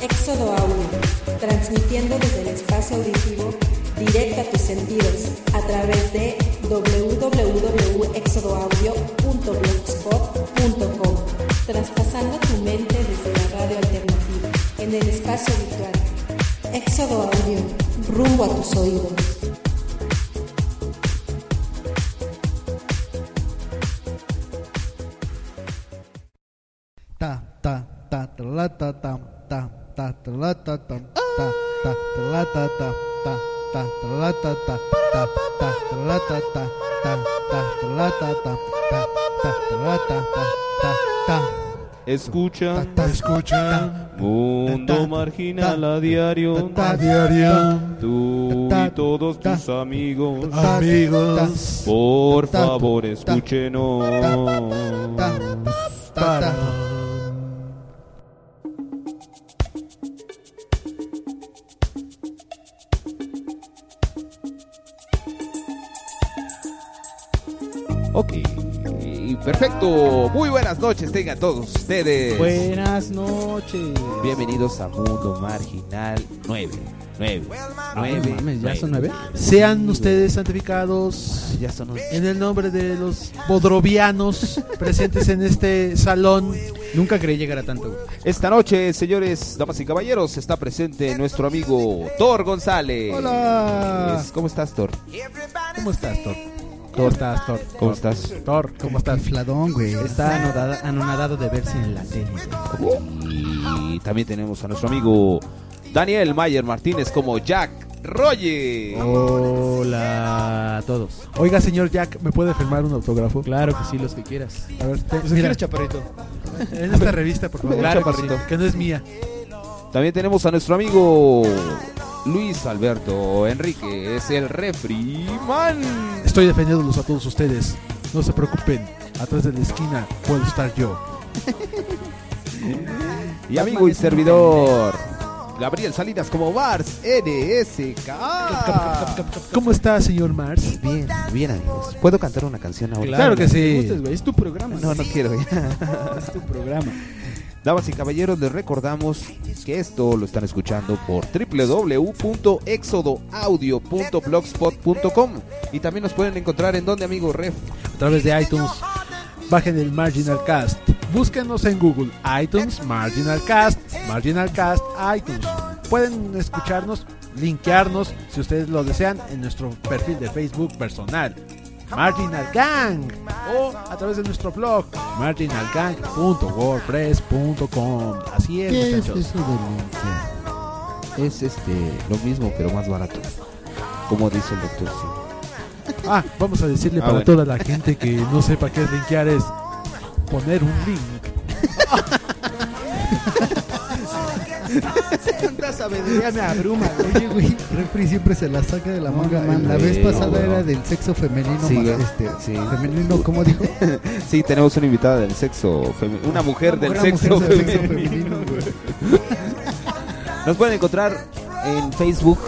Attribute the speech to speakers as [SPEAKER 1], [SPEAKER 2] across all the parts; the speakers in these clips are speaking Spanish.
[SPEAKER 1] Éxodo Audio, transmitiendo desde el espacio auditivo directo a tus sentidos a través de www.exodoaudio.blogspot.com, traspasando tu mente desde la radio alternativa en el espacio virtual. Éxodo Audio, rumbo a tus oídos.
[SPEAKER 2] ta ta ta ta la ta tam ta ta ta la ta tam ta ta ta la ta tam ta ta ta la ta ta ta ta ta la ta ta ta ta ta la ta tam ta ta ta la ta ta ta ta
[SPEAKER 3] Escucha,
[SPEAKER 2] ta escucha
[SPEAKER 3] mundo marginal a diario,
[SPEAKER 2] ta
[SPEAKER 3] tú y todos tus amigos,
[SPEAKER 2] amigos
[SPEAKER 3] por favor escúchenos.
[SPEAKER 2] ta ta ta
[SPEAKER 3] Ok, perfecto, muy buenas noches tengan todos ustedes.
[SPEAKER 2] Pues,
[SPEAKER 4] Buenas noches.
[SPEAKER 3] Bienvenidos a Mundo Marginal 9, 9,
[SPEAKER 4] Nueve, Pues, Ah, mames, ¿ya son nueve?
[SPEAKER 2] sean ustedes santificados
[SPEAKER 3] Ya son los-
[SPEAKER 2] en el nombre de los bodrovianos presentes en este salón
[SPEAKER 4] Nunca creí llegar a tanto. güey.
[SPEAKER 3] Esta noche, señores, damas y caballeros, está presente nuestro amigo Thor González.
[SPEAKER 4] Hola.
[SPEAKER 3] Es- ¿Cómo estás, Thor?
[SPEAKER 4] ¿Cómo estás, Thor? ¿Cómo estás, Thor?
[SPEAKER 3] ¿Cómo estás?
[SPEAKER 4] Thor, ¿cómo estás?
[SPEAKER 2] fladón güey
[SPEAKER 4] Está anodada- anonadado de verse en la tele. güey.
[SPEAKER 3] Y también tenemos a nuestro amigo Daniel Mayer Martínez como Jack Roger.
[SPEAKER 4] Hola a todos.
[SPEAKER 2] Oiga, señor Jack, ¿me puede firmar un autógrafo?
[SPEAKER 4] Claro que sí, los que quieras.
[SPEAKER 2] A ver, te-
[SPEAKER 5] Pues
[SPEAKER 2] mira,
[SPEAKER 5] quieres chaparrito.
[SPEAKER 2] en esta revista, por favor.
[SPEAKER 3] Claro que
[SPEAKER 2] Chaparrito.
[SPEAKER 3] sí.
[SPEAKER 2] que no es mía.
[SPEAKER 3] También tenemos a nuestro amigo Luis Alberto Enrique, es el refri man.
[SPEAKER 2] Estoy defendiéndolos a todos ustedes. No se preocupen. Atrás de la esquina puedo estar yo.
[SPEAKER 3] Y amigo y servidor Gabriel Salinas como Bars NSK.
[SPEAKER 2] ¿Cómo está, señor Mars?
[SPEAKER 3] Bien, bien amigos. ¿Puedo cantar una canción ahora?
[SPEAKER 2] Claro que sí.
[SPEAKER 4] te gustes, güey, Es tu programa.
[SPEAKER 3] No, no quiero.
[SPEAKER 4] Es tu programa.
[SPEAKER 3] Damas y caballeros, les recordamos que esto lo están escuchando por www.exodoaudio.blogspot.com y también nos pueden encontrar en donde, amigo Ref.
[SPEAKER 2] A través de iTunes. Bajen el Marginal Cast. Búsquenos en Google. iTunes, Marginal Cast, Marginal Cast, iTunes. Pueden escucharnos, linkearnos, si ustedes lo desean, en nuestro perfil de Facebook personal. Marginal Gang o a través de nuestro blog marginalgang.wordpress.com Así es, muchachos.
[SPEAKER 3] Es este lo mismo pero más barato. Como dice el doctor sí.
[SPEAKER 2] Ah, vamos a decirle
[SPEAKER 3] Ah,
[SPEAKER 2] para
[SPEAKER 3] bueno.
[SPEAKER 2] toda la gente que no sepa qué es linkear es poner un link.
[SPEAKER 5] Tanta sabiduría me abruma.
[SPEAKER 6] Oye, güey, Refri siempre se la saca de la manga.
[SPEAKER 3] mames,
[SPEAKER 6] la vez
[SPEAKER 3] no,
[SPEAKER 6] pasada
[SPEAKER 3] no.
[SPEAKER 6] era del sexo femenino.
[SPEAKER 3] Sí,
[SPEAKER 6] más,
[SPEAKER 3] güey.
[SPEAKER 6] este,
[SPEAKER 3] Sí.
[SPEAKER 6] Femenino, ¿cómo dijo?
[SPEAKER 3] Sí, tenemos una invitada del sexo femi- una mujer del
[SPEAKER 6] Una
[SPEAKER 3] sexo
[SPEAKER 6] mujer del sexo
[SPEAKER 3] femenino.
[SPEAKER 6] femenino, güey.
[SPEAKER 3] Nos pueden encontrar en Facebook,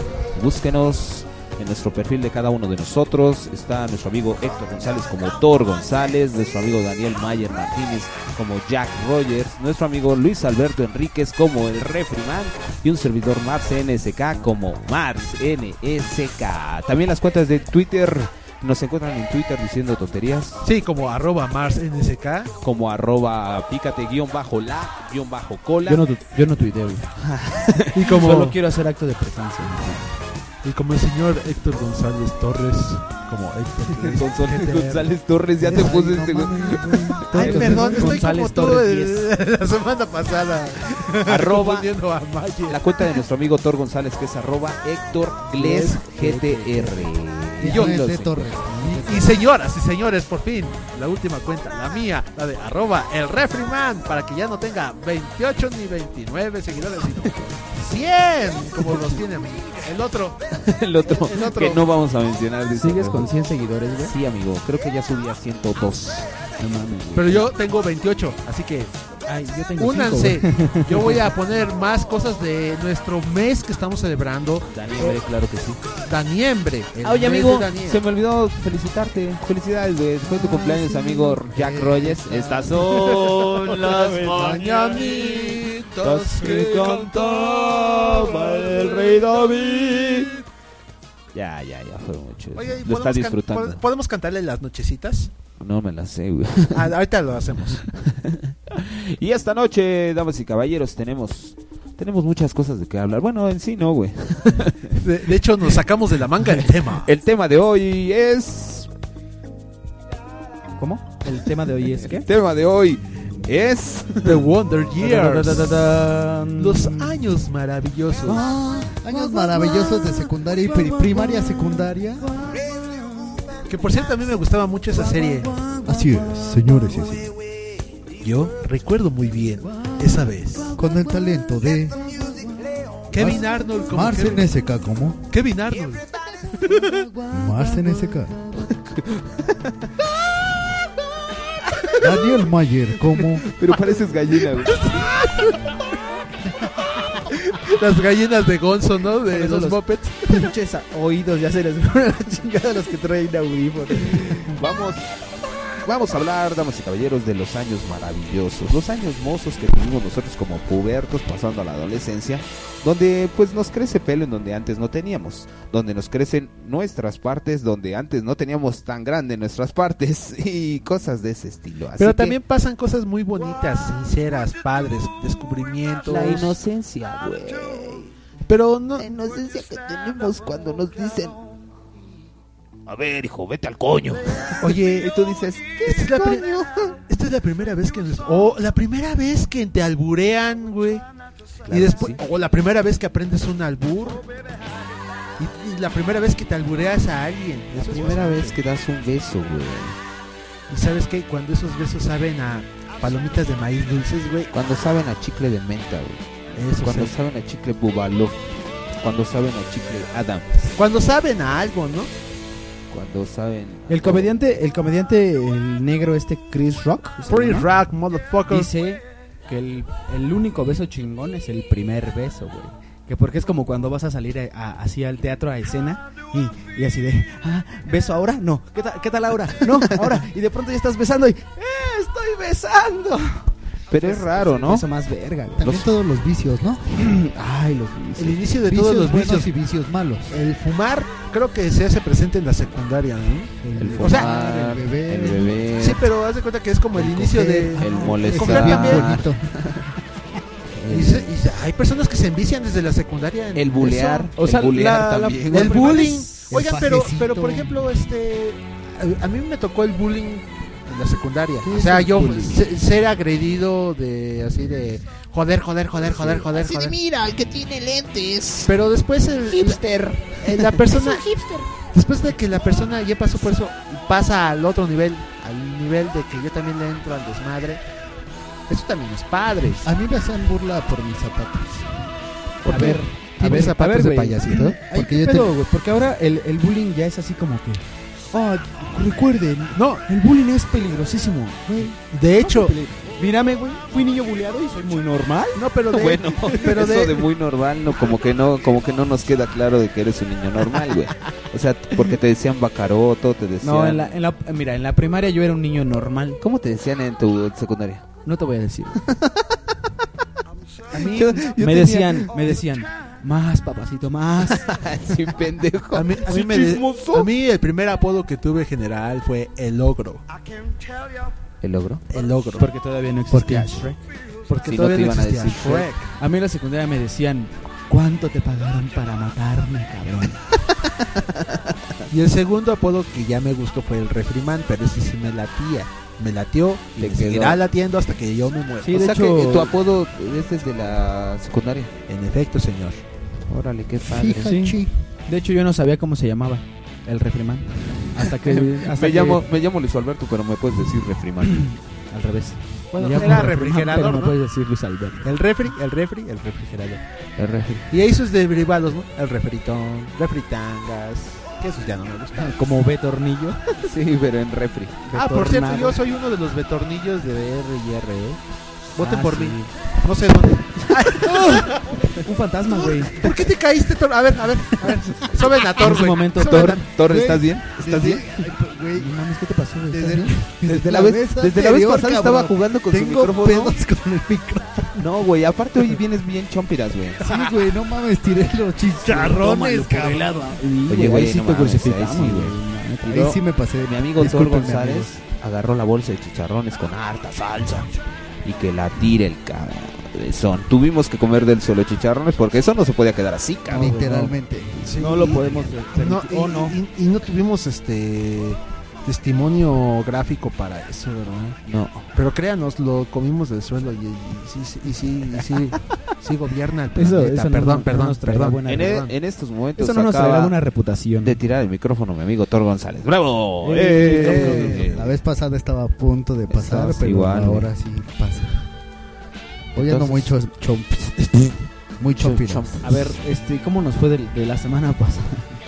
[SPEAKER 3] búsquenos en nuestro perfil de cada uno de nosotros. Está nuestro amigo Héctor González como Thor González, nuestro amigo Daniel Mayer Martínez como Jack Rogers, nuestro amigo Luis Alberto Enríquez como el Refriman y un servidor Mars NSK como Mars NSK. También las cuentas de Twitter. Nos encuentran en Twitter diciendo tonterías
[SPEAKER 2] Sí, como arroba Mars NSK.
[SPEAKER 3] como arroba pícate guión bajo la guión bajo cola.
[SPEAKER 4] Yo no, tu- yo no tuiteo. güey.
[SPEAKER 2] Y como,
[SPEAKER 4] Solo quiero hacer acto de presencia. güey.
[SPEAKER 2] y como el señor Héctor González Torres, como Héctor
[SPEAKER 3] González,
[SPEAKER 2] GTR.
[SPEAKER 3] González Torres, ya te
[SPEAKER 6] Ay,
[SPEAKER 3] puse
[SPEAKER 6] no
[SPEAKER 3] este güey.
[SPEAKER 6] mames, güey.
[SPEAKER 5] Ay, perdón, estoy como
[SPEAKER 4] González
[SPEAKER 5] tú
[SPEAKER 4] Torres
[SPEAKER 5] el-
[SPEAKER 2] la semana pasada.
[SPEAKER 3] Arroba
[SPEAKER 2] confundiendo a Mayer.
[SPEAKER 3] la cuenta de nuestro amigo Thor González, que es arroba Héctor Gles GTR.
[SPEAKER 6] Y yo de Torres.
[SPEAKER 2] Y, y señoras y señores, por fin, la última cuenta, la mía, la de arroba el Refriman, para que ya no tenga 28 ni 29 seguidores, sino 100, como los tiene el otro.
[SPEAKER 3] el, otro,
[SPEAKER 2] el otro.
[SPEAKER 3] que no vamos a mencionar. dice.
[SPEAKER 4] ¿Sigues con 100 seguidores, güey?
[SPEAKER 3] Sí, amigo, creo que ya subí a 102.
[SPEAKER 4] No mames, güey.
[SPEAKER 2] Pero yo tengo 28, así que
[SPEAKER 4] Ay, yo tengo
[SPEAKER 2] Únanse.
[SPEAKER 4] cinco,
[SPEAKER 2] Yo voy a poner más cosas de nuestro mes que estamos celebrando. Oh,
[SPEAKER 3] Daniel, claro que sí.
[SPEAKER 2] Daniembre. el
[SPEAKER 3] Ah, oye,
[SPEAKER 2] mes de
[SPEAKER 3] amigo,
[SPEAKER 2] eh, Daniel.
[SPEAKER 3] se me olvidó felicitarte. Felicidades, güey. Fue tu cumpleaños, amigo Jack Rogers. Estas son las mañanitas que cantaba el rey David. Ya, ya, ya fue mucho.
[SPEAKER 2] Oye, ¿y
[SPEAKER 3] Lo
[SPEAKER 2] podemos
[SPEAKER 3] estás
[SPEAKER 2] can-
[SPEAKER 3] disfrutando.
[SPEAKER 2] pod- ¿Podemos cantarle las nochecitas?
[SPEAKER 3] No me la sé, güey.
[SPEAKER 2] Ah, ahorita lo hacemos.
[SPEAKER 3] Y esta noche, damas y caballeros, tenemos tenemos muchas cosas de qué hablar. Bueno, en sí no, güey.
[SPEAKER 2] De, de hecho, nos sacamos de la manga el tema.
[SPEAKER 3] El tema de hoy es ¿Cómo?
[SPEAKER 4] El tema de hoy es
[SPEAKER 3] El
[SPEAKER 4] ¿qué?
[SPEAKER 3] tema de hoy es
[SPEAKER 2] The Wonder Years. Los
[SPEAKER 4] Los
[SPEAKER 2] años maravillosos.
[SPEAKER 3] Ah.
[SPEAKER 6] Años maravillosos de secundaria y pri- primaria, secundaria.
[SPEAKER 2] Que por cierto, a mí me gustaba mucho esa serie.
[SPEAKER 6] Así es, señores. así es.
[SPEAKER 2] Yo recuerdo muy bien esa vez.
[SPEAKER 6] Con el talento de
[SPEAKER 2] Kevin Arnold como
[SPEAKER 6] Marcel
[SPEAKER 2] Kevin,
[SPEAKER 6] SK, ¿cómo?
[SPEAKER 2] Kevin Arnold.
[SPEAKER 6] Marcel SK. Daniel Mayer, ¿cómo?
[SPEAKER 3] Pero pareces gallina, güey.
[SPEAKER 2] Las gallinas de Gonzo, ¿no? De
[SPEAKER 4] eso
[SPEAKER 2] los,
[SPEAKER 4] los-
[SPEAKER 2] Muppets.
[SPEAKER 4] pinches oídos ya se les fueron la chingada a los que traen audífonos.
[SPEAKER 3] Vamos Vamos a hablar, damas y caballeros, de los años maravillosos, los años mozos que tuvimos nosotros como pubertos pasando a la adolescencia, donde pues nos crece pelo en donde antes no teníamos, donde nos crecen nuestras partes donde antes no teníamos tan grande nuestras partes y cosas de ese estilo. Así
[SPEAKER 2] Pero
[SPEAKER 3] que-
[SPEAKER 2] también pasan cosas muy bonitas, sinceras, padres, descubrimientos.
[SPEAKER 7] La inocencia, güey.
[SPEAKER 2] Pero no,
[SPEAKER 7] La inocencia que tenemos cuando nos dicen.
[SPEAKER 3] A ver, hijo, vete al coño.
[SPEAKER 2] oye,
[SPEAKER 3] Y tú dices,
[SPEAKER 2] esta es, la pri- esta es la primera vez que nos- o la primera vez que te alburean, güey.
[SPEAKER 3] Claro,
[SPEAKER 2] y después
[SPEAKER 3] sí.
[SPEAKER 2] o la primera vez que aprendes un albur. Y, y la primera vez que te albureas a alguien.
[SPEAKER 3] la
[SPEAKER 2] Eso es
[SPEAKER 3] primera
[SPEAKER 2] bastante.
[SPEAKER 3] vez que das un beso, güey.
[SPEAKER 2] Y sabes que cuando esos besos saben a palomitas de maíz dulces, güey,
[SPEAKER 3] Cuando saben a chicle de menta, güey.
[SPEAKER 2] eso
[SPEAKER 3] Cuando
[SPEAKER 2] sí.
[SPEAKER 3] saben a chicle bubaló. Cuando saben a chicle Adam.
[SPEAKER 2] Cuando saben a algo, ¿no?
[SPEAKER 3] Cuando saben... a-
[SPEAKER 4] El comediante, el comediante el negro este Chris Rock ¿se
[SPEAKER 2] Free
[SPEAKER 4] llama?
[SPEAKER 2] rock, motherfucker.
[SPEAKER 4] dice que el, el único beso chingón es el primer beso, güey. Que porque es como cuando vas a salir a- a- así al teatro a escena y, y así de, ah, beso ahora, no, ¿qué, tal- qué tal ahora? No, ahora. Y de pronto ya estás besando y, ¡eh, estoy besando!
[SPEAKER 3] Pero es raro, ¿no?
[SPEAKER 4] Eso más verga, güey.
[SPEAKER 6] También
[SPEAKER 3] Los-
[SPEAKER 6] todos los vicios, ¿no?
[SPEAKER 4] Ay, los
[SPEAKER 2] El inicio de
[SPEAKER 6] Vicios
[SPEAKER 2] todos los
[SPEAKER 6] buenos
[SPEAKER 2] vicios.
[SPEAKER 6] y vicios malos.
[SPEAKER 2] El fumar creo que se hace presente en la secundaria, ¿no?
[SPEAKER 6] El,
[SPEAKER 3] El
[SPEAKER 2] O sea,
[SPEAKER 3] fumar,
[SPEAKER 6] el
[SPEAKER 3] el
[SPEAKER 6] bebé,
[SPEAKER 3] bebé,
[SPEAKER 2] Sí, pero haz de cuenta que es como el inicio de...
[SPEAKER 3] Eh, el
[SPEAKER 2] coger también.
[SPEAKER 3] molestar,
[SPEAKER 2] Y se- y se- hay personas que se envician desde la secundaria. en
[SPEAKER 3] el
[SPEAKER 2] eso.
[SPEAKER 3] bulear,
[SPEAKER 4] O sea,
[SPEAKER 3] el bulear
[SPEAKER 4] la- la-
[SPEAKER 3] también.
[SPEAKER 2] El
[SPEAKER 3] güey.
[SPEAKER 2] bullying.
[SPEAKER 6] El
[SPEAKER 2] Oigan, pero,
[SPEAKER 6] pajecito.
[SPEAKER 2] pero por ejemplo, este... A a mí me tocó el bullying en la secundaria.
[SPEAKER 6] ¿Qué
[SPEAKER 2] O
[SPEAKER 6] es
[SPEAKER 2] sea,
[SPEAKER 6] el
[SPEAKER 2] yo
[SPEAKER 6] bullying?
[SPEAKER 2] se- ser agredido de así de... Joder, joder, joder, joder, joder,
[SPEAKER 7] Así de
[SPEAKER 2] joder.
[SPEAKER 7] mira, el que tiene lentes.
[SPEAKER 2] Pero después el,
[SPEAKER 7] Hipster.
[SPEAKER 2] el- la persona...
[SPEAKER 7] hipster.
[SPEAKER 2] Después de que la persona ya pasó por eso, pasa al otro nivel, al nivel de que yo también le entro al desmadre. Eso también es padres.
[SPEAKER 6] A mí me hacían burla por mis zapatos.
[SPEAKER 4] A ver, a
[SPEAKER 6] ¿Tienes
[SPEAKER 4] ver,
[SPEAKER 6] zapatos
[SPEAKER 4] a ver,
[SPEAKER 6] de
[SPEAKER 4] güey.
[SPEAKER 6] payasito?
[SPEAKER 4] Ay,
[SPEAKER 6] Porque
[SPEAKER 4] ¿qué
[SPEAKER 6] yo te-
[SPEAKER 4] pedo, güey? Porque ahora el, el bullying ya es así como que. "Ah, recuerden,
[SPEAKER 2] No,
[SPEAKER 4] el bullying es peligrosísimo. güey".
[SPEAKER 2] de hecho,
[SPEAKER 4] Mírame, güey, fui niño bulleado y soy muy normal.
[SPEAKER 2] no, pero de,
[SPEAKER 3] Bueno,
[SPEAKER 2] pero
[SPEAKER 3] eso
[SPEAKER 2] de-
[SPEAKER 3] de... muy normal, no, como que no, como que no nos queda claro de que eres un niño normal, güey. O sea, porque te decían bacaroto, te decían.
[SPEAKER 4] No, en la, en la, mira, en la primaria yo era un niño normal.
[SPEAKER 3] ¿Cómo te decían en tu secundaria?
[SPEAKER 4] No te voy a decir.
[SPEAKER 2] a mí,
[SPEAKER 4] me decían,
[SPEAKER 3] Oh,
[SPEAKER 4] me decían, más papacito, más.
[SPEAKER 3] Sí, pendejo.
[SPEAKER 2] a mí- a mí me de- a mí el primer apodo que tuve general fue el ogro.
[SPEAKER 3] ¿El logro?
[SPEAKER 2] El ogro.
[SPEAKER 4] Porque todavía no existía Shrek.
[SPEAKER 2] Porque
[SPEAKER 3] Si no
[SPEAKER 2] todavía
[SPEAKER 3] te
[SPEAKER 2] no
[SPEAKER 3] iban a
[SPEAKER 2] existía
[SPEAKER 3] decir
[SPEAKER 2] Shrek.
[SPEAKER 4] A mí en la secundaria me decían, ¿cuánto te pagaron para matarme, cabrón?
[SPEAKER 2] Y el segundo apodo que ya me gustó fue el refriman, pero ese sí me latía. Me latió y
[SPEAKER 3] Te
[SPEAKER 2] me
[SPEAKER 3] quedó.
[SPEAKER 2] seguirá latiendo hasta que yo me muera.
[SPEAKER 4] Sí,
[SPEAKER 3] o
[SPEAKER 4] de
[SPEAKER 3] sea
[SPEAKER 4] hecho-
[SPEAKER 3] que tu apodo es desde la secundaria.
[SPEAKER 2] En efecto, señor.
[SPEAKER 3] Órale, qué padre.
[SPEAKER 6] Fíjate.
[SPEAKER 4] De hecho, yo no sabía cómo se llamaba el refrimán. Hasta que. Hasta
[SPEAKER 3] Me
[SPEAKER 4] que-
[SPEAKER 3] llamo, me llamo Luis Alberto, pero me puedes decir refrimán.
[SPEAKER 4] Al revés.
[SPEAKER 2] Bueno,
[SPEAKER 4] Me llamo
[SPEAKER 2] era
[SPEAKER 4] Refrimán,
[SPEAKER 2] refrigerador,
[SPEAKER 4] Pero
[SPEAKER 2] ¿no?
[SPEAKER 4] me puedes decir Luis Alberto.
[SPEAKER 2] El refri, el refri, el refrigerador.
[SPEAKER 3] El refri.
[SPEAKER 2] Y ahí sus derivados, ¿no? El refritón, refritangas, que esos ya no me gustan.
[SPEAKER 4] Como B tornillo.
[SPEAKER 3] Sí, pero en refri.
[SPEAKER 2] Ah, por cierto,
[SPEAKER 4] Betornado.
[SPEAKER 2] yo soy uno de los betornillos de R y R, ¿eh? Voten
[SPEAKER 8] Ah,
[SPEAKER 2] por
[SPEAKER 8] sí.
[SPEAKER 2] mí. No sé dónde.
[SPEAKER 8] Un
[SPEAKER 2] Ah,
[SPEAKER 8] fantasma, güey.
[SPEAKER 2] ¿Por qué te caíste, Thor? A ver, a ver, a ver. Soben a Thor,
[SPEAKER 8] En ese
[SPEAKER 2] güey.
[SPEAKER 8] momento,
[SPEAKER 2] Soben
[SPEAKER 3] Thor,
[SPEAKER 2] a-
[SPEAKER 3] Thor,
[SPEAKER 6] Güey.
[SPEAKER 3] ¿estás bien? ¿Estás
[SPEAKER 6] Desde-
[SPEAKER 3] bien?
[SPEAKER 6] Ay, pues, güey,
[SPEAKER 8] No mames, ¿qué te pasó, güey?
[SPEAKER 6] Desde,
[SPEAKER 8] ¿Estás bien?
[SPEAKER 6] desde
[SPEAKER 3] la vez- desde la vez
[SPEAKER 6] anterior,
[SPEAKER 3] pasada
[SPEAKER 6] cabrón.
[SPEAKER 3] estaba jugando con su
[SPEAKER 6] Tengo
[SPEAKER 3] micrófono.
[SPEAKER 6] pedos con el micrófono.
[SPEAKER 3] No, güey, aparte hoy vienes bien chompiras, güey.
[SPEAKER 6] Sí, güey, no mames, tiré los chicharrones, cabrón.
[SPEAKER 3] Oye, güey, no mames, ahí sí,
[SPEAKER 6] Ahí sí me pasé.
[SPEAKER 3] Mi amigo Thor
[SPEAKER 6] Discúlpenme,
[SPEAKER 3] González agarró la bolsa de chicharrones con harta salsa y que la tire el cabezón. Tuvimos que comer del solo chicharrones porque eso no se podía quedar así, cabrón.
[SPEAKER 6] Literalmente.
[SPEAKER 2] Sí.
[SPEAKER 8] No lo podemos permitir.
[SPEAKER 2] No, y,
[SPEAKER 8] Oh, no.
[SPEAKER 2] y- y no tuvimos este testimonio gráfico para eso, ¿verdad?
[SPEAKER 3] No.
[SPEAKER 2] Pero créanos, lo comimos del suelo y, y sí, sí- y sí, y sí, sí gobierna el
[SPEAKER 8] Eso-
[SPEAKER 2] planeta.
[SPEAKER 8] eso no-
[SPEAKER 2] Pues perdón,
[SPEAKER 8] no
[SPEAKER 2] perdón,
[SPEAKER 8] nos traerá
[SPEAKER 2] perdón.
[SPEAKER 8] buena-
[SPEAKER 3] En,
[SPEAKER 2] perdón.
[SPEAKER 3] e- en estos momentos
[SPEAKER 8] Eso no nos
[SPEAKER 3] acaba
[SPEAKER 8] traerá una reputación.
[SPEAKER 3] de tirar el micrófono mi amigo Thor González. ¡Bravo!
[SPEAKER 8] Eh,
[SPEAKER 3] ¡Eh!
[SPEAKER 6] La vez pasada estaba a punto de pasar,
[SPEAKER 3] Estás
[SPEAKER 6] pero
[SPEAKER 3] igual, ¿eh?
[SPEAKER 6] ahora sí pasa. Hoy ando
[SPEAKER 3] Entonces-
[SPEAKER 6] muy chos- chomps. Muy chompiros.
[SPEAKER 8] A ver, este, ¿cómo nos fue de, de la semana pasada?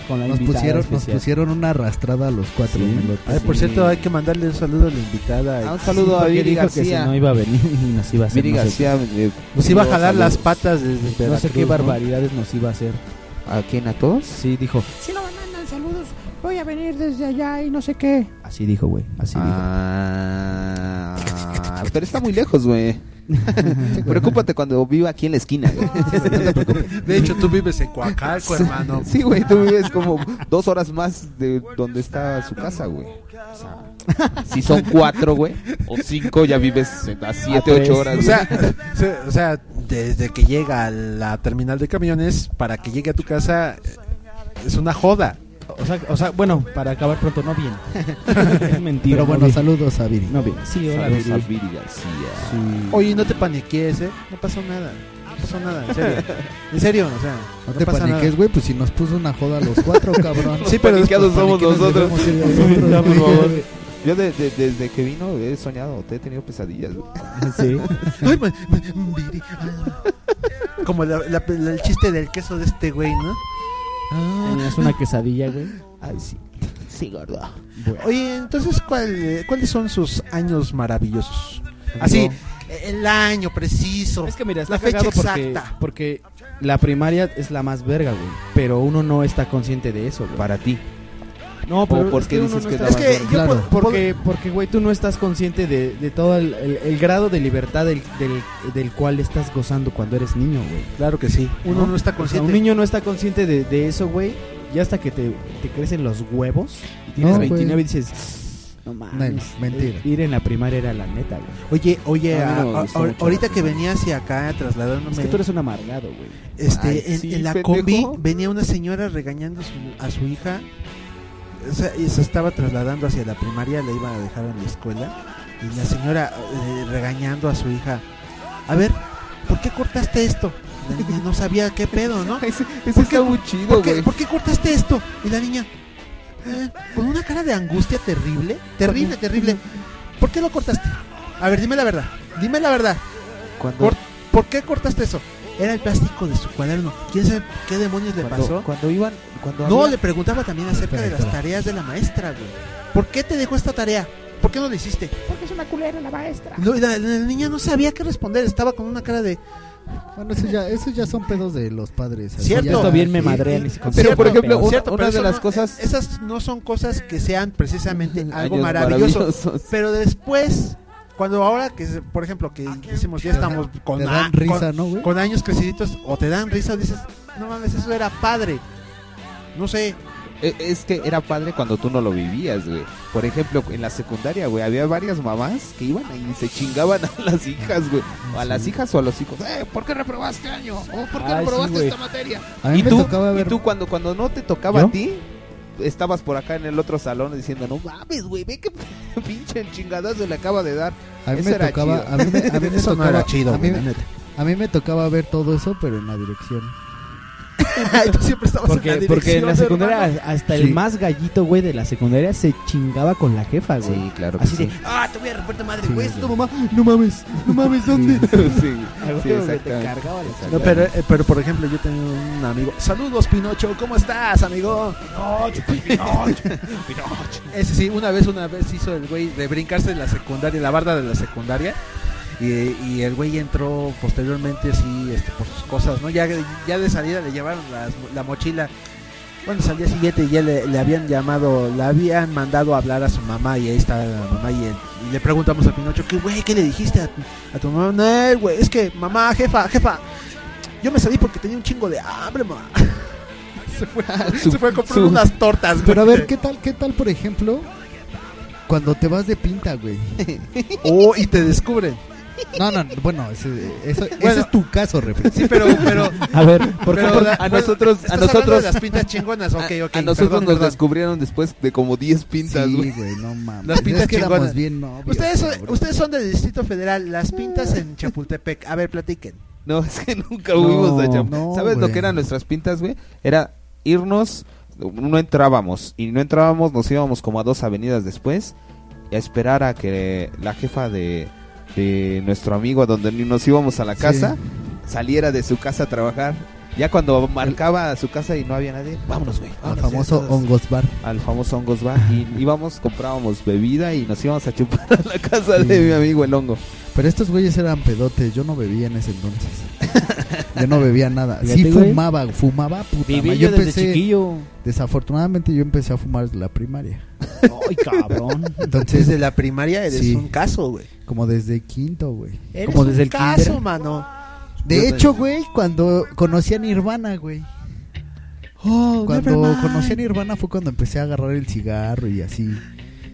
[SPEAKER 8] Con la
[SPEAKER 6] Nos
[SPEAKER 8] invitada
[SPEAKER 6] pusieron, nos
[SPEAKER 8] especial.
[SPEAKER 6] pusieron una arrastrada a los cuatro
[SPEAKER 8] Sí.
[SPEAKER 6] melotes.
[SPEAKER 2] Ay, por
[SPEAKER 8] Sí.
[SPEAKER 2] cierto, hay que mandarle un saludo a la invitada.
[SPEAKER 3] Ah, un saludo a
[SPEAKER 8] Porque
[SPEAKER 3] Viri
[SPEAKER 8] dijo que si
[SPEAKER 3] García.
[SPEAKER 8] no iba a venir y nos iba a hacer.
[SPEAKER 3] Viri
[SPEAKER 8] no sé
[SPEAKER 3] García. eh,
[SPEAKER 2] Nos Pues iba a jalar
[SPEAKER 3] saludos.
[SPEAKER 2] las patas desde
[SPEAKER 8] qué- No sé qué
[SPEAKER 2] Veracruz,
[SPEAKER 8] barbaridades nos iba a hacer.
[SPEAKER 3] ¿A quién? ¿A todos?
[SPEAKER 8] Sí, dijo.
[SPEAKER 9] Si no me mandan saludos, voy a venir desde allá y no sé qué.
[SPEAKER 8] Así dijo, güey. Así
[SPEAKER 3] Ah, pero está muy lejos, güey. Preocúpate cuando viva aquí en la esquina, güey.
[SPEAKER 2] De hecho, tú vives en Coacalco, hermano.
[SPEAKER 3] Sí, güey, tú vives como dos horas más de donde está su casa, güey. O sea, si son cuatro, güey, o cinco, ya vives a siete,
[SPEAKER 8] A
[SPEAKER 3] ocho horas.
[SPEAKER 8] tres.
[SPEAKER 2] Ah, pues. O
[SPEAKER 3] güey.
[SPEAKER 2] sea, se- o sea, desde que llega a la terminal de camiones, para que llegue a tu casa, eh, es una joda.
[SPEAKER 8] dijo. O sea, o sea, bueno, para acabar pronto, no bien. es mentira.
[SPEAKER 6] Pero
[SPEAKER 8] no
[SPEAKER 6] bueno,
[SPEAKER 8] bien.
[SPEAKER 6] saludos a Viri.
[SPEAKER 8] No bien. Sí, hola,
[SPEAKER 3] Saludos a
[SPEAKER 8] Viri.
[SPEAKER 3] Viri García.
[SPEAKER 8] Sí.
[SPEAKER 2] Oye, no te paniquees, ¿eh? No pasó nada. No pasó nada, en serio. En serio, o sea,
[SPEAKER 6] No te
[SPEAKER 2] pasa nada.
[SPEAKER 6] paniques, güey, pues si nos puso una joda a los cuatro, cabrón.
[SPEAKER 2] Sí, pero
[SPEAKER 3] Paniqueados somos
[SPEAKER 6] Paniquenos
[SPEAKER 3] nosotros.
[SPEAKER 6] debemos ir nosotros,
[SPEAKER 3] Ya, por
[SPEAKER 6] güey.
[SPEAKER 3] favor. Yo de- de- desde que vino he soñado, te he tenido pesadillas. güey.
[SPEAKER 8] Sí.
[SPEAKER 2] Ay, ma- ma- Viri, ay. Como la- la- la- el chiste del queso de este güey, ¿no?
[SPEAKER 8] Tenías una quesadilla, güey.
[SPEAKER 3] Ay, sí.
[SPEAKER 10] Sí, gordo.
[SPEAKER 2] Oye, entonces, ¿cuál, eh, ¿cuáles son sus años maravillosos? Así, el año preciso.
[SPEAKER 8] Es que mira, está
[SPEAKER 2] La fecha
[SPEAKER 8] cagado porque,
[SPEAKER 2] exacta.
[SPEAKER 8] porque la primaria es la más verga, güey. Pero uno no está consciente de eso, güey.
[SPEAKER 3] Para ti.
[SPEAKER 8] No,
[SPEAKER 3] ¿O por qué dices que
[SPEAKER 8] está-
[SPEAKER 3] la
[SPEAKER 2] Es
[SPEAKER 3] más
[SPEAKER 2] que yo
[SPEAKER 6] Claro.
[SPEAKER 2] por-
[SPEAKER 8] Porque, porque, güey, tú no estás consciente de, de todo el, el- el grado de libertad del, del, del cual estás gozando cuando eres niño, güey.
[SPEAKER 2] Claro que sí. Uno no, está
[SPEAKER 8] O sea,
[SPEAKER 2] consciente.
[SPEAKER 8] un niño no está consciente de, de eso, güey. Y hasta que te, te crecen los huevos y tienes
[SPEAKER 6] No, güey.
[SPEAKER 8] 29 y dices, no mames. eh,
[SPEAKER 6] No, mentira.
[SPEAKER 8] Ir en la primaria era la neta, güey.
[SPEAKER 2] Oye, oye,
[SPEAKER 3] A mí no me
[SPEAKER 2] a-
[SPEAKER 3] gustó
[SPEAKER 2] a-
[SPEAKER 3] mucho
[SPEAKER 2] ahorita
[SPEAKER 3] la
[SPEAKER 2] que venía hacia acá trasladándome,
[SPEAKER 8] Es que tú eres un amargado, güey.
[SPEAKER 2] este,
[SPEAKER 3] Ay,
[SPEAKER 2] en,
[SPEAKER 3] sí,
[SPEAKER 2] en la
[SPEAKER 3] pendejo.
[SPEAKER 2] combi venía una señora regañando a su, a su hija. O sea, y se estaba trasladando hacia la primaria, la iba a dejar en la escuela. Y la señora eh, regañando a su hija. A ver, ¿por qué cortaste esto? La niña no sabía qué pedo, ¿no?
[SPEAKER 3] Ese, ese
[SPEAKER 2] ¿Por qué-
[SPEAKER 3] está muy chido,
[SPEAKER 2] ¿Por qué,
[SPEAKER 3] güey.
[SPEAKER 2] por qué cortaste esto? Y la niña, eh, con una cara de angustia terrible, terrible, terrible. ¿Por qué lo cortaste? A ver, dime la verdad, dime la verdad.
[SPEAKER 3] Cuando-
[SPEAKER 2] Cort- ¿Por qué cortaste eso? Era el plástico de su cuaderno. ¿Quién sabe qué demonios le
[SPEAKER 3] cuando,
[SPEAKER 2] pasó?
[SPEAKER 3] cuando iban. Cuando
[SPEAKER 2] No,
[SPEAKER 3] había-
[SPEAKER 2] le preguntaba también acerca
[SPEAKER 6] Espera,
[SPEAKER 2] de las
[SPEAKER 6] espera.
[SPEAKER 2] tareas de la maestra, güey. ¿Por qué te dejó esta tarea? ¿Por qué no la hiciste?
[SPEAKER 9] Porque es una culera la maestra.
[SPEAKER 2] No, y la, la niña no sabía qué responder, estaba con una cara de...
[SPEAKER 6] Bueno, eso ya, eso ya son pedos de los padres. así
[SPEAKER 2] Cierto.
[SPEAKER 6] ya-
[SPEAKER 8] Esto bien me
[SPEAKER 6] y-
[SPEAKER 8] madrean. y se
[SPEAKER 3] Pero,
[SPEAKER 8] consideran
[SPEAKER 3] por ejemplo,
[SPEAKER 8] peor.
[SPEAKER 3] una,
[SPEAKER 2] Cierto,
[SPEAKER 3] una
[SPEAKER 2] pero
[SPEAKER 3] de
[SPEAKER 2] eso
[SPEAKER 3] las
[SPEAKER 2] no-
[SPEAKER 3] cosas.
[SPEAKER 2] Esas no son cosas que sean precisamente algo
[SPEAKER 3] años
[SPEAKER 2] maravilloso.
[SPEAKER 3] maravillosos.
[SPEAKER 2] Pero después, cuando ahora que, se- por ejemplo, que decimos ya estamos con,
[SPEAKER 6] Ah, Te dan
[SPEAKER 2] a-
[SPEAKER 6] risa,
[SPEAKER 2] con-
[SPEAKER 6] ¿no, güey?
[SPEAKER 2] con años creciditos, o te dan risa, o dices, no mames, eso era padre. No sé,
[SPEAKER 3] E- Es que era padre cuando tú no lo vivías, güey. Por ejemplo, en la secundaria, güey, había varias mamás que iban y se chingaban a las hijas, güey. O a las hijas o a los hijos. "Eh, ¿Por qué reprobaste año? ¿O por qué
[SPEAKER 8] Ay, Ah, sí,
[SPEAKER 3] reprobaste
[SPEAKER 8] güey.
[SPEAKER 3] esta materia?
[SPEAKER 6] A mí
[SPEAKER 3] Y
[SPEAKER 6] me
[SPEAKER 3] tú,
[SPEAKER 6] tocaba
[SPEAKER 3] y
[SPEAKER 6] ver.
[SPEAKER 3] tú cuando, cuando no te tocaba
[SPEAKER 8] ¿Yo?
[SPEAKER 3] a ti, estabas por acá en el otro salón diciendo, no mames, güey, ve que pinche chingadazo le acaba de dar.
[SPEAKER 6] A mí
[SPEAKER 3] eso
[SPEAKER 6] me
[SPEAKER 3] era
[SPEAKER 6] tocaba.
[SPEAKER 3] chido.
[SPEAKER 6] A mí me, a mí me
[SPEAKER 2] eso no
[SPEAKER 6] tocaba.
[SPEAKER 2] era chido,
[SPEAKER 6] a, mí,
[SPEAKER 2] güey, la
[SPEAKER 6] me-
[SPEAKER 2] neta.
[SPEAKER 6] a mí me tocaba ver todo eso, pero en la dirección.
[SPEAKER 2] Tú siempre estabas en
[SPEAKER 8] Porque,
[SPEAKER 2] la
[SPEAKER 8] porque en la
[SPEAKER 2] dirección,
[SPEAKER 8] secundaria,
[SPEAKER 2] hermano.
[SPEAKER 8] hasta
[SPEAKER 6] Sí.
[SPEAKER 8] el más gallito, güey, de la secundaria se chingaba con la jefa, güey.
[SPEAKER 3] Sí, claro que
[SPEAKER 8] Así
[SPEAKER 3] sí.
[SPEAKER 8] de,
[SPEAKER 2] Ah, te voy a romper tu madre,
[SPEAKER 8] Sí,
[SPEAKER 2] güey.
[SPEAKER 8] güey.
[SPEAKER 2] esto, mamá.
[SPEAKER 6] No mames, no mames, ¿dónde?
[SPEAKER 3] sí, sí,
[SPEAKER 8] te
[SPEAKER 3] exactamente.
[SPEAKER 8] cargaba la-
[SPEAKER 2] No, pero, eh, pero por ejemplo, yo tengo un amigo. Saludos, Pinocho, ¿cómo estás, amigo? Ese sí, una vez, una vez hizo el güey de brincarse en la secundaria, en la barda de la secundaria. Y, y el güey entró posteriormente así este, por sus cosas, ¿no? Ya, ya de salida le llevaron las- la mochila. Bueno, pues al día siguiente ya le, le habían llamado, le habían mandado a hablar a su mamá y ahí está la mamá y, él- y le preguntamos a Pinocho, ¿qué güey, qué le dijiste a, tu- a tu mamá? No, güey, es que mamá, jefa, jefa, yo me salí porque tenía un chingo de hambre, mamá. se, fue, se fue a comprar
[SPEAKER 3] su-
[SPEAKER 2] unas tortas, güey.
[SPEAKER 6] Pero a ver, ¿qué tal, qué tal, por ejemplo, cuando te vas de pinta, güey?
[SPEAKER 2] Oh, y te descubren.
[SPEAKER 6] No, no, bueno, ese, eso- ese
[SPEAKER 2] Bueno.
[SPEAKER 6] es tu caso, refri.
[SPEAKER 2] Sí, pero, pero,
[SPEAKER 4] A ver, ¿por qué?
[SPEAKER 2] pero
[SPEAKER 4] por-
[SPEAKER 2] la-
[SPEAKER 3] a nosotros-
[SPEAKER 2] estás
[SPEAKER 3] a
[SPEAKER 2] hablando
[SPEAKER 3] nosotros-
[SPEAKER 2] de las pintas chingonas, ok, ok.
[SPEAKER 3] Ah, A- a
[SPEAKER 2] perdón,
[SPEAKER 3] nosotros nos
[SPEAKER 2] perdón.
[SPEAKER 3] descubrieron después de como 10 pintas,
[SPEAKER 6] Sí,
[SPEAKER 3] güey.
[SPEAKER 6] güey, no mames.
[SPEAKER 2] Las pintas
[SPEAKER 6] es que éramos
[SPEAKER 2] chingonas.
[SPEAKER 6] bien novios,
[SPEAKER 2] Ustedes son,
[SPEAKER 6] cabrón.
[SPEAKER 2] ustedes son del Distrito Federal, las pintas en Chapultepec. A ver, platiquen.
[SPEAKER 3] No, es que nunca fuimos
[SPEAKER 6] No,
[SPEAKER 3] a Chapul-
[SPEAKER 6] no,
[SPEAKER 3] ¿Sabes lo
[SPEAKER 6] güey.
[SPEAKER 3] que eran nuestras pintas, güey? Era irnos, no entrábamos. Y no entrábamos, nos íbamos como a dos avenidas después a esperar a que la jefa de, de nuestro amigo, a donde ni nos íbamos a la
[SPEAKER 6] Sí.
[SPEAKER 3] casa, saliera de su casa a trabajar. Ya cuando marcaba a su casa y no había nadie, vámonos, güey.
[SPEAKER 6] Al
[SPEAKER 2] Ah,
[SPEAKER 3] vámonos,
[SPEAKER 6] famoso
[SPEAKER 3] ya todos.
[SPEAKER 6] Hongos Bar.
[SPEAKER 3] al famoso Hongos Bar y íbamos, comprábamos bebida y nos íbamos a chupar a la casa de
[SPEAKER 6] Sí.
[SPEAKER 3] mi amigo el hongo.
[SPEAKER 6] Pero estos güeyes eran pedotes, yo no bebía en ese entonces. Yo no bebía nada. Sí
[SPEAKER 4] Fíjate, güey.
[SPEAKER 6] fumaba, fumaba puta.
[SPEAKER 4] Viví
[SPEAKER 6] madre.
[SPEAKER 4] yo
[SPEAKER 6] Yo
[SPEAKER 4] desde
[SPEAKER 6] empecé,
[SPEAKER 4] chiquillo.
[SPEAKER 6] desafortunadamente yo empecé a fumar desde la primaria.
[SPEAKER 4] Ay, cabrón.
[SPEAKER 6] Entonces,
[SPEAKER 2] Desde la primaria eres
[SPEAKER 6] Sí.
[SPEAKER 2] un caso, güey.
[SPEAKER 6] como desde quinto, güey.
[SPEAKER 2] Eres
[SPEAKER 4] Como desde
[SPEAKER 2] un
[SPEAKER 4] el
[SPEAKER 2] caso,
[SPEAKER 4] kinder.
[SPEAKER 2] mano.
[SPEAKER 6] De hecho, güey, cuando conocí a Nirvana, güey.
[SPEAKER 2] oh,
[SPEAKER 6] cuando conocí a Nirvana fue cuando empecé a agarrar el cigarro y así.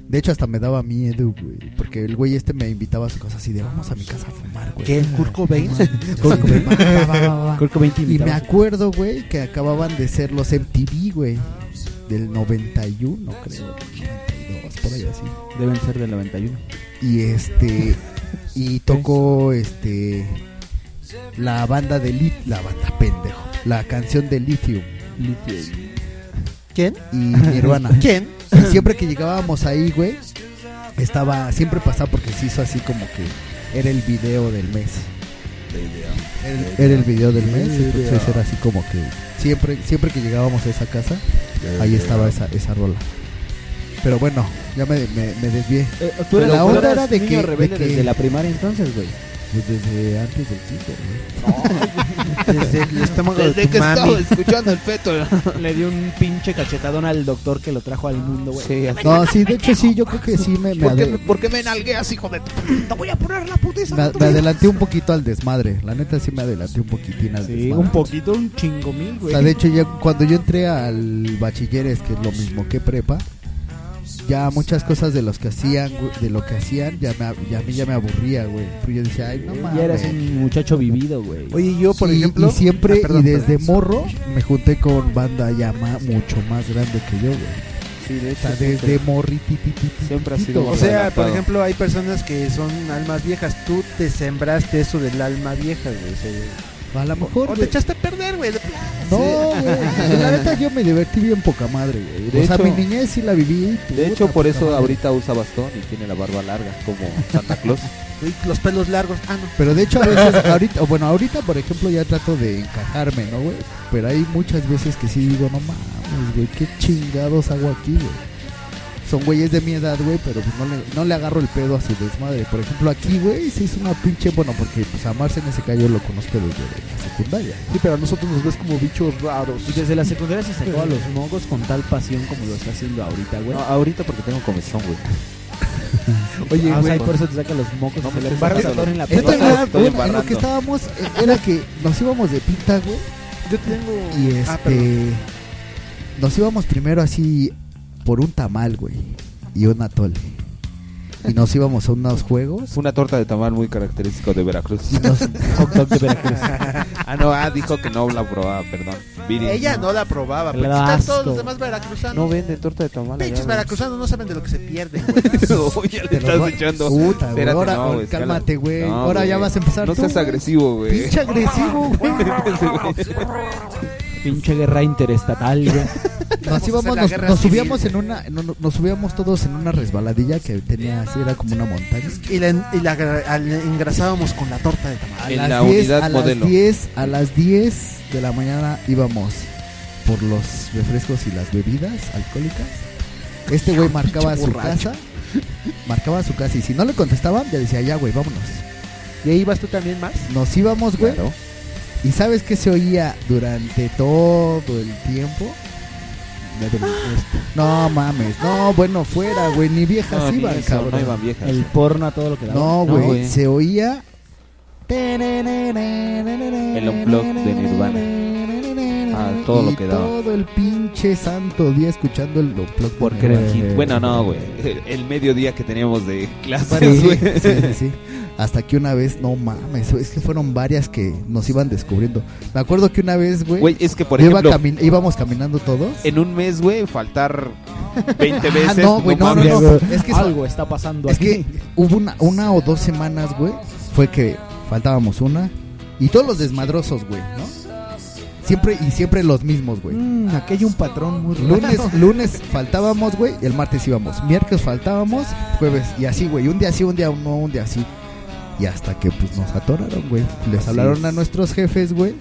[SPEAKER 6] De hecho, hasta me daba miedo, güey. Porque el güey este me invitaba a sus cosas así de vamos a mi casa a fumar, güey.
[SPEAKER 2] ¿Qué? ¿Kurt Cobain?
[SPEAKER 6] Kurt Cobain, va, va, va, va, va.
[SPEAKER 4] Creo que 20
[SPEAKER 6] Y me
[SPEAKER 4] invitados.
[SPEAKER 6] acuerdo, güey, que acababan de ser los MTV, güey. Del 91, creo. 92, por ahí así.
[SPEAKER 4] Deben ser del 91.
[SPEAKER 6] Y este. Y tocó este. La banda de Lithium. La banda pendejo. La canción de Lithium.
[SPEAKER 2] ¿Quién?
[SPEAKER 6] Y Nirvana.
[SPEAKER 2] ¿Quién?
[SPEAKER 6] Y siempre que llegábamos ahí, güey. Estaba. Siempre pasaba porque se hizo así como que. Era el video del mes. Era- Era el video del mes, entonces era así como que siempre, siempre que llegábamos a esa casa, ahí estaba esa, esa rola. Pero bueno, ya me, me, me desvié.
[SPEAKER 4] tú
[SPEAKER 6] eras-
[SPEAKER 4] la
[SPEAKER 6] tú
[SPEAKER 4] onda
[SPEAKER 6] eras
[SPEAKER 4] era de
[SPEAKER 6] niño
[SPEAKER 4] que,
[SPEAKER 6] rebelde
[SPEAKER 4] desde
[SPEAKER 6] desde
[SPEAKER 4] la
[SPEAKER 6] la
[SPEAKER 4] primaria entonces, güey.
[SPEAKER 6] Pues desde antes del quinto, güey.
[SPEAKER 2] Desde el estómago de
[SPEAKER 7] Desde
[SPEAKER 2] tu
[SPEAKER 7] que
[SPEAKER 2] mami.
[SPEAKER 7] estaba escuchando el feto.
[SPEAKER 4] Le dio un pinche cachetadón al doctor que lo trajo al mundo, güey.
[SPEAKER 3] Sí, así.
[SPEAKER 6] No, sí, de hecho sí, yo creo que sí me, me,
[SPEAKER 7] ¿Por qué,
[SPEAKER 6] ade-
[SPEAKER 7] ¿Por qué me nalgueas, hijo de p- Te voy a poner la putiza.
[SPEAKER 6] me-
[SPEAKER 7] de tu
[SPEAKER 6] me
[SPEAKER 7] vida.
[SPEAKER 6] adelanté un poquito al desmadre. La neta sí me adelanté un poquitín al
[SPEAKER 4] Sí,
[SPEAKER 6] desmadre.
[SPEAKER 4] un poquito, un chingo mil,
[SPEAKER 6] O
[SPEAKER 4] güey.
[SPEAKER 6] sea, de hecho, ya cuando yo entré al bachilleres, que es lo mismo que prepa, ya muchas cosas de los que hacían, güey- de lo que hacían, ya me, ab- ya a mí ya me aburría, güey. Pero yo decía, ay, no
[SPEAKER 4] ya eras
[SPEAKER 6] mames.
[SPEAKER 4] un muchacho vivido, güey.
[SPEAKER 2] Oye, yo, por
[SPEAKER 6] Y-
[SPEAKER 2] ejemplo.
[SPEAKER 6] y siempre,
[SPEAKER 2] Ah, perdón,
[SPEAKER 6] y desde
[SPEAKER 2] perdón.
[SPEAKER 6] morro, me junté con banda ya ma- mucho más grande que yo, güey.
[SPEAKER 3] Sí, de
[SPEAKER 6] O
[SPEAKER 3] hecho,
[SPEAKER 6] sea, desde morrititititito.
[SPEAKER 3] siempre ha sido
[SPEAKER 2] O sea, por ejemplo, hay personas que son almas viejas. Tú te sembraste eso del alma vieja, güey. o sea,
[SPEAKER 6] A lo mejor,
[SPEAKER 2] O te
[SPEAKER 6] güey.
[SPEAKER 2] echaste a perder, güey.
[SPEAKER 6] No, güey. La neta, yo me divertí bien poca madre, güey.
[SPEAKER 3] De
[SPEAKER 6] o sea,
[SPEAKER 3] hecho-
[SPEAKER 6] mi niñez sí la viví.
[SPEAKER 3] De hecho,
[SPEAKER 6] puta,
[SPEAKER 3] por
[SPEAKER 6] poca
[SPEAKER 3] eso
[SPEAKER 6] madre.
[SPEAKER 3] ahorita usa bastón y tiene la barba larga, como Santa Claus.
[SPEAKER 2] Güey, Los pelos largos. Ah, no.
[SPEAKER 6] Pero de hecho a veces, ahorita, o bueno, ahorita por ejemplo ya trato de encajarme, ¿no, güey? Pero hay muchas veces que sí digo, no mames, güey, qué chingados hago aquí, güey. Son güeyes de mi edad, güey, pero pues no le, no le agarro el pedo a su desmadre. Por ejemplo, aquí, güey, se hizo una pinche, bueno, porque pues a Marce en ese callo lo conozco desde la secundaria.
[SPEAKER 2] Sí, pero a nosotros nos ves como bichos raros.
[SPEAKER 4] Y desde la secundaria se sacó a los mongos con tal pasión como lo está haciendo ahorita, güey.
[SPEAKER 3] No, ahorita porque tengo comezón, güey.
[SPEAKER 4] Oye,
[SPEAKER 3] güey.
[SPEAKER 4] por eso te saca los mocos.
[SPEAKER 3] No
[SPEAKER 4] No,
[SPEAKER 3] me
[SPEAKER 4] me
[SPEAKER 3] estés
[SPEAKER 4] embarras a
[SPEAKER 3] sacando.
[SPEAKER 4] Thor en la
[SPEAKER 3] Esto
[SPEAKER 6] Esto
[SPEAKER 4] pelota.
[SPEAKER 3] es
[SPEAKER 6] era,
[SPEAKER 3] estoy
[SPEAKER 6] bueno, en
[SPEAKER 3] embarrando.
[SPEAKER 6] lo que estábamos, eh, era que nos íbamos de pinta, güey.
[SPEAKER 2] Yo tengo.
[SPEAKER 6] Y este.
[SPEAKER 2] Ah, perdón.
[SPEAKER 6] nos íbamos primero así por un tamal, güey. Y un atole. Y nos íbamos a unos juegos.
[SPEAKER 3] Es una torta de tamal muy característico de Veracruz.
[SPEAKER 6] Y nos-
[SPEAKER 4] Hot dog de Veracruz.
[SPEAKER 3] ah, no, ah, dijo que no la probaba, perdón. Viri.
[SPEAKER 2] Ella no la probaba. Porque
[SPEAKER 4] Le da
[SPEAKER 2] están
[SPEAKER 4] asco.
[SPEAKER 2] todos los demás
[SPEAKER 3] No
[SPEAKER 2] veracruzanos.
[SPEAKER 3] vende torta de tamal.
[SPEAKER 2] Pinches
[SPEAKER 3] allá,
[SPEAKER 2] veracruzanos no saben de lo que se pierden, güey.
[SPEAKER 3] güey. Uy, ya le
[SPEAKER 6] te los
[SPEAKER 3] estás
[SPEAKER 6] va-
[SPEAKER 3] echando.
[SPEAKER 6] Puta, güey,
[SPEAKER 3] Espérate,
[SPEAKER 6] ahora,
[SPEAKER 3] no,
[SPEAKER 6] ahora
[SPEAKER 3] güey, escala.
[SPEAKER 6] cálmate, güey.
[SPEAKER 3] No,
[SPEAKER 6] ahora ya
[SPEAKER 3] güey.
[SPEAKER 6] vas a empezar
[SPEAKER 3] No
[SPEAKER 6] tú,
[SPEAKER 3] seas
[SPEAKER 6] güey.
[SPEAKER 3] agresivo, güey.
[SPEAKER 6] Pinche agresivo, güey.
[SPEAKER 4] Pinche guerra interestatal, güey.
[SPEAKER 6] Nos íbamos,
[SPEAKER 2] la
[SPEAKER 6] nos,
[SPEAKER 2] guerra
[SPEAKER 6] nos
[SPEAKER 2] civil,
[SPEAKER 6] subíamos en una, no, no, nos subíamos todos en una resbaladilla que tenía así, era como una montaña.
[SPEAKER 2] Y la, y la gra- al- engrasábamos con la torta de tamal.
[SPEAKER 6] A
[SPEAKER 3] En
[SPEAKER 6] las
[SPEAKER 3] la
[SPEAKER 6] 10,
[SPEAKER 3] unidad
[SPEAKER 6] a
[SPEAKER 3] modelo.
[SPEAKER 6] Las 10, a las 10 de la mañana íbamos por los refrescos y las bebidas alcohólicas. Este güey marcaba su casa. Marcaba su casa y si no le contestaban, ya decía, ya güey, vámonos.
[SPEAKER 2] ¿Y ahí vas tú también más?
[SPEAKER 6] Nos íbamos, güey. ¿Y sabes qué se oía durante todo el tiempo? La del- esto. No mames, no, bueno, fuera, güey, ni viejas
[SPEAKER 3] No, ni
[SPEAKER 6] iban,
[SPEAKER 3] eso,
[SPEAKER 6] cabrón.
[SPEAKER 3] no iban viejas.
[SPEAKER 8] El porno a todo lo que daba.
[SPEAKER 6] No, güey,
[SPEAKER 3] güey.
[SPEAKER 6] se oía.
[SPEAKER 3] El
[SPEAKER 6] El
[SPEAKER 3] unplugged de
[SPEAKER 6] Nirvana.
[SPEAKER 3] Ah, todo lo que daba.
[SPEAKER 6] Todo el pinche santo día escuchando el unplugged.
[SPEAKER 3] Porque era el hit. Bueno, no, güey. El, el mediodía que teníamos de
[SPEAKER 6] Bueno,
[SPEAKER 3] clases,
[SPEAKER 6] sí,
[SPEAKER 3] güey.
[SPEAKER 6] sí, sí, sí. Hasta que una vez, no mames, es que fueron varias que nos iban descubriendo. Me acuerdo que una vez, güey,
[SPEAKER 3] Güey, es que, por
[SPEAKER 6] yo iba
[SPEAKER 3] ejemplo,
[SPEAKER 6] cami- íbamos caminando todos.
[SPEAKER 3] en un mes, güey, faltar 20
[SPEAKER 6] Ah,
[SPEAKER 3] veces.
[SPEAKER 6] no, güey, no, no,
[SPEAKER 3] mames.
[SPEAKER 6] no. Es que,
[SPEAKER 8] Algo está pasando
[SPEAKER 6] es
[SPEAKER 8] aquí.
[SPEAKER 6] que hubo una, una o dos semanas, güey, fue que faltábamos una. Y todos los desmadrosos, güey, ¿no? Siempre, y siempre los mismos, güey.
[SPEAKER 8] Mm, aquí hay un patrón muy raro.
[SPEAKER 6] Lunes, lunes faltábamos, güey, y el martes íbamos. Miércoles faltábamos, jueves, y así, güey. Un día así, un día no, un día así. Y hasta que, pues, nos atoraron, güey. Les hablaron a nuestros jefes, güey.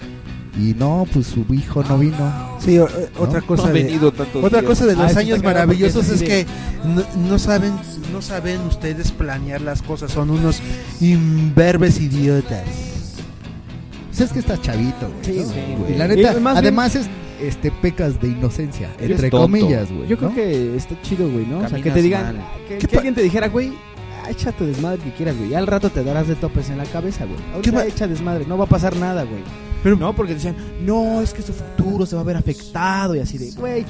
[SPEAKER 6] Y no, pues, su hijo no vino.
[SPEAKER 2] Sí, o- eh, otra
[SPEAKER 6] No,
[SPEAKER 2] cosa.
[SPEAKER 3] no ha
[SPEAKER 2] de-
[SPEAKER 3] venido tantos
[SPEAKER 2] Otra
[SPEAKER 3] días.
[SPEAKER 2] cosa de
[SPEAKER 8] Ah,
[SPEAKER 2] los
[SPEAKER 8] eso
[SPEAKER 2] años
[SPEAKER 8] está cagado porque
[SPEAKER 2] maravillosos
[SPEAKER 8] es
[SPEAKER 2] es
[SPEAKER 8] así de-
[SPEAKER 2] que no, no saben no saben ustedes planear las cosas, son unos imberbes idiotas.
[SPEAKER 6] Pues es que estás chavito, güey.
[SPEAKER 8] Sí,
[SPEAKER 6] ¿no?
[SPEAKER 8] sí,
[SPEAKER 6] Y la neta,
[SPEAKER 8] Y más bien-
[SPEAKER 6] además es, este, pecas de inocencia,
[SPEAKER 3] Eres
[SPEAKER 6] entre
[SPEAKER 3] tonto.
[SPEAKER 6] comillas, güey.
[SPEAKER 8] Yo creo
[SPEAKER 6] ¿no?
[SPEAKER 8] que está chido, güey, ¿no? o sea, que
[SPEAKER 3] Caminas
[SPEAKER 8] te digan,
[SPEAKER 3] mal.
[SPEAKER 8] que,
[SPEAKER 2] ¿Qué
[SPEAKER 8] que
[SPEAKER 2] pa-
[SPEAKER 8] alguien te dijera, güey, ah, echa tu desmadre que quieras, güey. Y al rato te darás de topes en la cabeza, güey.
[SPEAKER 2] ¿Qué
[SPEAKER 8] Ahorita
[SPEAKER 2] pa-
[SPEAKER 8] echa desmadre, no va a pasar nada, güey. Pero no, porque decían, no, es que su futuro se va a ver afectado y así de, güey,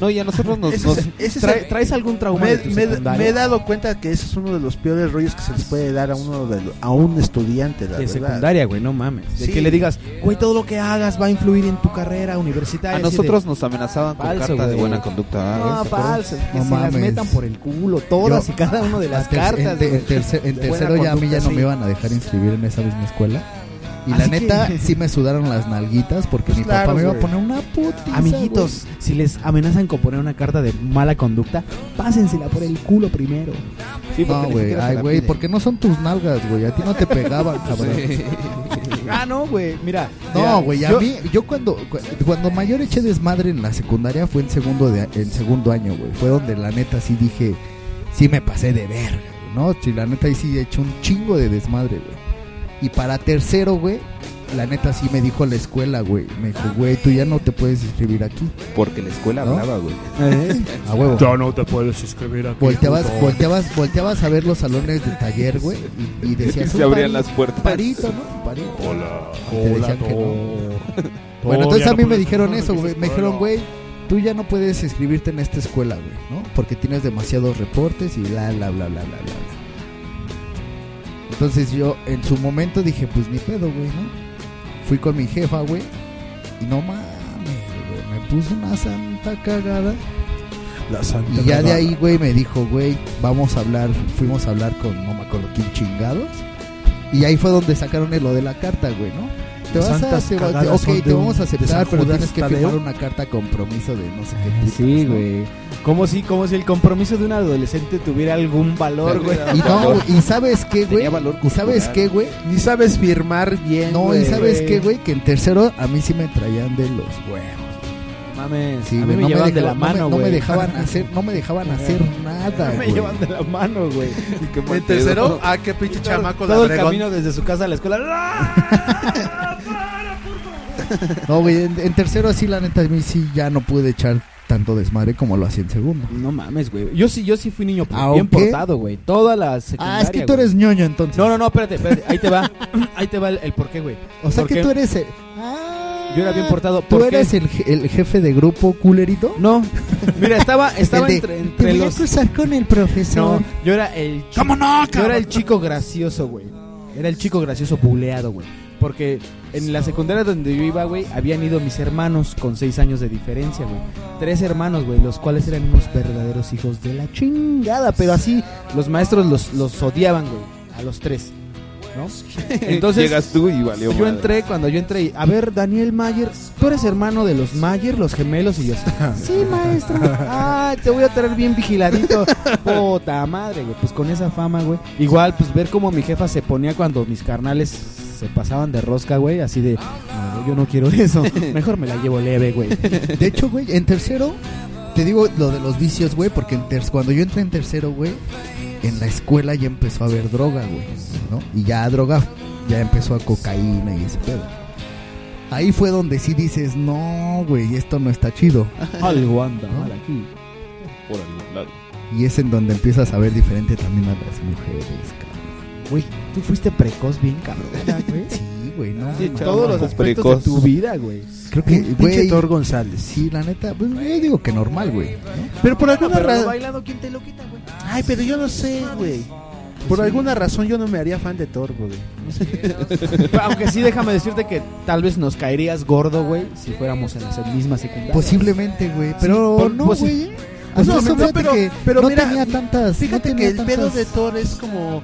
[SPEAKER 3] No, y a nosotros nos.
[SPEAKER 2] Ese
[SPEAKER 3] nos-
[SPEAKER 2] es- ese es
[SPEAKER 8] trae-
[SPEAKER 2] el-
[SPEAKER 8] traes algún trauma
[SPEAKER 2] me,
[SPEAKER 8] de tu
[SPEAKER 2] me- me
[SPEAKER 8] secundaria?
[SPEAKER 2] he dado cuenta que ese es uno de los peores rollos que se les puede dar a uno de lo- a un estudiante, la
[SPEAKER 8] de
[SPEAKER 2] verdad.
[SPEAKER 8] secundaria, güey, no mames. De
[SPEAKER 2] Sí.
[SPEAKER 8] que le digas, güey, todo lo que hagas va a influir en tu carrera universitaria.
[SPEAKER 3] a
[SPEAKER 8] así de,
[SPEAKER 3] nosotros nos amenazaban con
[SPEAKER 8] Falso,
[SPEAKER 3] cartas de
[SPEAKER 8] güey.
[SPEAKER 3] buena conducta. ¿ah?
[SPEAKER 8] no,
[SPEAKER 3] ¿Ves?
[SPEAKER 8] falso. Que
[SPEAKER 6] No
[SPEAKER 8] se las
[SPEAKER 6] mames.
[SPEAKER 8] metan por el culo, todas
[SPEAKER 6] Yo-
[SPEAKER 8] y cada una de las
[SPEAKER 6] A ter- en
[SPEAKER 8] cartas.
[SPEAKER 6] te- En,
[SPEAKER 8] güey.
[SPEAKER 6] terce- en
[SPEAKER 8] De
[SPEAKER 6] tercero
[SPEAKER 8] buena
[SPEAKER 6] ya a mí ya
[SPEAKER 8] conducta,
[SPEAKER 6] no
[SPEAKER 8] sí.
[SPEAKER 6] me iban a dejar inscribir en esa misma escuela. Y la
[SPEAKER 8] Así que-
[SPEAKER 6] neta, sí me sudaron las nalguitas porque
[SPEAKER 2] Pues
[SPEAKER 6] mi
[SPEAKER 2] claro,
[SPEAKER 6] papá me iba a
[SPEAKER 2] güey.
[SPEAKER 6] poner una puta.
[SPEAKER 8] Amiguitos, si les amenazan con poner una carta de mala conducta, pásensela por el culo primero.
[SPEAKER 3] Sí, porque
[SPEAKER 6] No,
[SPEAKER 3] ni
[SPEAKER 6] güey,
[SPEAKER 3] siquiera se
[SPEAKER 6] ay,
[SPEAKER 3] la
[SPEAKER 6] güey,
[SPEAKER 3] piden.
[SPEAKER 6] porque no son tus nalgas, güey. A ti no te pegaban, cabrón.
[SPEAKER 8] Ah, no, güey, mira. mira,
[SPEAKER 6] No, güey, a
[SPEAKER 8] yo-
[SPEAKER 6] mí, yo cuando, cu- cuando mayor eché desmadre en la secundaria fue en segundo, de, en segundo año, güey. Fue donde la neta sí dije, sí me pasé de verga, güey, ¿no? Sí, la neta ahí sí he hecho un chingo de desmadre, güey. Y para tercero, güey, la neta sí me dijo la escuela, güey. Me dijo, güey, tú ya no te puedes inscribir aquí.
[SPEAKER 3] Porque la escuela
[SPEAKER 6] ¿No?
[SPEAKER 3] hablaba, güey.
[SPEAKER 6] A huevo.
[SPEAKER 11] Ya no te puedes inscribir aquí.
[SPEAKER 6] Volteabas,
[SPEAKER 11] puto.
[SPEAKER 6] volteabas, volteabas a ver los salones de taller, güey, y, y decías,
[SPEAKER 3] Se
[SPEAKER 6] "Un
[SPEAKER 3] abrían
[SPEAKER 6] pari-
[SPEAKER 3] las puertas.
[SPEAKER 6] parito, ¿no? Un parito.
[SPEAKER 11] Hola.
[SPEAKER 6] Te decían que no.
[SPEAKER 11] Thor. Thor,
[SPEAKER 6] Bueno, entonces
[SPEAKER 11] ya
[SPEAKER 6] a mí
[SPEAKER 11] no
[SPEAKER 6] me
[SPEAKER 11] puedes
[SPEAKER 6] dijeron
[SPEAKER 11] entrar en
[SPEAKER 6] eso,
[SPEAKER 11] esa
[SPEAKER 6] güey. Me
[SPEAKER 11] escuela.
[SPEAKER 6] dijeron, güey, tú ya no puedes inscribirte en esta escuela, güey, ¿no? Porque tienes demasiados reportes y bla, bla, bla, bla, bla, bla. bla". Entonces yo en su momento dije, pues ni pedo, güey, ¿no? Fui con mi jefa, güey, y no mames, güey, me puso una santa cagada.
[SPEAKER 2] La santa
[SPEAKER 6] Y ya de
[SPEAKER 2] cagada.
[SPEAKER 6] ahí, güey, me dijo, güey, vamos a hablar, fuimos a hablar con no me acuerdo quién chingados. Y ahí fue donde sacaron el lo de la carta, güey, ¿no? Te
[SPEAKER 2] Las
[SPEAKER 6] vas a,
[SPEAKER 2] santas
[SPEAKER 6] te, va-
[SPEAKER 2] cagadas
[SPEAKER 6] ok,
[SPEAKER 2] son de
[SPEAKER 6] te
[SPEAKER 2] un-
[SPEAKER 6] vamos a
[SPEAKER 2] de
[SPEAKER 6] aceptar,
[SPEAKER 2] San
[SPEAKER 6] pero
[SPEAKER 2] Judas
[SPEAKER 6] tienes que
[SPEAKER 2] Tadeo.
[SPEAKER 6] firmar una carta compromiso de no sé qué. putas,
[SPEAKER 8] Ah, Sí,
[SPEAKER 6] ¿no?
[SPEAKER 8] güey. Como si, como si el compromiso de un adolescente tuviera algún valor, güey.
[SPEAKER 6] Y no, güey, y sabes qué, güey.
[SPEAKER 3] Tenía valor
[SPEAKER 6] Y sabes
[SPEAKER 3] cultural.
[SPEAKER 6] qué, güey.
[SPEAKER 2] Ni sabes firmar bien.
[SPEAKER 6] No,
[SPEAKER 2] güey.
[SPEAKER 6] y sabes qué, güey, que en tercero a mí sí me traían de los huevos.
[SPEAKER 8] Mames,
[SPEAKER 6] Sí,
[SPEAKER 8] a mí
[SPEAKER 6] güey,
[SPEAKER 8] me
[SPEAKER 6] no
[SPEAKER 8] llevaban de
[SPEAKER 6] dejaba-
[SPEAKER 8] la mano,
[SPEAKER 6] no me,
[SPEAKER 8] güey.
[SPEAKER 6] no me dejaban hacer, no me dejaban hacer nada,
[SPEAKER 8] me
[SPEAKER 6] güey.
[SPEAKER 8] llevan de la mano, güey.
[SPEAKER 3] Qué mal
[SPEAKER 2] En tercero,
[SPEAKER 3] pedo.
[SPEAKER 2] ah, qué pinche chamaco
[SPEAKER 8] Todo el
[SPEAKER 2] labregón.
[SPEAKER 8] camino desde su casa a la escuela.
[SPEAKER 6] No, güey, en, en tercero así la neta a mí sí ya no pude echar tanto desmadre como lo hacía en segundo.
[SPEAKER 8] No mames, güey. Yo sí, yo sí fui niño
[SPEAKER 6] Ah,
[SPEAKER 8] bien
[SPEAKER 6] ¿o qué?
[SPEAKER 8] portado, güey. Toda la secundaria.
[SPEAKER 6] Ah, es que tú
[SPEAKER 8] güey.
[SPEAKER 6] eres ñoño entonces.
[SPEAKER 8] No, no, no, espérate, espérate. Ahí te va. Ahí te va el, el por qué, güey.
[SPEAKER 6] o sea que
[SPEAKER 8] porque-
[SPEAKER 6] tú eres el... Ah,
[SPEAKER 8] Yo era bien portado.
[SPEAKER 6] ¿Tú
[SPEAKER 8] ¿Por qué?
[SPEAKER 6] eres el, je- el jefe de grupo culerito?
[SPEAKER 8] No. Mira, estaba,
[SPEAKER 6] El
[SPEAKER 8] estaba
[SPEAKER 6] de,
[SPEAKER 8] entre,
[SPEAKER 6] Te
[SPEAKER 8] entre
[SPEAKER 6] voy
[SPEAKER 8] los.
[SPEAKER 6] a cruzar con el profesor.
[SPEAKER 8] No, yo era el. chico- Yo era el chico gracioso, güey. Era el chico gracioso buleado, güey. Porque en la secundaria donde yo iba, güey, habían ido mis hermanos con seis años de diferencia, güey. Tres hermanos, güey, los cuales eran unos verdaderos hijos de la chingada. Pero así, los maestros los, los odiaban, güey. A los tres. ¿No? Entonces.
[SPEAKER 3] Llegas tú y valió.
[SPEAKER 8] yo
[SPEAKER 3] madre.
[SPEAKER 8] entré, cuando yo entré, a ver, Daniel Mayer, tú eres hermano de los Mayer, los gemelos, y yo así, sí, maestro, ah, te voy a traer bien vigiladito, puta madre, güey, pues con esa fama, güey. Igual, pues ver cómo mi jefa se ponía cuando mis carnales se pasaban de rosca, güey, así de, "No, yo no quiero eso, mejor me la llevo leve, güey.
[SPEAKER 6] De hecho, güey, en tercero, te digo lo de los vicios, güey, porque en ter- cuando yo entré en tercero, güey, en la escuela ya empezó a haber droga, güey, ¿no? Y ya droga ya empezó a cocaína y ese pedo. Ahí fue donde sí dices, no, güey, esto no está chido.
[SPEAKER 8] Algo anda
[SPEAKER 6] ¿No?
[SPEAKER 8] mal aquí.
[SPEAKER 3] Por algún lado.
[SPEAKER 6] Y es en donde empiezas a ver diferente también a las mujeres, cabrón.
[SPEAKER 8] Güey, tú fuiste precoz bien, cabrón. güey.
[SPEAKER 6] Sí, güey, no.
[SPEAKER 3] Sí,
[SPEAKER 6] mames.
[SPEAKER 3] chaval,
[SPEAKER 8] Todos los
[SPEAKER 3] un
[SPEAKER 8] aspectos
[SPEAKER 3] precoz.
[SPEAKER 8] de tu vida, güey.
[SPEAKER 6] Creo que,
[SPEAKER 2] Pinche
[SPEAKER 6] güey,
[SPEAKER 2] Thor González.
[SPEAKER 6] sí, la neta, pues, yo digo que normal, güey.
[SPEAKER 2] Pero por alguna
[SPEAKER 8] Pero lo
[SPEAKER 2] razón.
[SPEAKER 8] bailado, ¿quién te lo quita, güey?
[SPEAKER 2] Ay, pero yo no sé, güey. Por alguna razón yo no me haría fan de Thor, güey.
[SPEAKER 8] Pero Aunque sí, déjame decirte que tal vez nos caerías gordo, güey, si fuéramos en la misma secundaria.
[SPEAKER 6] Posiblemente, güey, pero
[SPEAKER 8] Sí, por-
[SPEAKER 6] no,
[SPEAKER 8] pues sí.
[SPEAKER 6] güey.
[SPEAKER 2] Pues no,
[SPEAKER 6] no,
[SPEAKER 2] no, pero-
[SPEAKER 6] que
[SPEAKER 2] pero
[SPEAKER 6] no
[SPEAKER 2] mira,
[SPEAKER 6] tenía tantas.
[SPEAKER 2] Fíjate
[SPEAKER 6] no
[SPEAKER 2] que
[SPEAKER 6] tenía
[SPEAKER 2] el pedo
[SPEAKER 6] tantas-
[SPEAKER 2] de Thor es como,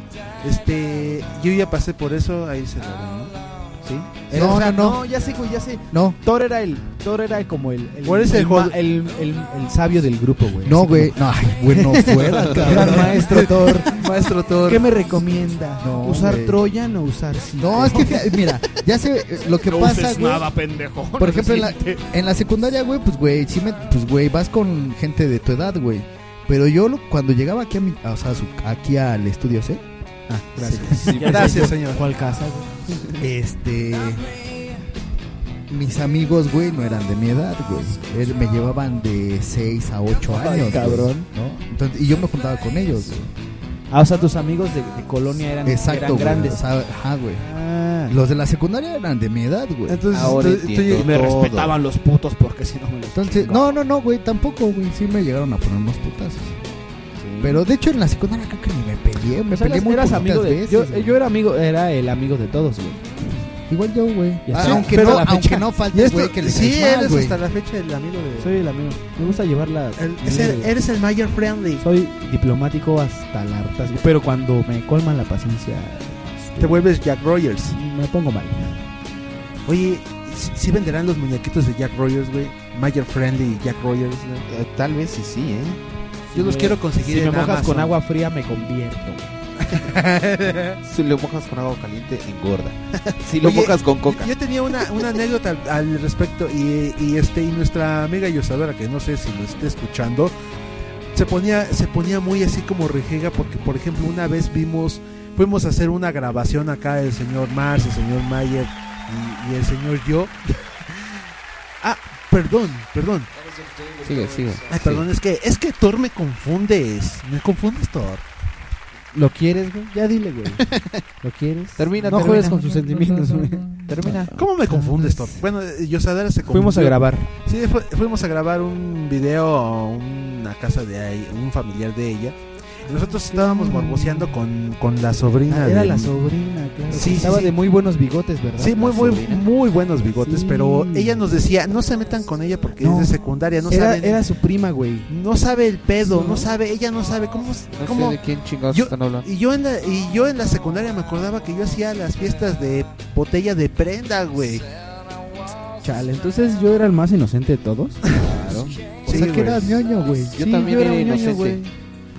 [SPEAKER 2] este, yo ya pasé por eso, ahí se lo ¿no? ¿Sí?
[SPEAKER 8] Era-
[SPEAKER 6] No,
[SPEAKER 8] o sea,
[SPEAKER 6] no, no.
[SPEAKER 8] ya sé, güey, ya sé.
[SPEAKER 6] No,
[SPEAKER 8] Thor era el Thor era como el el,
[SPEAKER 2] ¿Cuál es el
[SPEAKER 8] el, ma-
[SPEAKER 2] jod-
[SPEAKER 8] el, el- el sabio del grupo, güey.
[SPEAKER 6] no,
[SPEAKER 8] Así
[SPEAKER 6] güey. No, ay, güey, no fuera,
[SPEAKER 8] como, Gran
[SPEAKER 6] cabrón.
[SPEAKER 8] maestro Thor.
[SPEAKER 6] Maestro Thor.
[SPEAKER 8] ¿Qué me recomienda?
[SPEAKER 6] No,
[SPEAKER 8] ¿Usar
[SPEAKER 6] güey.
[SPEAKER 8] Troyan o usar Sif?
[SPEAKER 6] No, es que, fíjate, mira, ya sé eh, lo que
[SPEAKER 11] No
[SPEAKER 6] pasa,
[SPEAKER 11] uses
[SPEAKER 6] güey.
[SPEAKER 11] nada, pendejo.
[SPEAKER 6] Por ejemplo, en la,
[SPEAKER 11] Resiste.
[SPEAKER 6] en la secundaria, güey, pues, güey, sí me, pues, güey, vas con gente de tu edad, güey. Pero yo lo- cuando llegaba aquí a mi, o sea, a su- aquí al estudio C,
[SPEAKER 8] Ah, gracias.
[SPEAKER 2] Gracias, señor.
[SPEAKER 8] ¿Cuál casa, güey?
[SPEAKER 6] este, mis amigos, güey, no eran de mi edad, güey. Er- Me llevaban de 6 a 8 años,
[SPEAKER 8] Ay,
[SPEAKER 6] güey,
[SPEAKER 8] cabrón.
[SPEAKER 6] ¿no? Entonces, y yo me juntaba con ellos, güey.
[SPEAKER 8] Ah, o sea, tus amigos de, de colonia eran,
[SPEAKER 6] Exacto,
[SPEAKER 8] eran
[SPEAKER 6] güey,
[SPEAKER 8] grandes.
[SPEAKER 6] o sea, ajá, güey.
[SPEAKER 8] Ah.
[SPEAKER 6] Los de la secundaria eran de mi edad, güey.
[SPEAKER 2] Entonces,
[SPEAKER 3] Ahora
[SPEAKER 2] tú-
[SPEAKER 3] entiendo.
[SPEAKER 2] tú-
[SPEAKER 11] Me
[SPEAKER 3] todo.
[SPEAKER 11] respetaban los putos porque si no me los...
[SPEAKER 6] Entonces, no, no, no, güey, tampoco, güey. Sí me llegaron a poner unos putazos. Pero de hecho en la secundaria creo que ni me peleé, me
[SPEAKER 8] O sea,
[SPEAKER 6] peleé
[SPEAKER 8] Pues eras-
[SPEAKER 6] muy
[SPEAKER 8] eras
[SPEAKER 6] poquitas
[SPEAKER 8] amigo de,
[SPEAKER 6] veces.
[SPEAKER 8] yo,
[SPEAKER 6] güey.
[SPEAKER 8] yo era amigo, era el amigo de todos, güey.
[SPEAKER 6] Igual yo, güey.
[SPEAKER 8] Y
[SPEAKER 6] Ah,
[SPEAKER 8] hasta-
[SPEAKER 6] aunque,
[SPEAKER 8] pero
[SPEAKER 6] no,
[SPEAKER 8] la fecha-
[SPEAKER 6] aunque no
[SPEAKER 2] y
[SPEAKER 6] falte,
[SPEAKER 2] esto-
[SPEAKER 6] Este güey, que le
[SPEAKER 2] sí,
[SPEAKER 6] caes mal,
[SPEAKER 2] eres
[SPEAKER 6] güey.
[SPEAKER 2] hasta la fecha el amigo de...
[SPEAKER 8] Soy el amigo. Me gusta llevarla.
[SPEAKER 2] el- es el- eres el Mayer Friendly.
[SPEAKER 8] Soy diplomático hasta la hartas, güey, pero cuando me colma la paciencia este,
[SPEAKER 2] Te vuelves Jack Rogers.
[SPEAKER 8] me pongo mal.
[SPEAKER 2] Oye, si venderán los muñequitos de Jack Rogers, güey? Mayer Friendly y Jack Rogers, güey.
[SPEAKER 3] Eh, Tal vez sí, sí, ¿eh?
[SPEAKER 2] Yo los
[SPEAKER 8] me-
[SPEAKER 2] quiero conseguir
[SPEAKER 8] Si me
[SPEAKER 2] en
[SPEAKER 8] mojas
[SPEAKER 2] Amazon.
[SPEAKER 8] con agua fría me convierto. güey.
[SPEAKER 3] Si lo mojas con agua caliente, engorda. Si lo
[SPEAKER 2] Oye,
[SPEAKER 3] mojas con coca.
[SPEAKER 2] Yo tenía una, una anécdota al, al respecto y, y este y nuestra amiga y osadora, que no sé si lo esté escuchando, se ponía, se ponía muy así como rejega porque, por ejemplo, una vez vimos, fuimos a hacer una grabación acá el señor Mars, el señor Mayer y, y el señor yo. ah, perdón, perdón.
[SPEAKER 3] Sigue, sigue.
[SPEAKER 2] Ay, perdón, es que es que Thor me confundes, me confundes Thor.
[SPEAKER 8] ¿Lo quieres, güey? Ya dile, güey. ¿Lo quieres?
[SPEAKER 3] Termina,
[SPEAKER 8] No
[SPEAKER 3] termina.
[SPEAKER 8] juegues con sus sentimientos, güey. Termina.
[SPEAKER 2] ¿Cómo me confundes Thor? Bueno, Yosadora se confundió.
[SPEAKER 8] Fuimos a grabar.
[SPEAKER 2] Sí, fu- fuimos a grabar un video a una casa de ahí, un familiar de ella. Y Nosotros estábamos morboseando con, con la
[SPEAKER 6] Ah,
[SPEAKER 2] sobrina.
[SPEAKER 8] Ah, era
[SPEAKER 2] de-
[SPEAKER 8] la sobrina, claro.
[SPEAKER 2] Sí, sí,
[SPEAKER 8] Estaba
[SPEAKER 2] sí.
[SPEAKER 8] de muy buenos bigotes, ¿verdad?
[SPEAKER 2] Sí, muy,
[SPEAKER 8] La
[SPEAKER 2] muy,
[SPEAKER 8] sobrina.
[SPEAKER 2] muy buenos bigotes,
[SPEAKER 8] Sí.
[SPEAKER 2] pero ella nos decía, no se metan con ella porque
[SPEAKER 8] No.
[SPEAKER 2] es de secundaria, no
[SPEAKER 8] era,
[SPEAKER 2] sabe,
[SPEAKER 8] era su prima, güey.
[SPEAKER 2] no sabe el pedo,
[SPEAKER 8] Sí.
[SPEAKER 2] no sabe, ella no sabe cómo,
[SPEAKER 3] No
[SPEAKER 2] cómo-
[SPEAKER 3] sé de quién chingados
[SPEAKER 2] Yo-
[SPEAKER 3] están hablando.
[SPEAKER 2] Y yo en la, y yo en la secundaria me acordaba que yo hacía las fiestas de botella de prenda, güey.
[SPEAKER 8] Chale, entonces yo era el más inocente de todos.
[SPEAKER 3] Claro.
[SPEAKER 6] O
[SPEAKER 2] Sí,
[SPEAKER 6] sea, que
[SPEAKER 2] güey.
[SPEAKER 6] eras ñoño, güey.
[SPEAKER 3] Yo también
[SPEAKER 8] era
[SPEAKER 3] era
[SPEAKER 8] un ñoño,
[SPEAKER 3] inocente.
[SPEAKER 8] güey.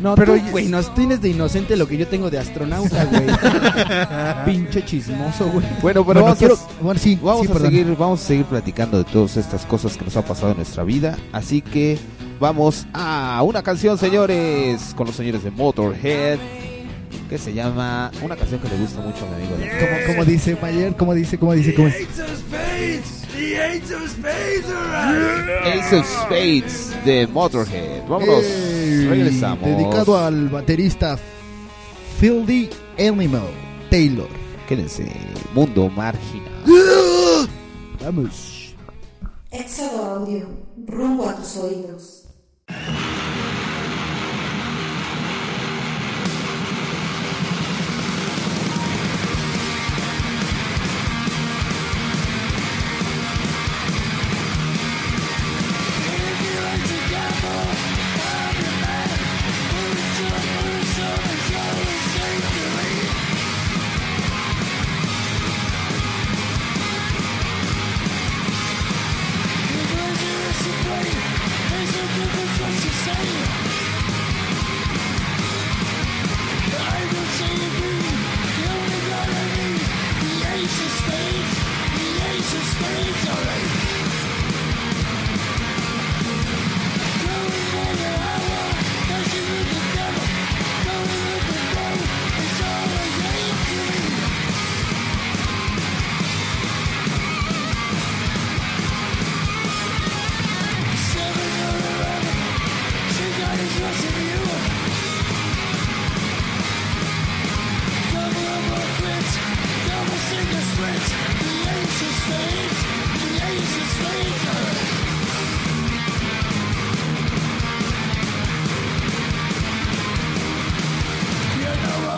[SPEAKER 8] No,
[SPEAKER 2] Pero
[SPEAKER 8] pero
[SPEAKER 2] yo-
[SPEAKER 8] güey, nos tienes de inocente lo que yo tengo de astronauta, güey. Pinche chismoso, güey.
[SPEAKER 3] Bueno, pero
[SPEAKER 6] Bueno,
[SPEAKER 3] vamos,
[SPEAKER 6] quiero-
[SPEAKER 3] a,
[SPEAKER 6] bueno, sí,
[SPEAKER 3] vamos
[SPEAKER 6] sí,
[SPEAKER 3] a
[SPEAKER 6] perdón.
[SPEAKER 3] seguir, vamos a seguir platicando de todas estas cosas que nos ha pasado en nuestra vida. Así que vamos a una canción, señores, con los señores de Motorhead, que se llama una canción que le gusta mucho a mi amigo. Dani.
[SPEAKER 6] Como, como dice Mayer, como dice, como dice, como dice.
[SPEAKER 3] Ace of Spades de Motorhead. Vámonos,
[SPEAKER 6] Ey,
[SPEAKER 3] regresamos.
[SPEAKER 6] Dedicado al baterista Fieldy Animal Taylor.
[SPEAKER 3] Quédense, mundo marginal.
[SPEAKER 8] Vamos.
[SPEAKER 1] Éxodo Audio, rumbo a tus oídos.
[SPEAKER 12] Thank you.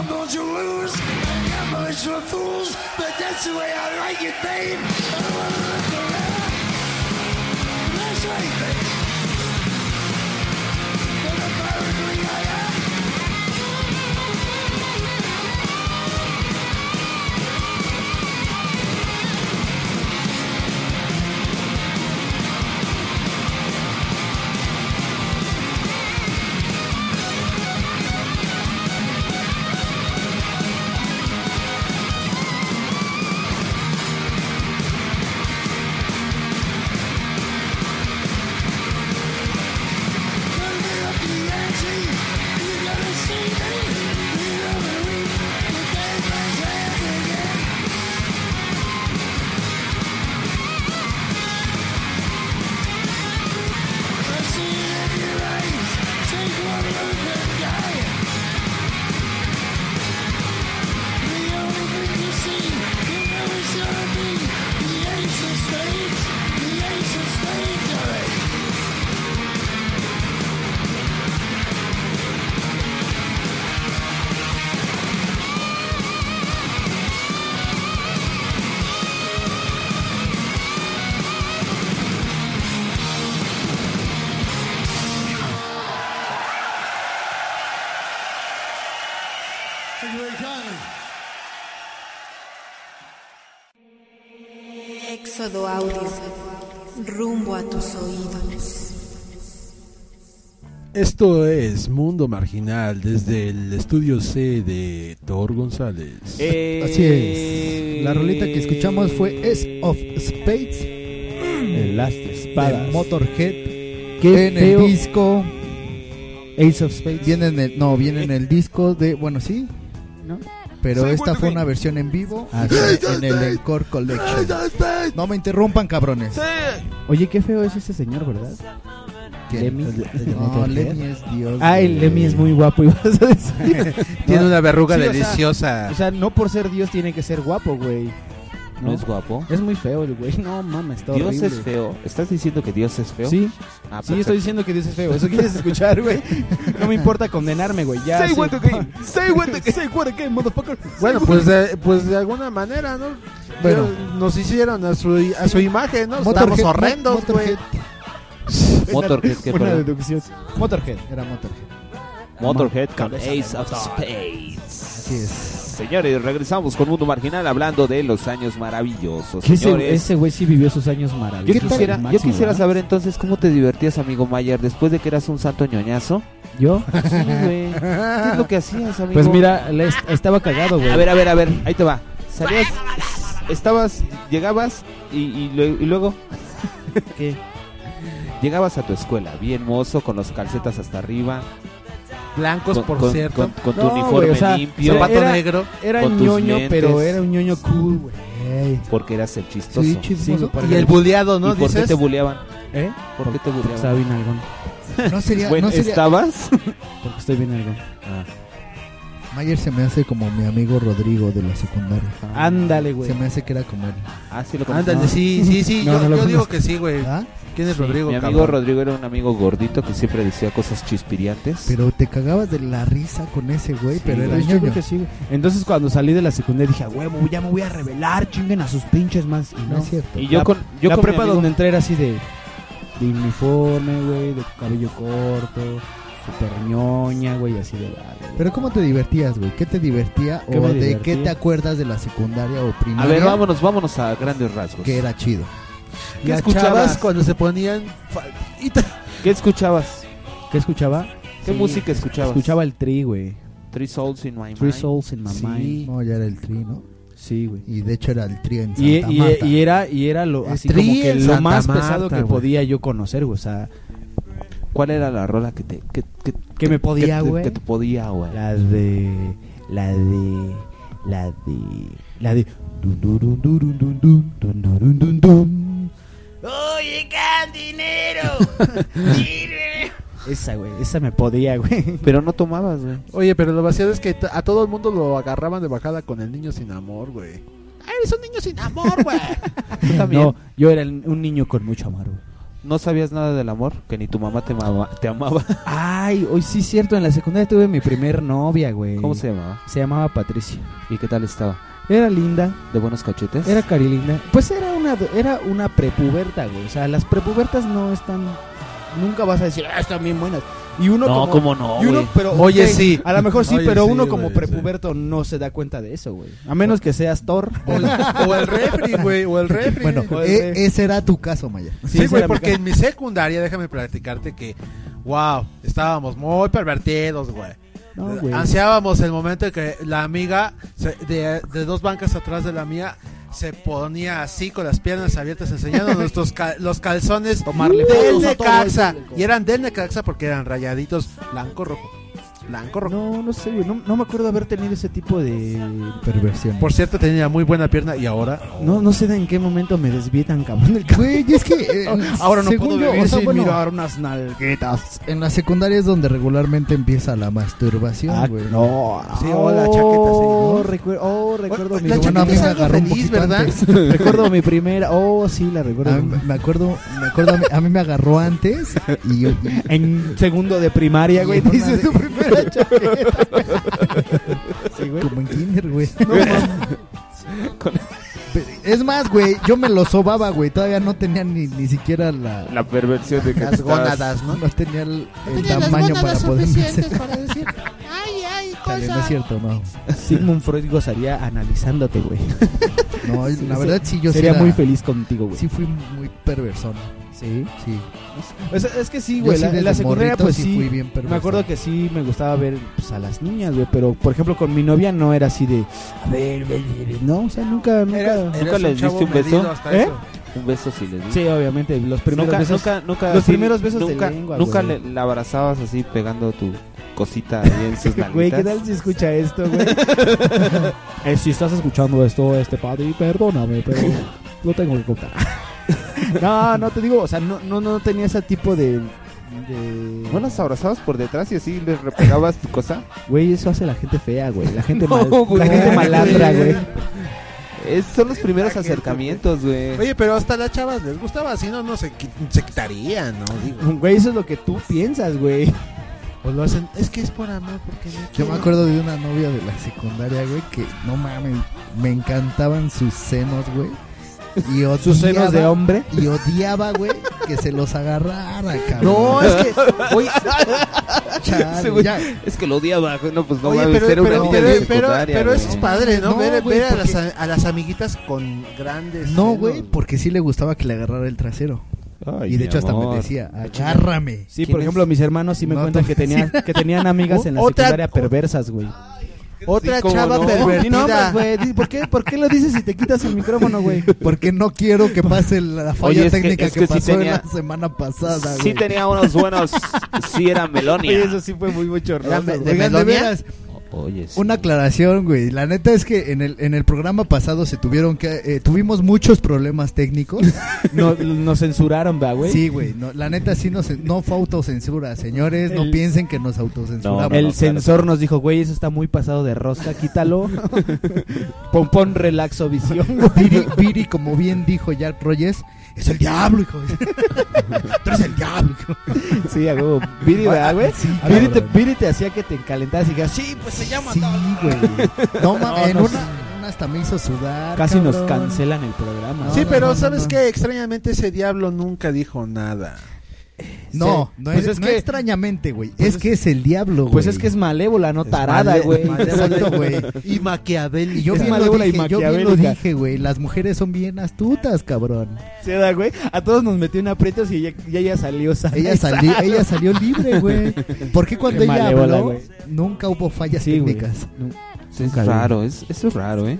[SPEAKER 13] blues. And your boys were fools, but that's the way I like it, babe. I don't wanna look around. That's right, babe. What a paranoid I am. Thank you very kindly.
[SPEAKER 1] Éxodo Audio, rumbo a tus oídos.
[SPEAKER 2] Esto es Mundo Marginal desde el estudio C de Thor González.
[SPEAKER 6] Eh. Así
[SPEAKER 8] Eh,
[SPEAKER 6] es. La rolita que escuchamos fue Ace of Spades.
[SPEAKER 8] El Last Espadas.
[SPEAKER 6] de Motorhead.
[SPEAKER 8] Qué
[SPEAKER 6] en
[SPEAKER 8] feo.
[SPEAKER 6] el disco.
[SPEAKER 8] Ace of Spades.
[SPEAKER 6] Viene en el, no, viene en el disco de. Bueno, sí. Pero esta fue una versión en vivo
[SPEAKER 8] Ah,
[SPEAKER 6] y
[SPEAKER 8] sí.
[SPEAKER 6] en el Encore Collection. No me interrumpan, cabrones.
[SPEAKER 8] Oye, qué feo es ese señor, ¿verdad?
[SPEAKER 6] ¿Quién?
[SPEAKER 8] Lemmy.
[SPEAKER 6] El de- el de Motorhead. Lemmy es Dios,
[SPEAKER 8] Ah, el
[SPEAKER 6] güey.
[SPEAKER 8] Lemmy es muy guapo y vas a decir.
[SPEAKER 2] Tiene una verruga
[SPEAKER 8] o sea,
[SPEAKER 2] deliciosa.
[SPEAKER 8] o sea, no por ser Dios tiene que ser guapo, güey.
[SPEAKER 3] ¿No es guapo?
[SPEAKER 8] Es muy feo el güey. No mames, está
[SPEAKER 3] Dios
[SPEAKER 8] horrible.
[SPEAKER 3] es feo. ¿Estás diciendo que Dios es feo?
[SPEAKER 8] Sí.
[SPEAKER 3] Ah,
[SPEAKER 8] sí, estoy diciendo que Dios es feo. Eso quieres escuchar, güey. No me importa condenarme, güey. Ya.
[SPEAKER 2] Say
[SPEAKER 8] sí.
[SPEAKER 2] what again,
[SPEAKER 8] Say what again. Say what again, motherfucker.
[SPEAKER 2] Bueno, pues de, pues de alguna manera, ¿no?
[SPEAKER 8] Bueno.
[SPEAKER 2] Pero Nos hicieron a su, a su imagen, ¿no? Estamos
[SPEAKER 8] Motorhead-
[SPEAKER 2] horrendos, güey.
[SPEAKER 8] Motorhead.
[SPEAKER 3] Motorhead, ¿qué,
[SPEAKER 8] Una
[SPEAKER 3] perdón?
[SPEAKER 8] deducción. Motorhead. Era Motorhead.
[SPEAKER 3] Motorhead con
[SPEAKER 8] Cabeza de
[SPEAKER 3] Ace of
[SPEAKER 8] motor.
[SPEAKER 3] Spades. Señores, regresamos con Mundo Marginal hablando de los años maravillosos.
[SPEAKER 8] Que ese,
[SPEAKER 3] señores.
[SPEAKER 8] ese güey sí vivió sus años
[SPEAKER 3] Yo
[SPEAKER 8] maravillosos.
[SPEAKER 3] quisiera, yo
[SPEAKER 8] Máximo,
[SPEAKER 3] quisiera
[SPEAKER 8] ¿verdad?
[SPEAKER 3] saber entonces cómo te divertías, amigo Mayer, después de que eras un santo ñoñazo.
[SPEAKER 8] ¿Yo?
[SPEAKER 3] Sí, güey. ¿Qué es lo que hacías, amigo?
[SPEAKER 8] Pues mira, le est- estaba cagado, güey.
[SPEAKER 3] A ver, a ver, a ver, ahí te va. Salías, estabas, llegabas y, y lue- y luego.
[SPEAKER 8] ¿Qué?
[SPEAKER 3] Llegabas a tu escuela, bien mozo, con los calcetas hasta arriba.
[SPEAKER 2] Blancos,
[SPEAKER 3] Con-
[SPEAKER 2] por
[SPEAKER 3] con-
[SPEAKER 2] cierto.
[SPEAKER 3] con- con tu uniforme
[SPEAKER 8] güey, o sea,
[SPEAKER 3] limpio.
[SPEAKER 8] era-
[SPEAKER 3] Zapato negro.
[SPEAKER 8] Era
[SPEAKER 3] Con tus
[SPEAKER 8] ñoño,
[SPEAKER 3] lentes.
[SPEAKER 8] pero era un ñoño cool, güey.
[SPEAKER 3] Porque eras el chistoso.
[SPEAKER 8] Sí, chismoso.
[SPEAKER 3] porque-
[SPEAKER 8] Y el buleado, ¿no?
[SPEAKER 3] ¿Y por qué
[SPEAKER 8] Dices.
[SPEAKER 3] te buleaban?
[SPEAKER 8] ¿Eh?
[SPEAKER 3] ¿Por qué te buleaban?
[SPEAKER 8] Estaba bien algón.
[SPEAKER 6] No sería-
[SPEAKER 3] Bueno,
[SPEAKER 6] no sería-
[SPEAKER 3] ¿Estabas?
[SPEAKER 8] Porque estoy bien algón.
[SPEAKER 6] Mayer se me hace como mi amigo Rodrigo de la secundaria.
[SPEAKER 8] Ándale, Ah, güey.
[SPEAKER 6] Se me hace que era como él.
[SPEAKER 3] Ah, sí, lo conoces.
[SPEAKER 2] Ándale,
[SPEAKER 3] No.
[SPEAKER 2] sí, sí, sí.
[SPEAKER 3] No,
[SPEAKER 2] yo
[SPEAKER 3] no lo
[SPEAKER 2] yo digo
[SPEAKER 3] conozco.
[SPEAKER 2] que sí, güey.
[SPEAKER 6] Ah,
[SPEAKER 2] ¿Quién es
[SPEAKER 3] Sí,
[SPEAKER 2] Rodrigo?
[SPEAKER 3] Mi amigo
[SPEAKER 2] cabrón?
[SPEAKER 3] Rodrigo era un amigo gordito que siempre decía cosas chispiriantes.
[SPEAKER 6] Pero te cagabas de la risa con ese güey, pero era
[SPEAKER 8] Pues yo
[SPEAKER 6] ñoño.
[SPEAKER 8] creo que sí, güey. Entonces cuando salí de la secundaria dije, "A huevo, ya me voy a revelar, chinguen a sus pinches más. Y no,
[SPEAKER 6] es cierto.
[SPEAKER 8] Y
[SPEAKER 3] Y
[SPEAKER 8] yo
[SPEAKER 3] yo
[SPEAKER 8] la,
[SPEAKER 3] con- yo
[SPEAKER 8] la
[SPEAKER 3] con mi
[SPEAKER 8] prepa
[SPEAKER 3] amigo-
[SPEAKER 8] donde entré era así de, de uniforme, güey, de cabello corto, super ñoña, güey, así de "Ah, güey".
[SPEAKER 6] Pero ¿cómo te divertías, güey? ¿Qué te divertía
[SPEAKER 8] ¿Qué
[SPEAKER 6] o
[SPEAKER 8] me
[SPEAKER 6] de
[SPEAKER 8] divertía?
[SPEAKER 6] qué te acuerdas de la secundaria o
[SPEAKER 3] A
[SPEAKER 6] primaria?
[SPEAKER 3] ver, vámonos, vámonos a grandes rasgos.
[SPEAKER 6] Que era chido.
[SPEAKER 2] ¿Qué
[SPEAKER 6] Las
[SPEAKER 2] escuchabas
[SPEAKER 6] chavas-
[SPEAKER 2] cuando se ponían
[SPEAKER 3] ¿Qué escuchabas?
[SPEAKER 8] ¿Qué escuchaba?
[SPEAKER 3] ¿Qué música escuchabas?
[SPEAKER 8] Escuchaba el tri, güey.
[SPEAKER 3] Three Souls in My
[SPEAKER 8] Three
[SPEAKER 3] Mind.
[SPEAKER 8] Souls in My
[SPEAKER 6] Sí.
[SPEAKER 8] Mind.
[SPEAKER 6] No, ya era el tri, ¿no?
[SPEAKER 8] Sí, güey.
[SPEAKER 6] Y de hecho era el tri en Santa
[SPEAKER 8] Y, y-
[SPEAKER 6] Marta.
[SPEAKER 8] y era, y era lo,
[SPEAKER 6] El
[SPEAKER 8] así
[SPEAKER 6] Tri
[SPEAKER 8] como que
[SPEAKER 6] en
[SPEAKER 8] lo
[SPEAKER 6] Santa
[SPEAKER 8] más
[SPEAKER 6] Marta,
[SPEAKER 8] pesado que
[SPEAKER 6] güey.
[SPEAKER 8] podía yo conocer, güey. O sea,
[SPEAKER 3] ¿Cuál era la rola que te que, que-
[SPEAKER 8] Que me podía,
[SPEAKER 3] que te-
[SPEAKER 8] güey.
[SPEAKER 3] Que te podía, güey.
[SPEAKER 8] La de. La de. La de. La de. dun, dun, dun, dun, dun, dun, dun, dun, dun, dun, dun.
[SPEAKER 13] Oye, dinero
[SPEAKER 8] Esa, güey. Esa me podía, güey.
[SPEAKER 3] Pero no tomabas, güey.
[SPEAKER 2] Oye, pero lo vaciado es que t- a todo el mundo lo agarraban de bajada con el niño sin amor, güey.
[SPEAKER 13] Eres un niño sin amor, güey.
[SPEAKER 8] No, yo era el- un niño con mucho amor, güey.
[SPEAKER 3] ¿No sabías nada del amor? Que ni tu mamá te, mama- te amaba.
[SPEAKER 8] Ay, hoy sí es cierto, en la secundaria tuve mi primer novia, güey.
[SPEAKER 3] ¿Cómo se llamaba?
[SPEAKER 8] Se llamaba Patricia.
[SPEAKER 3] ¿Y qué tal estaba?
[SPEAKER 8] Era linda,
[SPEAKER 3] ¿De buenos cachetes?
[SPEAKER 8] era carilinda. Pues era una era una prepuberta, güey. O sea, las prepubertas no están nunca vas a decir, "Ah, están bien buenas." Y uno
[SPEAKER 3] No,
[SPEAKER 8] como,
[SPEAKER 3] cómo no,
[SPEAKER 8] y uno,
[SPEAKER 3] güey.
[SPEAKER 8] pero,
[SPEAKER 3] Oye,
[SPEAKER 8] ok,
[SPEAKER 3] sí.
[SPEAKER 8] A lo mejor sí,
[SPEAKER 3] Oye,
[SPEAKER 8] pero
[SPEAKER 3] sí,
[SPEAKER 8] uno como
[SPEAKER 3] güey, sí.
[SPEAKER 8] prepuberto no se da cuenta de eso, güey. A menos que seas Thor o el,
[SPEAKER 2] refri, güey, o el refri.
[SPEAKER 6] Bueno, e- ese era tu caso, Maya.
[SPEAKER 2] eh, Sí, güey, porque en mi secundaria, déjame platicarte que, wow, estábamos muy pervertidos, güey.
[SPEAKER 8] No, güey.
[SPEAKER 2] Eh, Ah, Ansiábamos el momento de que la amiga se- de, de dos bancas atrás de la mía se ponía así con las piernas abiertas enseñando nuestros cal- los calzones
[SPEAKER 8] Tomarle
[SPEAKER 2] del
[SPEAKER 8] fotos a todo
[SPEAKER 2] Necaxa.
[SPEAKER 8] eso, loco.
[SPEAKER 2] Y eran del Necaxa porque eran rayaditos blanco-rojo. Blanco-rojo.
[SPEAKER 8] No, no sé, güey. No, no me acuerdo haber tenido ese tipo de
[SPEAKER 6] perversión.
[SPEAKER 2] Por cierto, tenía muy buena pierna y ahora...
[SPEAKER 8] No, no sé de en qué momento me desvié tan cabrón del
[SPEAKER 6] Güey, y es que. eh,
[SPEAKER 8] Ahora no
[SPEAKER 6] según
[SPEAKER 8] puedo
[SPEAKER 6] yo,
[SPEAKER 8] vivir
[SPEAKER 6] o sea,
[SPEAKER 8] sin
[SPEAKER 6] bueno,
[SPEAKER 8] mirar unas nalguetas.
[SPEAKER 6] En la secundaria es donde regularmente empieza la masturbación,
[SPEAKER 8] Ah,
[SPEAKER 6] güey.
[SPEAKER 8] no.
[SPEAKER 2] Sí, o la chaqueta, sí,
[SPEAKER 8] Oh,
[SPEAKER 2] ¿no?
[SPEAKER 8] recuer- oh, recuerdo mi
[SPEAKER 2] La
[SPEAKER 6] bueno, a mí
[SPEAKER 2] chaqueta es
[SPEAKER 6] me
[SPEAKER 2] algo
[SPEAKER 6] agarró un
[SPEAKER 2] feliz,
[SPEAKER 6] poquito
[SPEAKER 2] ¿verdad?
[SPEAKER 6] antes.
[SPEAKER 8] recuerdo mi primera. Oh, sí, la recuerdo.
[SPEAKER 6] A mí- me acuerdo, me acuerdo a, mí, a mí me agarró antes y, yo- y-
[SPEAKER 8] En segundo de primaria, güey.
[SPEAKER 6] en una
[SPEAKER 8] Dices
[SPEAKER 6] de-
[SPEAKER 8] tu primera chaqueta. sí, güey.
[SPEAKER 6] como en kinder, güey.
[SPEAKER 3] Con
[SPEAKER 6] Es más, güey, yo me lo sobaba, güey. Todavía no tenía ni, ni siquiera la,
[SPEAKER 3] la perversión de que
[SPEAKER 2] Las
[SPEAKER 3] te estabas-
[SPEAKER 8] pues,
[SPEAKER 2] gónadas, ¿no?
[SPEAKER 6] no tenía el, el
[SPEAKER 14] Tenía las
[SPEAKER 6] tamaño para
[SPEAKER 14] gónadas
[SPEAKER 6] poder
[SPEAKER 14] suficientes
[SPEAKER 6] hacer.
[SPEAKER 14] para decir, ay, ay,
[SPEAKER 6] Chale, no es
[SPEAKER 14] cosa.
[SPEAKER 6] cierto, no.
[SPEAKER 8] Sigmund Freud gozaría analizándote, güey.
[SPEAKER 6] No, la verdad sí yo sí
[SPEAKER 8] Sería
[SPEAKER 6] era-
[SPEAKER 8] muy feliz contigo, güey.
[SPEAKER 6] Sí fui muy perversón,
[SPEAKER 8] Sí.
[SPEAKER 6] sí.
[SPEAKER 8] O sea, es que sí,
[SPEAKER 6] Yo
[SPEAKER 8] güey.
[SPEAKER 6] sí
[SPEAKER 8] la,
[SPEAKER 6] desde
[SPEAKER 8] la secundaria,
[SPEAKER 6] morrito
[SPEAKER 8] pues
[SPEAKER 6] sí
[SPEAKER 8] sí.
[SPEAKER 6] fui bien perverso.
[SPEAKER 8] me acuerdo que sí me gustaba ver pues, a las niñas, güey. Pero, por ejemplo, con mi novia no era así de. A ver, ve, ve, ve". No, o sea, nunca. nunca
[SPEAKER 2] Eras- eras
[SPEAKER 3] les
[SPEAKER 2] chavo
[SPEAKER 3] diste un beso?
[SPEAKER 2] medido hasta
[SPEAKER 8] ¿Eh?
[SPEAKER 2] eso.
[SPEAKER 3] Un beso si le di.
[SPEAKER 8] Sí, obviamente. Los primeros
[SPEAKER 3] nunca,
[SPEAKER 8] besos.
[SPEAKER 3] nunca, nunca.
[SPEAKER 8] los primeros besos de
[SPEAKER 3] nunca,
[SPEAKER 8] lengua,
[SPEAKER 3] Nunca
[SPEAKER 8] güey.
[SPEAKER 3] le, la abrazabas así pegando tu cosita ahí en sus nalguitas.
[SPEAKER 8] Güey, ¿qué tal si escucha esto, güey? Eh, si estás escuchando esto, este padre, perdóname, pero lo tengo que contar. no, no te digo, o sea, no, no, no tenía ese tipo de. de-
[SPEAKER 3] ¿No las abrazabas por detrás y así les repegabas tu cosa?
[SPEAKER 8] Güey, eso hace la gente fea, güey. La gente,
[SPEAKER 3] No,
[SPEAKER 8] mal-
[SPEAKER 3] güey.
[SPEAKER 8] la gente malandra, güey.
[SPEAKER 3] Es- son los primeros acercamientos, güey.
[SPEAKER 2] Oye, pero hasta las chavas les gustaba, si no, no se, qui- se quitarían, ¿no? Digo.
[SPEAKER 8] Güey, eso es lo que tú piensas, güey.
[SPEAKER 2] O lo hacen, es que es por amor, porque no
[SPEAKER 6] Yo
[SPEAKER 2] quiero".
[SPEAKER 6] me acuerdo de una novia de la secundaria, güey, que no mames, me encantaban sus senos, güey. Y odiaba,
[SPEAKER 8] Sus senos de hombre.
[SPEAKER 6] Y odiaba, güey, que se los agarrara, cabrón.
[SPEAKER 2] No, es que, oye,
[SPEAKER 6] Chale,
[SPEAKER 3] Ese güey-
[SPEAKER 6] ya.
[SPEAKER 3] Es que lo odiaba, güey. No, pues no
[SPEAKER 2] oye,
[SPEAKER 3] mames,
[SPEAKER 2] pero,
[SPEAKER 3] era una
[SPEAKER 2] pero,
[SPEAKER 3] niña
[SPEAKER 2] pero, eh,
[SPEAKER 3] de
[SPEAKER 2] pero-
[SPEAKER 3] secundaria,
[SPEAKER 2] pero
[SPEAKER 3] güey.
[SPEAKER 2] eso es padre, ¿no?
[SPEAKER 6] No,
[SPEAKER 2] ver
[SPEAKER 6] güey,
[SPEAKER 2] ver a, las,
[SPEAKER 6] porque-
[SPEAKER 2] a a las amiguitas con grandes.
[SPEAKER 6] No,
[SPEAKER 2] senos,
[SPEAKER 6] güey, porque sí le gustaba que le agarrara el trasero.
[SPEAKER 3] Ay,
[SPEAKER 6] y de hecho
[SPEAKER 3] mi
[SPEAKER 6] hasta me
[SPEAKER 3] amor.
[SPEAKER 6] decía, agárrame.
[SPEAKER 8] Sí,
[SPEAKER 3] ¿Quién
[SPEAKER 8] por ejemplo,
[SPEAKER 3] es?
[SPEAKER 8] mis hermanos sí me
[SPEAKER 6] No,
[SPEAKER 8] cuentan
[SPEAKER 6] tú-
[SPEAKER 8] que tenían, que tenían amigas en la
[SPEAKER 2] Otra-
[SPEAKER 8] secundaria perversas, güey.
[SPEAKER 2] Otra
[SPEAKER 3] Sí, cómo
[SPEAKER 2] chava
[SPEAKER 3] no.
[SPEAKER 8] Di nombres,
[SPEAKER 2] pervertida.
[SPEAKER 8] güey. Di- ¿Por qué, ¿Por qué lo dices si te quitas el micrófono, güey?
[SPEAKER 6] Porque no quiero que pase la falla
[SPEAKER 3] Oye, es que-
[SPEAKER 6] técnica
[SPEAKER 3] es
[SPEAKER 6] que,
[SPEAKER 3] que sí
[SPEAKER 6] pasó en
[SPEAKER 3] tenía-
[SPEAKER 6] la semana pasada, güey.
[SPEAKER 3] Sí tenía unos buenos. sí era Melonia.
[SPEAKER 8] Oye, eso sí fue muy bochornoso.
[SPEAKER 2] Era me-
[SPEAKER 8] güey.
[SPEAKER 2] ¿De
[SPEAKER 6] Oigan, de
[SPEAKER 2] Melonia?
[SPEAKER 6] veras,
[SPEAKER 3] Oye, sí.
[SPEAKER 6] una aclaración, güey. La neta es que en el, en el programa pasado se tuvieron que... eh, tuvimos muchos problemas técnicos.
[SPEAKER 8] No- nos censuraron, ¿verdad, güey?
[SPEAKER 6] Sí, güey. no, la neta sí nos, no fue autocensura, señores. No
[SPEAKER 8] El-
[SPEAKER 6] piensen que nos autocensuramos.
[SPEAKER 3] No,
[SPEAKER 8] El
[SPEAKER 3] no, claro.
[SPEAKER 8] sensor nos dijo, güey, eso está muy pasado de rosca, quítalo. pon, pon relaxo visión.
[SPEAKER 6] Viri, Viri, como bien dijo Jack Rogers, es el diablo, hijo. Tú eres el diablo, hijo.
[SPEAKER 8] Sí, a huevo. Viri, ¿verdad, güey?
[SPEAKER 6] Sí,
[SPEAKER 8] A Viri, te,
[SPEAKER 6] cabrón.
[SPEAKER 8] Viri te hacía que te calentaras y dijeras, sí, pues se llama.
[SPEAKER 6] Sí, güey. No, mames, en
[SPEAKER 8] no,
[SPEAKER 6] una, una hasta me hizo sudar.
[SPEAKER 8] Casi nos
[SPEAKER 6] cabrón.
[SPEAKER 8] cancelan el programa.
[SPEAKER 2] Sí,
[SPEAKER 6] No,
[SPEAKER 2] pero
[SPEAKER 6] no, no,
[SPEAKER 2] ¿sabes
[SPEAKER 6] no.
[SPEAKER 2] qué? Extrañamente ese diablo nunca dijo nada.
[SPEAKER 6] No, no,
[SPEAKER 8] Pues
[SPEAKER 6] es,
[SPEAKER 8] es
[SPEAKER 6] no
[SPEAKER 8] que-
[SPEAKER 6] extrañamente, güey.
[SPEAKER 8] pues
[SPEAKER 6] es que es el diablo, güey.
[SPEAKER 8] Pues es que es malévola, no
[SPEAKER 2] Es
[SPEAKER 8] tarada,
[SPEAKER 2] male-
[SPEAKER 8] güey.
[SPEAKER 6] Exacto, güey.
[SPEAKER 2] Y Maquiavel.
[SPEAKER 6] Y yo
[SPEAKER 8] Es
[SPEAKER 6] bien, lo
[SPEAKER 8] malévola y
[SPEAKER 6] dije, yo bien lo
[SPEAKER 8] maquiavélica.
[SPEAKER 6] dije, güey. Las mujeres son bien astutas, cabrón.
[SPEAKER 8] Sí, ¿verdad, güey? A todos nos metió en aprietos y ella, y ella salió sana
[SPEAKER 6] Ella,
[SPEAKER 8] y
[SPEAKER 6] sali-
[SPEAKER 8] salva.
[SPEAKER 6] ella salió libre, güey. ¿Por qué cuando
[SPEAKER 8] Qué
[SPEAKER 6] ella
[SPEAKER 8] malévola,
[SPEAKER 6] habló,
[SPEAKER 8] güey.
[SPEAKER 6] nunca hubo fallas
[SPEAKER 8] Sí, güey.
[SPEAKER 6] técnicas?
[SPEAKER 8] No.
[SPEAKER 3] Sí, es raro, es, eso es raro, ¿eh?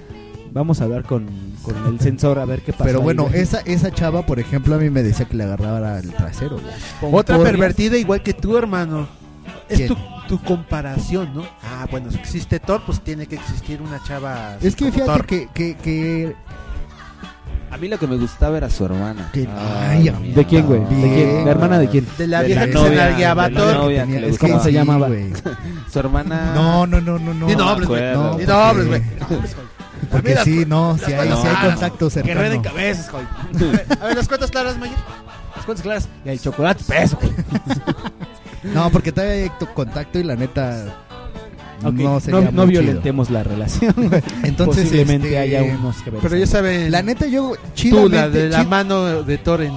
[SPEAKER 8] Vamos a hablar con, con el sensor a ver qué pasa.
[SPEAKER 6] Pero
[SPEAKER 8] ahí,
[SPEAKER 6] bueno,
[SPEAKER 8] güey.
[SPEAKER 6] esa, esa chava, por ejemplo, a mí me decía que le agarraba el trasero, güey.
[SPEAKER 2] Otra
[SPEAKER 6] Por-
[SPEAKER 2] pervertida igual que tú, hermano. Es
[SPEAKER 6] ¿Quién?
[SPEAKER 2] tu, tu comparación, ¿no? Ah, bueno, si existe Thor, pues tiene que existir una chava. así
[SPEAKER 6] Es que
[SPEAKER 2] como
[SPEAKER 6] fíjate
[SPEAKER 2] Thor.
[SPEAKER 6] que, que, que
[SPEAKER 3] A mí lo que me gustaba era su hermana. Ah,
[SPEAKER 6] Que- ay, amigo.
[SPEAKER 8] ¿De quién, güey? ¿De quién?
[SPEAKER 6] Bien.
[SPEAKER 8] ¿La hermana de quién?
[SPEAKER 2] De la
[SPEAKER 3] De
[SPEAKER 2] vieja
[SPEAKER 3] la
[SPEAKER 2] que se
[SPEAKER 3] novia,
[SPEAKER 2] nalgueaba a
[SPEAKER 3] de la
[SPEAKER 2] Thor.
[SPEAKER 3] novia. que
[SPEAKER 6] tenía-
[SPEAKER 3] le
[SPEAKER 6] es que
[SPEAKER 8] gustaba.
[SPEAKER 6] sí,
[SPEAKER 8] se llamaba?
[SPEAKER 6] güey.
[SPEAKER 3] Su hermana.
[SPEAKER 6] No, no, no, no, no.
[SPEAKER 2] Ni
[SPEAKER 3] no
[SPEAKER 2] nombres,
[SPEAKER 3] me
[SPEAKER 2] güey.
[SPEAKER 3] acuerdo.
[SPEAKER 2] Ni nombres, güey.
[SPEAKER 6] Porque
[SPEAKER 2] Mira,
[SPEAKER 6] sí, no, si hay,
[SPEAKER 3] las
[SPEAKER 6] si hay
[SPEAKER 3] palabras.
[SPEAKER 6] contacto cercano.
[SPEAKER 2] A ver, las cuentas claras, Mayer.
[SPEAKER 8] las cuentas claras y el chocolate
[SPEAKER 6] pues,
[SPEAKER 8] peso, güey.
[SPEAKER 6] No, porque todavía hay to- contacto y la neta.
[SPEAKER 8] Ok,
[SPEAKER 6] No,
[SPEAKER 8] no-
[SPEAKER 6] sería
[SPEAKER 8] no
[SPEAKER 6] muy chido.
[SPEAKER 8] violentemos la relación, güey.
[SPEAKER 6] Entonces,
[SPEAKER 8] Posiblemente
[SPEAKER 6] este,
[SPEAKER 8] haya unos que
[SPEAKER 2] Pero ya saben.
[SPEAKER 6] La neta, yo.
[SPEAKER 2] Tú, la
[SPEAKER 6] chidamente-
[SPEAKER 2] de la
[SPEAKER 6] chi-
[SPEAKER 2] mano de Toren.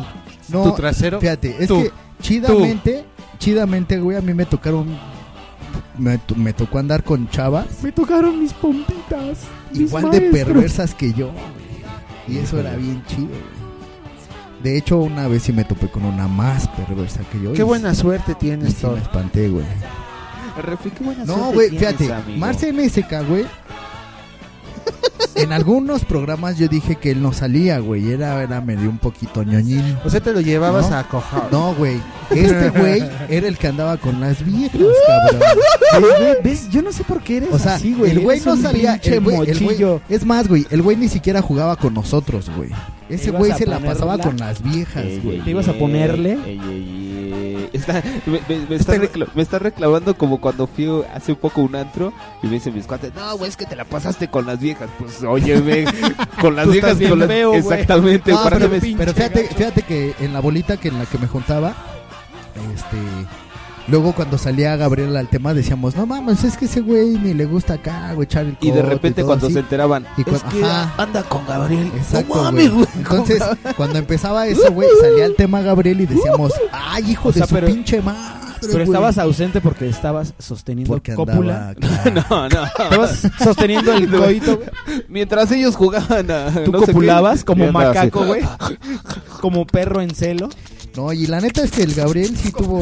[SPEAKER 6] No,
[SPEAKER 2] tu trasero.
[SPEAKER 6] Fíjate, es
[SPEAKER 2] tú,
[SPEAKER 6] que chidamente, chidamente, güey, a mí me tocaron. Me, to- me tocó andar con chavas
[SPEAKER 11] Me tocaron mis pompitas. mis
[SPEAKER 6] igual de
[SPEAKER 11] maestros.
[SPEAKER 6] perversas que yo, güey. Y eso era bien chido, güey. De hecho, una vez sí me topé con una más perversa que yo.
[SPEAKER 2] Qué
[SPEAKER 6] y-
[SPEAKER 2] buena suerte tienes,
[SPEAKER 6] y sí me
[SPEAKER 2] Thor.
[SPEAKER 6] espanté, güey.
[SPEAKER 3] Refi, qué buena
[SPEAKER 6] No,
[SPEAKER 3] suerte
[SPEAKER 6] güey,
[SPEAKER 3] tienes,
[SPEAKER 6] fíjate,
[SPEAKER 3] amigo.
[SPEAKER 6] Marce MSK, güey. En algunos programas yo dije que él no salía, güey. Era, era medio un poquito ñoñín.
[SPEAKER 2] O sea, te lo llevabas
[SPEAKER 6] ¿No?
[SPEAKER 2] a cojar.
[SPEAKER 6] No, güey. Este güey era el que andaba con las viejas, cabrón.
[SPEAKER 8] ¿Ves? Yo no sé por qué eres
[SPEAKER 6] O sea,
[SPEAKER 8] así, güey.
[SPEAKER 6] el güey
[SPEAKER 8] Eres
[SPEAKER 6] no
[SPEAKER 8] un
[SPEAKER 6] salía.
[SPEAKER 8] pinche
[SPEAKER 6] El güey, el güey-
[SPEAKER 8] mochillo.
[SPEAKER 6] es más, güey, el güey ni siquiera jugaba con nosotros, güey. Ese
[SPEAKER 8] ibas
[SPEAKER 6] güey
[SPEAKER 8] a
[SPEAKER 6] se la
[SPEAKER 8] ponerla?
[SPEAKER 6] pasaba con las viejas,
[SPEAKER 3] Ey,
[SPEAKER 6] güey.
[SPEAKER 3] ey,
[SPEAKER 8] ¿Te ibas a
[SPEAKER 3] ey,
[SPEAKER 8] ponerle?
[SPEAKER 3] ey, ey, ey. Está- me, me- me está recla- me está reclamando como cuando fui hace poco a un antro y me dicen mis cuates, no, güey, es que te la pasaste con las viejas. Pues, óyeme, con las
[SPEAKER 8] Tú
[SPEAKER 3] viejas,
[SPEAKER 8] estás bien
[SPEAKER 3] con las...
[SPEAKER 8] feo, güey.
[SPEAKER 3] Exactamente,
[SPEAKER 6] No,
[SPEAKER 3] para
[SPEAKER 6] pero,
[SPEAKER 3] que me-
[SPEAKER 6] pero fíjate, fíjate que en la bolita que en la que me juntaba, este, luego cuando salía Gabriel al tema decíamos, no mames, es que ese güey ni le gusta acá, güey, echar el
[SPEAKER 3] Y de
[SPEAKER 6] coto
[SPEAKER 3] repente
[SPEAKER 6] todo
[SPEAKER 3] cuando
[SPEAKER 6] así".
[SPEAKER 3] se enteraban,
[SPEAKER 6] Y cuan-
[SPEAKER 3] es que
[SPEAKER 6] ajá.
[SPEAKER 3] anda con Gabriel.
[SPEAKER 6] Exacto,
[SPEAKER 3] no mames,
[SPEAKER 6] güey.
[SPEAKER 3] güey.
[SPEAKER 6] Entonces, cuando empezaba eso, güey, salía el tema Gabriel y decíamos, ay, hijo
[SPEAKER 8] O sea,
[SPEAKER 6] de su
[SPEAKER 8] pero-
[SPEAKER 6] pinche madre.
[SPEAKER 8] Pero
[SPEAKER 6] güey".
[SPEAKER 8] estabas ausente porque estabas sosteniendo
[SPEAKER 6] porque
[SPEAKER 8] cópula.
[SPEAKER 6] andaba, claro.
[SPEAKER 3] No, no.
[SPEAKER 8] Estabas sosteniendo el coito, güey.
[SPEAKER 3] Mientras ellos jugaban a...
[SPEAKER 8] Tú
[SPEAKER 3] no sé qué,
[SPEAKER 8] copulabas
[SPEAKER 3] yo
[SPEAKER 8] como
[SPEAKER 3] andaba así.
[SPEAKER 8] macaco, güey. Como perro en celo.
[SPEAKER 6] No, y la neta es que el Gabriel sí tuvo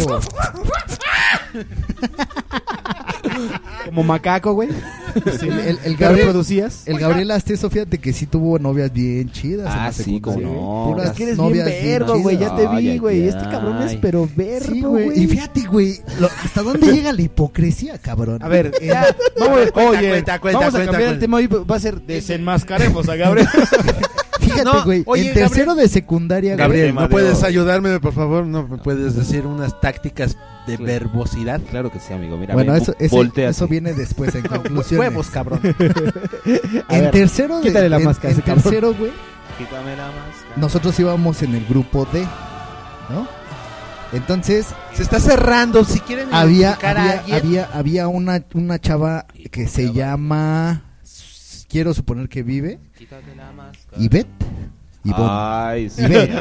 [SPEAKER 8] Como macaco, güey.
[SPEAKER 6] el, el- el
[SPEAKER 8] ¿Qué
[SPEAKER 6] Gabriel
[SPEAKER 8] reproducías?
[SPEAKER 6] el Gabriel Asteso, fíjate que sí tuvo novias bien chidas. en
[SPEAKER 3] Ah,
[SPEAKER 6] la
[SPEAKER 3] sí, como
[SPEAKER 6] secundaria,
[SPEAKER 3] no.
[SPEAKER 6] güey. Puras
[SPEAKER 3] Es que
[SPEAKER 8] Eres bien
[SPEAKER 6] novias
[SPEAKER 8] verbo,
[SPEAKER 6] chidas.
[SPEAKER 8] güey. Ya te vi,
[SPEAKER 3] Ay,
[SPEAKER 8] güey.
[SPEAKER 3] ay,
[SPEAKER 8] Este cabrón es
[SPEAKER 3] ay.
[SPEAKER 8] pero
[SPEAKER 6] Sí,
[SPEAKER 8] verbo,
[SPEAKER 6] güey. Y
[SPEAKER 8] güey.
[SPEAKER 6] fíjate, güey, lo- ¿hasta dónde llega la hipocresía, cabrón?
[SPEAKER 8] A ver,
[SPEAKER 6] Eh,
[SPEAKER 8] ya, vamos, oye,
[SPEAKER 2] cuenta, cuenta,
[SPEAKER 8] vamos a
[SPEAKER 2] cuenta,
[SPEAKER 8] cambiar el
[SPEAKER 2] cuenta.
[SPEAKER 8] tema hoy, va a ser
[SPEAKER 11] pues,
[SPEAKER 8] desenmascaremos a Gabriel.
[SPEAKER 6] fíjate,
[SPEAKER 2] no,
[SPEAKER 6] güey,
[SPEAKER 2] oye,
[SPEAKER 6] en tercero de secundaria, güey,
[SPEAKER 2] Gabriel,
[SPEAKER 3] tema
[SPEAKER 2] ¿no
[SPEAKER 3] de
[SPEAKER 2] puedes
[SPEAKER 3] hoy.
[SPEAKER 2] ayudarme, por favor? ¿No me puedes decir unas tácticas de
[SPEAKER 3] Claro.
[SPEAKER 2] verbosidad?
[SPEAKER 3] Claro que sí, amigo. Mira,
[SPEAKER 6] Bueno,
[SPEAKER 3] ven,
[SPEAKER 6] eso, ese-
[SPEAKER 3] voltea
[SPEAKER 6] eso
[SPEAKER 3] así.
[SPEAKER 6] viene después en conclusión.
[SPEAKER 8] Huevos, cabrón. A
[SPEAKER 6] En
[SPEAKER 8] ver,
[SPEAKER 6] tercero de
[SPEAKER 8] quítale la
[SPEAKER 6] en-
[SPEAKER 8] máscara a
[SPEAKER 6] en
[SPEAKER 8] ese cabrón.
[SPEAKER 6] tercero, güey,
[SPEAKER 3] Quítame la máscara.
[SPEAKER 6] nosotros íbamos en el grupo D, ¿no? Entonces,
[SPEAKER 2] Se está cerrando. Si quieren
[SPEAKER 6] había
[SPEAKER 2] identificar a
[SPEAKER 6] había,
[SPEAKER 2] alguien,
[SPEAKER 6] había había una una chava que se llama quiero suponer que vive Ah.
[SPEAKER 3] Quítate la máscara.
[SPEAKER 6] Ivette Ivonne.
[SPEAKER 3] Ay, sí.
[SPEAKER 6] Y ven.
[SPEAKER 8] Ay, se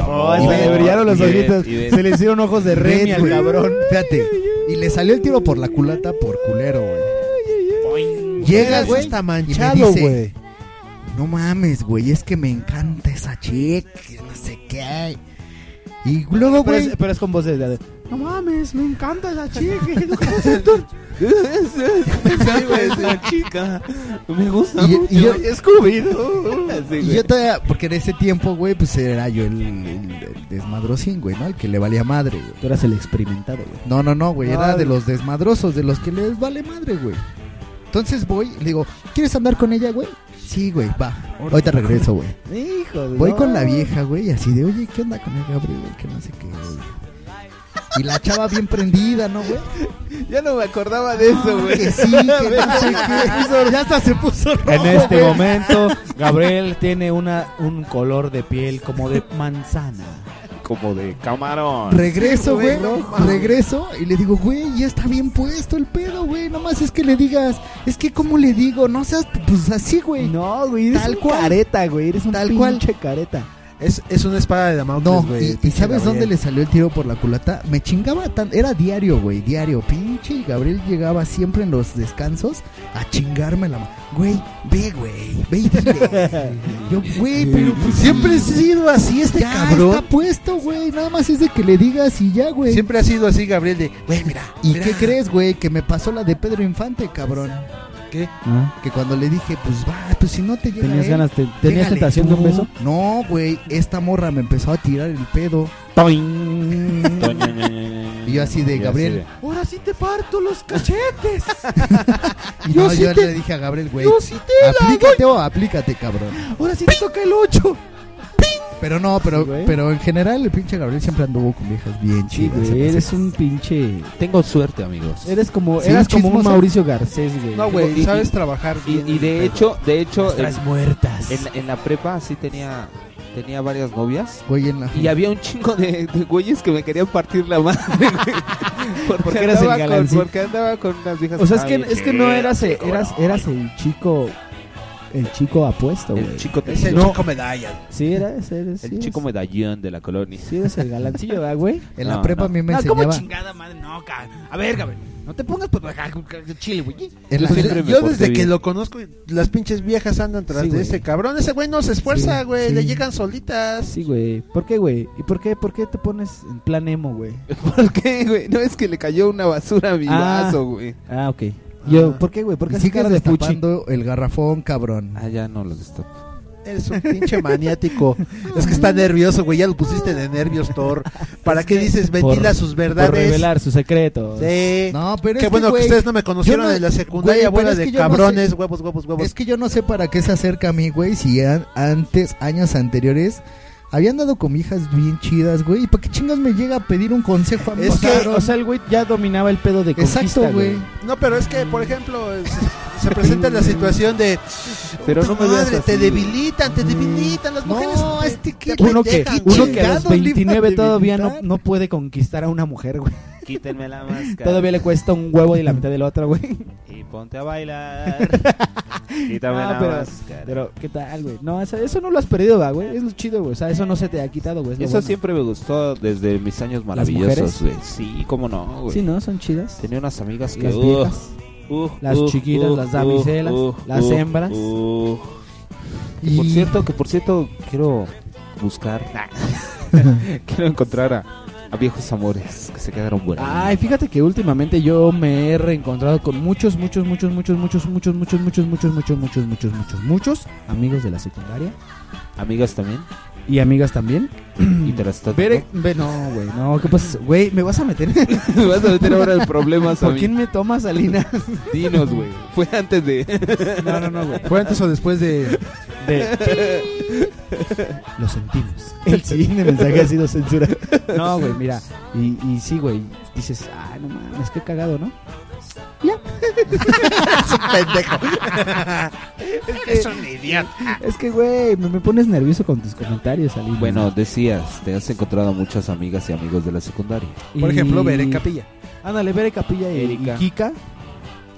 [SPEAKER 8] le
[SPEAKER 6] Oh,
[SPEAKER 8] brillaron los
[SPEAKER 3] Y ven,
[SPEAKER 8] ojitos,
[SPEAKER 3] y ven.
[SPEAKER 8] se le hicieron ojos de
[SPEAKER 6] Ivette,
[SPEAKER 8] Remy al
[SPEAKER 6] güey.
[SPEAKER 8] cabrón.
[SPEAKER 6] Fíjate. Y le salió el tiro por la culata por culero, güey. Llega,
[SPEAKER 8] Oiga,
[SPEAKER 6] güey,
[SPEAKER 8] está
[SPEAKER 6] y me
[SPEAKER 8] manchado,
[SPEAKER 6] dice,
[SPEAKER 8] güey.
[SPEAKER 6] No mames, güey, es que me encanta esa chica, no sé qué. Y luego,
[SPEAKER 8] Pero,
[SPEAKER 6] güey,
[SPEAKER 8] es- pero es con voz de, de- de-
[SPEAKER 11] No mames, me encanta esa chica. ¿no? ¿Qué pasa, Héctor?
[SPEAKER 3] Sí, güey, es una chica. Me gusta
[SPEAKER 6] Y- y
[SPEAKER 3] mucho.
[SPEAKER 6] yo-
[SPEAKER 3] es Scooby-Doo. Así,
[SPEAKER 6] Y
[SPEAKER 3] güey.
[SPEAKER 6] yo todavía, porque en ese tiempo, güey, pues era yo el, el- el desmadrosín, güey, ¿no? El que le valía madre, güey.
[SPEAKER 8] Tú eras el experimentado, güey.
[SPEAKER 6] No, no, no, güey, era
[SPEAKER 8] Ay.
[SPEAKER 6] de los desmadrosos, de los que les vale madre, güey. Entonces voy, le digo, ¿quieres andar con ella, güey? Sí, güey, va. Ahorita regreso, güey.
[SPEAKER 8] Hijo de
[SPEAKER 6] Voy
[SPEAKER 8] no.
[SPEAKER 6] con la vieja, güey, y así de, oye, ¿qué onda con el Gabriel? Que no sé qué, güey. Y la chava bien prendida, ¿no, güey?
[SPEAKER 3] Ya no me acordaba de eso, güey.
[SPEAKER 6] Que sí, que no sé qué. Ya hasta se puso rojo,
[SPEAKER 8] En este
[SPEAKER 6] güey.
[SPEAKER 8] momento, Gabriel tiene una, un color de piel como de manzana.
[SPEAKER 3] Como de camarón.
[SPEAKER 6] Regreso, güey. Regreso y le digo, güey, ya está bien puesto el pedo, güey. Nomás es que le digas, es que cómo le digo, no seas pues así, güey. No,
[SPEAKER 8] No, güey, eres
[SPEAKER 6] Tal
[SPEAKER 8] un
[SPEAKER 6] cual.
[SPEAKER 8] careta, güey. Eres un
[SPEAKER 6] Tal
[SPEAKER 8] pinche careta.
[SPEAKER 2] es, es una espada de Damocles, güey,
[SPEAKER 6] y- y,
[SPEAKER 2] pinche
[SPEAKER 6] ¿sabes
[SPEAKER 2] Gabriel.
[SPEAKER 6] dónde le salió el tiro por la culata? Me chingaba tan, era diario, güey, diario, pinche. Y Gabriel llegaba siempre en los descansos a chingarme la mano. Güey, ve, güey, ve y dile. Yo, güey, pero pues,
[SPEAKER 2] Siempre he sido así este
[SPEAKER 6] ya
[SPEAKER 2] cabrón.
[SPEAKER 6] está puesto, güey. Nada más es de que le digas y ya, güey.
[SPEAKER 2] Siempre ha sido así, Gabriel, de, güey, mira.
[SPEAKER 6] ¿Y
[SPEAKER 2] mira,
[SPEAKER 6] qué crees, güey? Que me pasó la de Pedro Infante, cabrón.
[SPEAKER 2] ¿Qué?
[SPEAKER 6] Que cuando le dije, pues va, pues si no te llega
[SPEAKER 8] Ah, ¿Tenías
[SPEAKER 6] él,
[SPEAKER 8] ganas? te- ¿Tenías
[SPEAKER 6] llégale
[SPEAKER 8] tentación de un
[SPEAKER 6] tú.
[SPEAKER 8] beso?
[SPEAKER 6] No, güey, esta morra me empezó a tirar el pedo. Y yo así de, Gabriel.
[SPEAKER 11] Ahora sí te parto los cachetes.
[SPEAKER 6] Y
[SPEAKER 11] Yo
[SPEAKER 6] no,
[SPEAKER 11] sí
[SPEAKER 6] yo
[SPEAKER 11] te-
[SPEAKER 6] le dije a Gabriel, güey,
[SPEAKER 11] Yo sí te la doy.
[SPEAKER 6] aplícate o aplícate, cabrón.
[SPEAKER 11] Ahora sí te toca el 8.
[SPEAKER 6] Pero no, pero,
[SPEAKER 8] Sí, güey.
[SPEAKER 6] pero en general el pinche Gabriel siempre anduvo con viejas bien
[SPEAKER 8] Sí,
[SPEAKER 6] chidas.
[SPEAKER 8] güey,
[SPEAKER 6] se
[SPEAKER 8] eres
[SPEAKER 6] pasa.
[SPEAKER 8] un pinche...
[SPEAKER 3] Tengo suerte, amigos.
[SPEAKER 8] Eres como,
[SPEAKER 6] Sí,
[SPEAKER 8] eras como un
[SPEAKER 6] chismoso.
[SPEAKER 8] Mauricio Garcés, güey.
[SPEAKER 2] No, güey,
[SPEAKER 3] Y- y-
[SPEAKER 2] sabes trabajar
[SPEAKER 3] Y,
[SPEAKER 2] bien
[SPEAKER 3] y
[SPEAKER 2] el
[SPEAKER 3] de eh,
[SPEAKER 2] pedo.
[SPEAKER 3] hecho, de hecho, en,
[SPEAKER 8] muertas.
[SPEAKER 3] en la- en la prepa sí tenía tenía varias novias.
[SPEAKER 6] Güey, en la
[SPEAKER 3] Y había un chingo de, de güeyes que me querían partir la madre. güey. porque,
[SPEAKER 4] Porque eras el
[SPEAKER 3] andaba con-
[SPEAKER 4] galancín.
[SPEAKER 3] porque andaba con unas viejas.
[SPEAKER 8] O sea, es
[SPEAKER 3] Ah,
[SPEAKER 8] que,
[SPEAKER 3] bien
[SPEAKER 8] es que no
[SPEAKER 3] chido,
[SPEAKER 8] eras, eh,
[SPEAKER 3] chico,
[SPEAKER 8] eras, eras el chico. El chico apuesto, güey.
[SPEAKER 3] El chico
[SPEAKER 8] Ese
[SPEAKER 3] tejido.
[SPEAKER 8] no.
[SPEAKER 2] medalla.
[SPEAKER 8] Sí, era ese. Eres, sí
[SPEAKER 3] El chico
[SPEAKER 8] eres-
[SPEAKER 3] medallón de la colonia.
[SPEAKER 8] Sí, eres el galancillo, ¿verdad, güey.
[SPEAKER 6] En la prepa a mí me
[SPEAKER 8] No,
[SPEAKER 6] enseñaba.
[SPEAKER 7] Chingada madre, no, ca- A ver, Gabriel, no te pongas por acá, chile, güey.
[SPEAKER 6] En la-
[SPEAKER 2] Pues
[SPEAKER 6] siempre me
[SPEAKER 2] yo
[SPEAKER 6] porté
[SPEAKER 2] desde que
[SPEAKER 6] bien.
[SPEAKER 2] lo conozco, las pinches viejas andan tras de
[SPEAKER 8] Sí, güey.
[SPEAKER 2] ese cabrón. Ese güey no se esfuerza,
[SPEAKER 8] Sí,
[SPEAKER 2] güey.
[SPEAKER 8] sí.
[SPEAKER 2] Le llegan solitas.
[SPEAKER 8] Sí, güey. ¿Por qué, güey? ¿Y por qué, por qué te pones en plan emo, güey?
[SPEAKER 3] ¿Por qué, güey? No es que le cayó una basura a mi vaso, güey.
[SPEAKER 8] Ah, ok. Yo,
[SPEAKER 6] Ah.
[SPEAKER 8] ¿por qué, güey? ¿Por
[SPEAKER 6] Y
[SPEAKER 8] qué así
[SPEAKER 6] sigues
[SPEAKER 8] cara de puchi?
[SPEAKER 6] destapando el garrafón, cabrón.
[SPEAKER 3] Ah, ya no lo destapo.
[SPEAKER 2] Eres un pinche maniático. Es que está nervioso, güey. Ya lo pusiste de nervios, Thor. ¿Para qué dices ventila
[SPEAKER 8] por-
[SPEAKER 2] sus
[SPEAKER 8] Por
[SPEAKER 2] verdades?
[SPEAKER 8] revelar sus secretos.
[SPEAKER 2] Sí.
[SPEAKER 6] No, pero
[SPEAKER 2] Qué
[SPEAKER 6] es
[SPEAKER 2] bueno
[SPEAKER 6] que,
[SPEAKER 2] que
[SPEAKER 6] güey,
[SPEAKER 2] ustedes no me conocieron
[SPEAKER 6] yo no-
[SPEAKER 2] en la secundaria,
[SPEAKER 6] güey, pero
[SPEAKER 2] abuela
[SPEAKER 6] es
[SPEAKER 2] de
[SPEAKER 6] que yo no
[SPEAKER 2] cabrones,
[SPEAKER 6] sé-
[SPEAKER 2] huevos, huevos, huevos.
[SPEAKER 6] Es que yo no sé para qué se acerca a mí, güey, si an- antes, años anteriores, habían dado con viejas bien chidas, güey. ¿Y para qué chingas me llega a pedir un consejo a mí?
[SPEAKER 2] Es
[SPEAKER 8] O sea,
[SPEAKER 2] que-
[SPEAKER 8] o sea, el güey ya dominaba el pedo de conquista,
[SPEAKER 6] Exacto, güey.
[SPEAKER 2] No, pero es que, por ejemplo, se- se presenta la situación de.
[SPEAKER 3] Pero
[SPEAKER 2] "Puta
[SPEAKER 3] no me veas
[SPEAKER 2] madre,
[SPEAKER 3] así".
[SPEAKER 2] te debilitan, te debilitan. Las mujeres.
[SPEAKER 6] No,
[SPEAKER 2] te-
[SPEAKER 6] este que-
[SPEAKER 2] te
[SPEAKER 8] Uno que,
[SPEAKER 2] pendejan,
[SPEAKER 8] uno que a
[SPEAKER 2] chingados,
[SPEAKER 8] los
[SPEAKER 6] chingados le iban a
[SPEAKER 8] 29 todavía no,
[SPEAKER 6] debilitar.
[SPEAKER 8] no puede conquistar a una mujer, güey.
[SPEAKER 3] Quítenme la máscara.
[SPEAKER 8] Todavía le cuesta un huevo y la mitad del otro, güey.
[SPEAKER 3] Y ponte a bailar. Quítame
[SPEAKER 8] Ah,
[SPEAKER 3] la
[SPEAKER 8] pero,
[SPEAKER 3] máscara.
[SPEAKER 8] pero, ¿qué tal, güey? No, eso, eso no lo has perdido, va, güey. Es lo chido, güey. O sea, eso no se te ha quitado, güey. es lo
[SPEAKER 3] Eso
[SPEAKER 8] bueno.
[SPEAKER 3] siempre me gustó desde mis años
[SPEAKER 8] mujeres?
[SPEAKER 3] maravillosos, güey. Sí, cómo no, güey.
[SPEAKER 8] Sí, ¿no? Son chidas.
[SPEAKER 3] Tenía unas amigas que.
[SPEAKER 8] Las
[SPEAKER 3] uh,
[SPEAKER 8] viejas.
[SPEAKER 3] uh,
[SPEAKER 8] Las
[SPEAKER 3] uh,
[SPEAKER 8] chiquitas,
[SPEAKER 3] uh,
[SPEAKER 8] las damiselas, las hembras.
[SPEAKER 3] uh. Que por
[SPEAKER 8] Y-
[SPEAKER 3] cierto, que por cierto, quiero buscar. quiero encontrar a, a viejos amores que se quedaron buenos.
[SPEAKER 8] Ay, fíjate que últimamente yo me he reencontrado con muchos, muchos, muchos, muchos, muchos, muchos, muchos, muchos, muchos, muchos, muchos, muchos, muchos, muchos amigos de la secundaria
[SPEAKER 3] Amigas también.
[SPEAKER 8] y amigas también.
[SPEAKER 3] Y te las estás
[SPEAKER 8] Bere- ve- no, güey, no, ¿qué pasa? Güey, ¿me vas a meter?
[SPEAKER 3] Me vas a meter ahora en problemas a
[SPEAKER 8] ¿Por
[SPEAKER 3] mí.
[SPEAKER 8] quién me tomas, Alina?
[SPEAKER 3] Dinos, güey. Fue antes de.
[SPEAKER 8] No, no, no, güey.
[SPEAKER 2] ¿Fue antes o después de.?
[SPEAKER 8] Lo sentimos. El siguiente mensaje ha sido censura. No, güey, mira. Y, y sí, güey. Dices, ah, no mames, qué cagado, ¿no?
[SPEAKER 7] Eres un idiota.
[SPEAKER 8] Es que, güey, me, me pones nervioso con tus comentarios, Alina.
[SPEAKER 3] Bueno, decías, te has encontrado muchas amigas y amigos de la secundaria.
[SPEAKER 2] Por ejemplo, ver en
[SPEAKER 8] Capilla
[SPEAKER 2] capilla.
[SPEAKER 8] Ándale, Bere Capilla y, y
[SPEAKER 3] Erika.
[SPEAKER 8] Kika.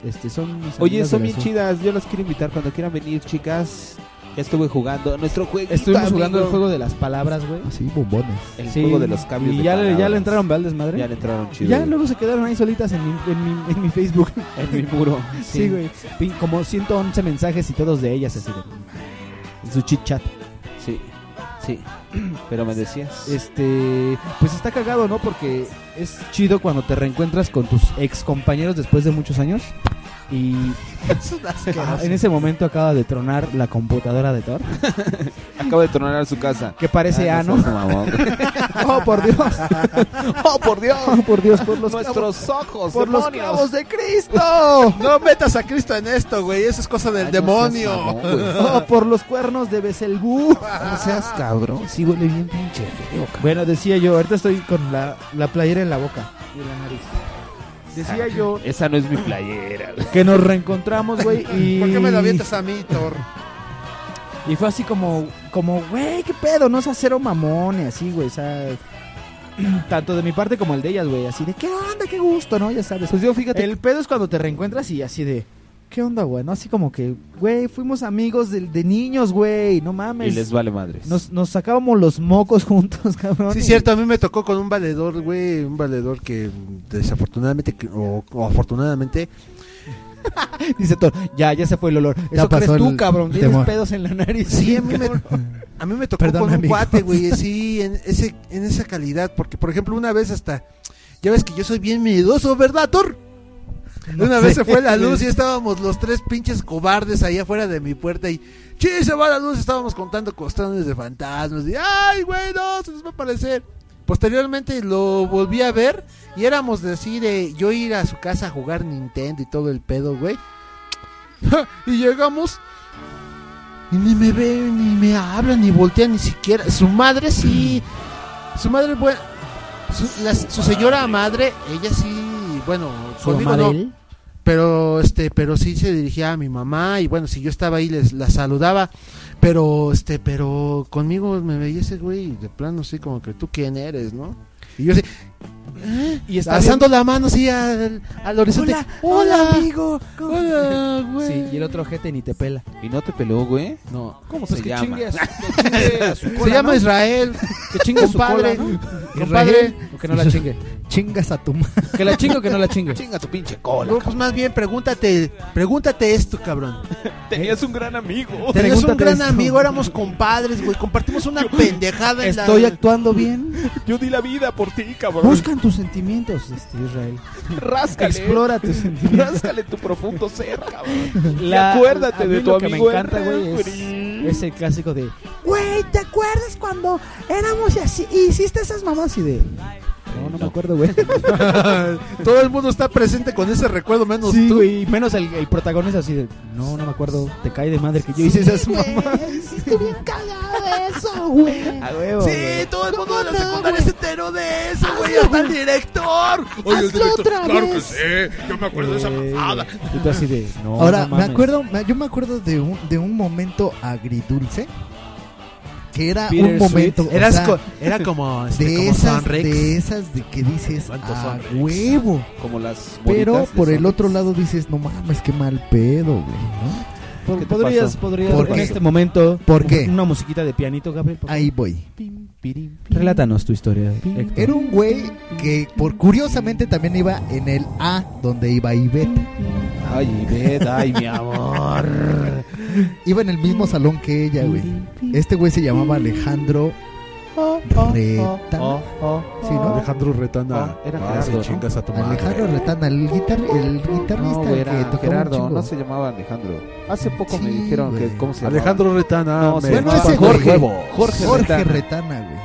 [SPEAKER 8] Este, son mis
[SPEAKER 3] Oye,
[SPEAKER 8] amigas
[SPEAKER 3] son
[SPEAKER 8] de
[SPEAKER 3] bien
[SPEAKER 8] la zona.
[SPEAKER 3] chidas. Yo las quiero invitar cuando quieran venir, chicas. Ya estuve jugando nuestro juego.
[SPEAKER 8] Estuvimos jugando el juego de las palabras,
[SPEAKER 3] Ah,
[SPEAKER 8] güey.
[SPEAKER 6] Así, bombones.
[SPEAKER 3] El
[SPEAKER 8] Sí,
[SPEAKER 3] juego de los cambios.
[SPEAKER 8] Y
[SPEAKER 3] de
[SPEAKER 8] ya, le, ya
[SPEAKER 3] palabras.
[SPEAKER 8] le entraron, ¿verdad, al desmadre?
[SPEAKER 3] Ya le entraron
[SPEAKER 8] Y
[SPEAKER 3] chido.
[SPEAKER 8] ya
[SPEAKER 3] güey.
[SPEAKER 8] luego se quedaron ahí solitas en mi, en mi, en mi Facebook.
[SPEAKER 3] En mi muro.
[SPEAKER 8] Sí, güey. Pin- Como 111 mensajes y todos de ellas así de... En su chit chat.
[SPEAKER 3] Sí, sí. Pero me decías.
[SPEAKER 8] Este, pues está cagado, ¿no? Porque es chido cuando te reencuentras con tus ex compañeros después de muchos años. Y Ah, en ese momento acaba de tronar la computadora de Thor.
[SPEAKER 3] Acabo de tornar a su casa.
[SPEAKER 8] Que parece
[SPEAKER 3] Ah, no
[SPEAKER 8] ano.
[SPEAKER 3] seas mamón, güey.
[SPEAKER 8] Oh, por Dios.
[SPEAKER 3] ¡Oh, por Dios!
[SPEAKER 8] Oh, por Dios, por los
[SPEAKER 3] Nuestros ojos,
[SPEAKER 8] por los
[SPEAKER 3] demonios.
[SPEAKER 8] clavos
[SPEAKER 3] de
[SPEAKER 8] Cristo.
[SPEAKER 2] No metas a Cristo en esto, güey. Eso es cosa del demonio.
[SPEAKER 8] Oh, por los cuernos de Beselgú.
[SPEAKER 3] No seas cabrón. Sí, huele bien pinche feo, cabrón.
[SPEAKER 8] Bueno, decía yo, ahorita estoy con la, la playera en la boca y en la nariz.
[SPEAKER 3] Ah,
[SPEAKER 8] Decía yo
[SPEAKER 3] Esa no es mi playera, güey.
[SPEAKER 8] que nos reencontramos, güey, y...
[SPEAKER 2] ¿Por qué me lo avientas a mí, Thor?
[SPEAKER 8] Y fue así como, como, güey, qué pedo, no o sea, cero mamón y así, güey, o sea... Tanto de mi parte como el de ellas, güey, así de, qué onda, qué gusto, ¿no? Ya sabes.
[SPEAKER 3] Pues yo, fíjate.
[SPEAKER 8] El pedo es cuando te reencuentras y así de, ¿qué onda, güey? No, así como que, güey, fuimos amigos de, de niños, güey, no mames.
[SPEAKER 3] Y les vale madres.
[SPEAKER 8] Nos, nos sacábamos los mocos juntos, cabrón.
[SPEAKER 2] Sí,
[SPEAKER 8] y-
[SPEAKER 2] cierto, a mí me tocó con un valedor, güey, un valedor que mm, desafortunadamente que- o, o afortunadamente
[SPEAKER 8] Dice Thor, ya, ya se fue el olor. Eso
[SPEAKER 6] pasó
[SPEAKER 8] crees tú,
[SPEAKER 6] el
[SPEAKER 8] cabrón. Tienes
[SPEAKER 6] temor.
[SPEAKER 8] pedos en la nariz.
[SPEAKER 2] sí, a mí me, a mí me tocó
[SPEAKER 6] Perdón,
[SPEAKER 2] con un
[SPEAKER 6] amigo.
[SPEAKER 2] cuate, güey, sí, en ese en esa calidad, porque por ejemplo, una vez hasta ya ves que yo soy bien miedoso, ¿verdad, Thor? una vez se fue la luz y estábamos los tres pinches cobardes ahí afuera de mi puerta y ¡Sí, se va la luz! Estábamos contando costones de fantasmas y ¡ay, güey, no! Se nos va a aparecer. Posteriormente lo volví a ver y éramos de así de yo ir a su casa a jugar Nintendo y todo el pedo, güey. y llegamos y ni me ve, ni me habla, ni voltea ni siquiera. Su madre sí, su madre, bueno, su, la- su señora madre, ella sí, bueno,
[SPEAKER 8] Su
[SPEAKER 2] conmigo no.
[SPEAKER 8] Amadel.
[SPEAKER 2] pero este pero sí se dirigía a mi mamá y bueno si yo estaba ahí les la saludaba pero este pero conmigo me veía ese güey y de plano así como que tú quién eres no y yo así ¿eh?
[SPEAKER 15] Y está
[SPEAKER 2] alzando
[SPEAKER 15] bien.
[SPEAKER 2] la mano así al, al horizonte
[SPEAKER 15] Hola,
[SPEAKER 2] hola,
[SPEAKER 15] amigo.
[SPEAKER 2] hola, güey
[SPEAKER 8] Sí, y el otro ojete ni te pela.
[SPEAKER 3] ¿Y no te peló, güey?
[SPEAKER 8] No.
[SPEAKER 3] ¿Cómo
[SPEAKER 8] Pues
[SPEAKER 3] se
[SPEAKER 8] que
[SPEAKER 3] llama?
[SPEAKER 8] chingue a su- que chingue a su
[SPEAKER 2] Se
[SPEAKER 8] cola,
[SPEAKER 2] llama
[SPEAKER 8] ¿no?
[SPEAKER 2] Israel.
[SPEAKER 8] Que chingue a su
[SPEAKER 2] Compadre.
[SPEAKER 8] cola, ¿no?
[SPEAKER 2] Compadre.
[SPEAKER 8] Israel, o que no la chingue.
[SPEAKER 6] Chingas a tu madre.
[SPEAKER 8] Que la chingue o que no la chingue.
[SPEAKER 3] Chinga tu pinche
[SPEAKER 2] No, pues más bien pregúntate, pregúntate esto, cabrón.
[SPEAKER 3] Tenías un gran amigo.
[SPEAKER 2] Tenías un
[SPEAKER 3] Pregúntate
[SPEAKER 2] gran
[SPEAKER 3] esto.
[SPEAKER 2] amigo, éramos compadres, güey, compartimos una pendejada en
[SPEAKER 8] Estoy
[SPEAKER 2] la
[SPEAKER 8] actuando bien.
[SPEAKER 3] Yo di la vida por ti, cabrón.
[SPEAKER 8] Buscan tus sentimientos, este, Israel.
[SPEAKER 3] Ráscale.
[SPEAKER 8] Explora tus sentimientos.
[SPEAKER 3] Ráscale tu profundo ser, cabrón.
[SPEAKER 8] La-
[SPEAKER 3] y acuérdate
[SPEAKER 8] a
[SPEAKER 3] de
[SPEAKER 8] mí
[SPEAKER 3] tu
[SPEAKER 8] lo que
[SPEAKER 3] amigo.
[SPEAKER 8] me encanta, güey, es,
[SPEAKER 3] Henry.
[SPEAKER 8] es el clásico de
[SPEAKER 16] Güey, ¿te acuerdas cuando éramos y así? y Hiciste esas mamás y de.
[SPEAKER 8] No, no me acuerdo, güey.
[SPEAKER 2] Todo el mundo está presente con ese recuerdo, menos
[SPEAKER 8] Sí,
[SPEAKER 2] tú.
[SPEAKER 8] güey, y menos el, el protagonista así de, no, no me acuerdo, te cae de madre que yo hice
[SPEAKER 16] Sí,
[SPEAKER 8] esas
[SPEAKER 16] güey,
[SPEAKER 8] mamás.
[SPEAKER 16] Hiciste bien cagada eso, güey.
[SPEAKER 8] A huevo, güey.
[SPEAKER 2] todo el mundo de la
[SPEAKER 16] no,
[SPEAKER 2] secundaria se enteró de eso, güey, hasta el director. Oye, el
[SPEAKER 16] Hazlo
[SPEAKER 2] director,
[SPEAKER 16] otra
[SPEAKER 2] claro que
[SPEAKER 16] vez.
[SPEAKER 2] sí, yo me acuerdo de esa
[SPEAKER 8] Eh,
[SPEAKER 2] mamada.
[SPEAKER 8] Y tú así de, no,
[SPEAKER 6] Ahora,
[SPEAKER 8] no
[SPEAKER 6] me
[SPEAKER 8] mames.
[SPEAKER 6] acuerdo, me- yo me acuerdo de un, de un momento agridulce. Que era un
[SPEAKER 2] Bittersweet.
[SPEAKER 6] momento. o
[SPEAKER 2] Eras
[SPEAKER 6] sea,
[SPEAKER 2] co- era como, este,
[SPEAKER 6] de
[SPEAKER 2] como
[SPEAKER 6] esas,
[SPEAKER 2] Son Rex.
[SPEAKER 6] de esas de que dices
[SPEAKER 2] ¿Cuántos
[SPEAKER 6] a
[SPEAKER 2] Son Rex?
[SPEAKER 6] huevo.
[SPEAKER 3] Como las
[SPEAKER 6] Pero
[SPEAKER 3] bolitas de
[SPEAKER 6] por el
[SPEAKER 3] Sonic.
[SPEAKER 6] otro lado dices, no mames, qué mal pedo, güey. ¿no?
[SPEAKER 8] Por-
[SPEAKER 3] ¿Qué te
[SPEAKER 8] podrías,
[SPEAKER 3] pasó?
[SPEAKER 8] podrías,
[SPEAKER 6] ¿Por
[SPEAKER 8] en
[SPEAKER 6] qué?
[SPEAKER 8] este momento,
[SPEAKER 6] ¿Por qué?
[SPEAKER 8] una musiquita de pianito, Gabriel. por-
[SPEAKER 6] Ahí voy.
[SPEAKER 8] Relátanos tu historia, Héctor.
[SPEAKER 6] Era un güey que por curiosamente también iba en el A donde iba Ivette.
[SPEAKER 3] Ay, Ivette, ay, mi amor.
[SPEAKER 6] Iba en el mismo salón que ella, güey. Este güey se llamaba Alejandro Oh, Retana. oh, Sí, ¿no?
[SPEAKER 11] Alejandro Retana.
[SPEAKER 3] Ah, era
[SPEAKER 11] Ah,
[SPEAKER 3] Gerardo,
[SPEAKER 11] sí,
[SPEAKER 3] ¿no?
[SPEAKER 11] chingas a tu madre.
[SPEAKER 6] Alejandro Retana, el, guitar el guitarrista
[SPEAKER 3] No, güey,
[SPEAKER 6] que
[SPEAKER 3] era
[SPEAKER 6] tocaba un
[SPEAKER 3] Gerardo,
[SPEAKER 6] chingo.
[SPEAKER 3] no se llamaba Alejandro. Hace poco me
[SPEAKER 6] Sí,
[SPEAKER 3] dijeron
[SPEAKER 6] güey.
[SPEAKER 3] que cómo se llamaba.
[SPEAKER 11] Alejandro Retana.
[SPEAKER 3] No,
[SPEAKER 11] me
[SPEAKER 3] se
[SPEAKER 6] Bueno,
[SPEAKER 3] llamaba
[SPEAKER 6] ese
[SPEAKER 11] Jorge
[SPEAKER 6] güey.
[SPEAKER 11] Huevo.
[SPEAKER 3] Jorge,
[SPEAKER 6] Jorge
[SPEAKER 3] Retana.
[SPEAKER 6] Retana, güey.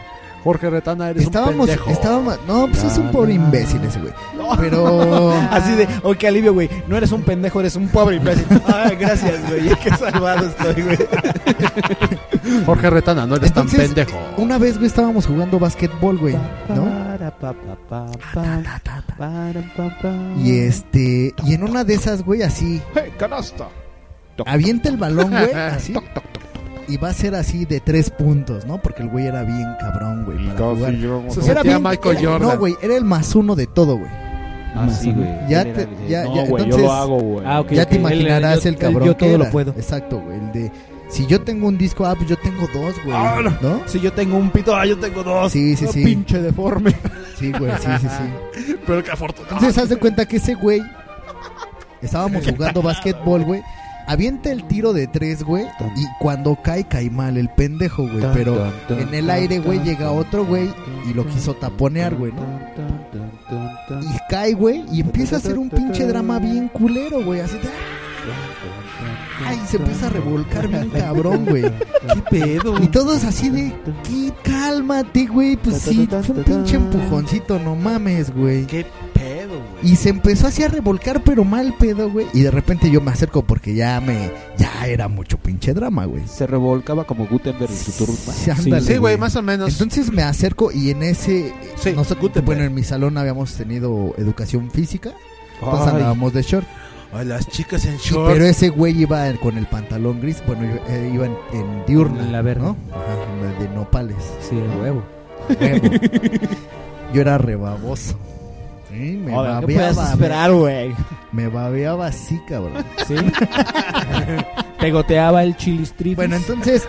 [SPEAKER 11] Jorge Retana, eres un
[SPEAKER 6] Estábamos,
[SPEAKER 11] pendejo.
[SPEAKER 6] estábamos, no, pues es un pobre imbécil ese güey.
[SPEAKER 8] No.
[SPEAKER 6] Pero
[SPEAKER 8] Así de, oh, qué alivio, güey. No eres un pendejo, eres un pobre imbécil. Ah, gracias, güey. Qué salvado estoy, güey.
[SPEAKER 11] Jorge Retana, no eres tan
[SPEAKER 6] Entonces,
[SPEAKER 11] pendejo.
[SPEAKER 6] una vez, güey, estábamos jugando básquetbol, güey, ¿no? Y este, y en una de esas, güey, así,
[SPEAKER 3] Hey, canasta. Toc,
[SPEAKER 6] avienta el balón, güey, así,
[SPEAKER 3] Toc, toc, toc.
[SPEAKER 6] y va a ser así de tres puntos, ¿no? Porque el güey era bien cabrón, güey, para jugar.
[SPEAKER 11] Se
[SPEAKER 6] Era
[SPEAKER 11] sentía
[SPEAKER 6] bien-
[SPEAKER 11] Michael
[SPEAKER 6] era-
[SPEAKER 11] Jordan.
[SPEAKER 6] No, güey, era el más uno de todo, güey.
[SPEAKER 3] Ah, sí, güey.
[SPEAKER 6] Ya
[SPEAKER 3] Él era
[SPEAKER 6] te-
[SPEAKER 3] el de-
[SPEAKER 6] ya-
[SPEAKER 3] no,
[SPEAKER 6] ya,
[SPEAKER 3] güey, yo
[SPEAKER 6] entonces-
[SPEAKER 3] lo hago, güey.
[SPEAKER 8] Ah, ok.
[SPEAKER 6] ya te
[SPEAKER 8] Él- él-
[SPEAKER 6] imaginarás
[SPEAKER 8] yo-
[SPEAKER 6] el cabrón
[SPEAKER 8] Yo
[SPEAKER 6] que
[SPEAKER 8] todo
[SPEAKER 6] era.
[SPEAKER 8] lo puedo.
[SPEAKER 6] Exacto, güey, el de si yo tengo un disco, ah, pues yo tengo dos, güey,
[SPEAKER 3] Ah,
[SPEAKER 6] ¿no?
[SPEAKER 8] Si yo tengo un pito, ah, yo tengo dos.
[SPEAKER 6] Sí, sí,
[SPEAKER 8] Ah,
[SPEAKER 6] sí.
[SPEAKER 8] Pinche deforme.
[SPEAKER 6] Sí, güey, sí, sí, sí.
[SPEAKER 11] Pero que afortunado.
[SPEAKER 6] Entonces haz de cuenta que ese güey estábamos jugando básquetbol, güey. Avienta el tiro de tres, güey. Y cuando cae, cae mal el pendejo, güey. Pero en el aire, güey, llega otro güey y lo quiso taponear, güey, ¿no? Y cae, güey, y empieza a hacer un pinche drama bien culero, güey. Así de. ah, ¡Ay! Se empieza a revolcar bien cabrón, güey.
[SPEAKER 2] ¿Qué pedo?
[SPEAKER 6] Y todos así de. "Qué, Cálmate, güey. Pues sí, fue un pinche empujoncito, no mames, güey.
[SPEAKER 2] ¿Qué pedo, güey?
[SPEAKER 6] Y se empezó así a revolcar, pero mal pedo, güey. Y de repente yo me acerco porque ya me. Ya era mucho pinche drama, güey.
[SPEAKER 3] Se revolcaba como Gutenberg en su turba.
[SPEAKER 6] Sí, ándale,
[SPEAKER 2] Sí, güey, más o menos.
[SPEAKER 6] Entonces me acerco y en ese.
[SPEAKER 2] Sí,
[SPEAKER 6] nosotros-
[SPEAKER 2] Gutenberg.
[SPEAKER 6] bueno, en mi salón habíamos tenido educación física. Entonces andábamos de short.
[SPEAKER 2] A las chicas en
[SPEAKER 6] Sí,
[SPEAKER 2] short.
[SPEAKER 6] pero ese güey iba con el pantalón gris. Bueno, yo- eh, iba en, en diurna.
[SPEAKER 8] En la verde.
[SPEAKER 6] ¿no? Ajá, en la de nopales.
[SPEAKER 8] Sí, el huevo.
[SPEAKER 6] Huevo. yo era rebaboso. Sí, me
[SPEAKER 8] Joder, ¿Qué puedes
[SPEAKER 6] babeaba. me-
[SPEAKER 8] esperar, güey?
[SPEAKER 6] me babeaba así, cabrón.
[SPEAKER 8] Sí. Pegoteaba el chili strip.
[SPEAKER 6] Bueno, entonces,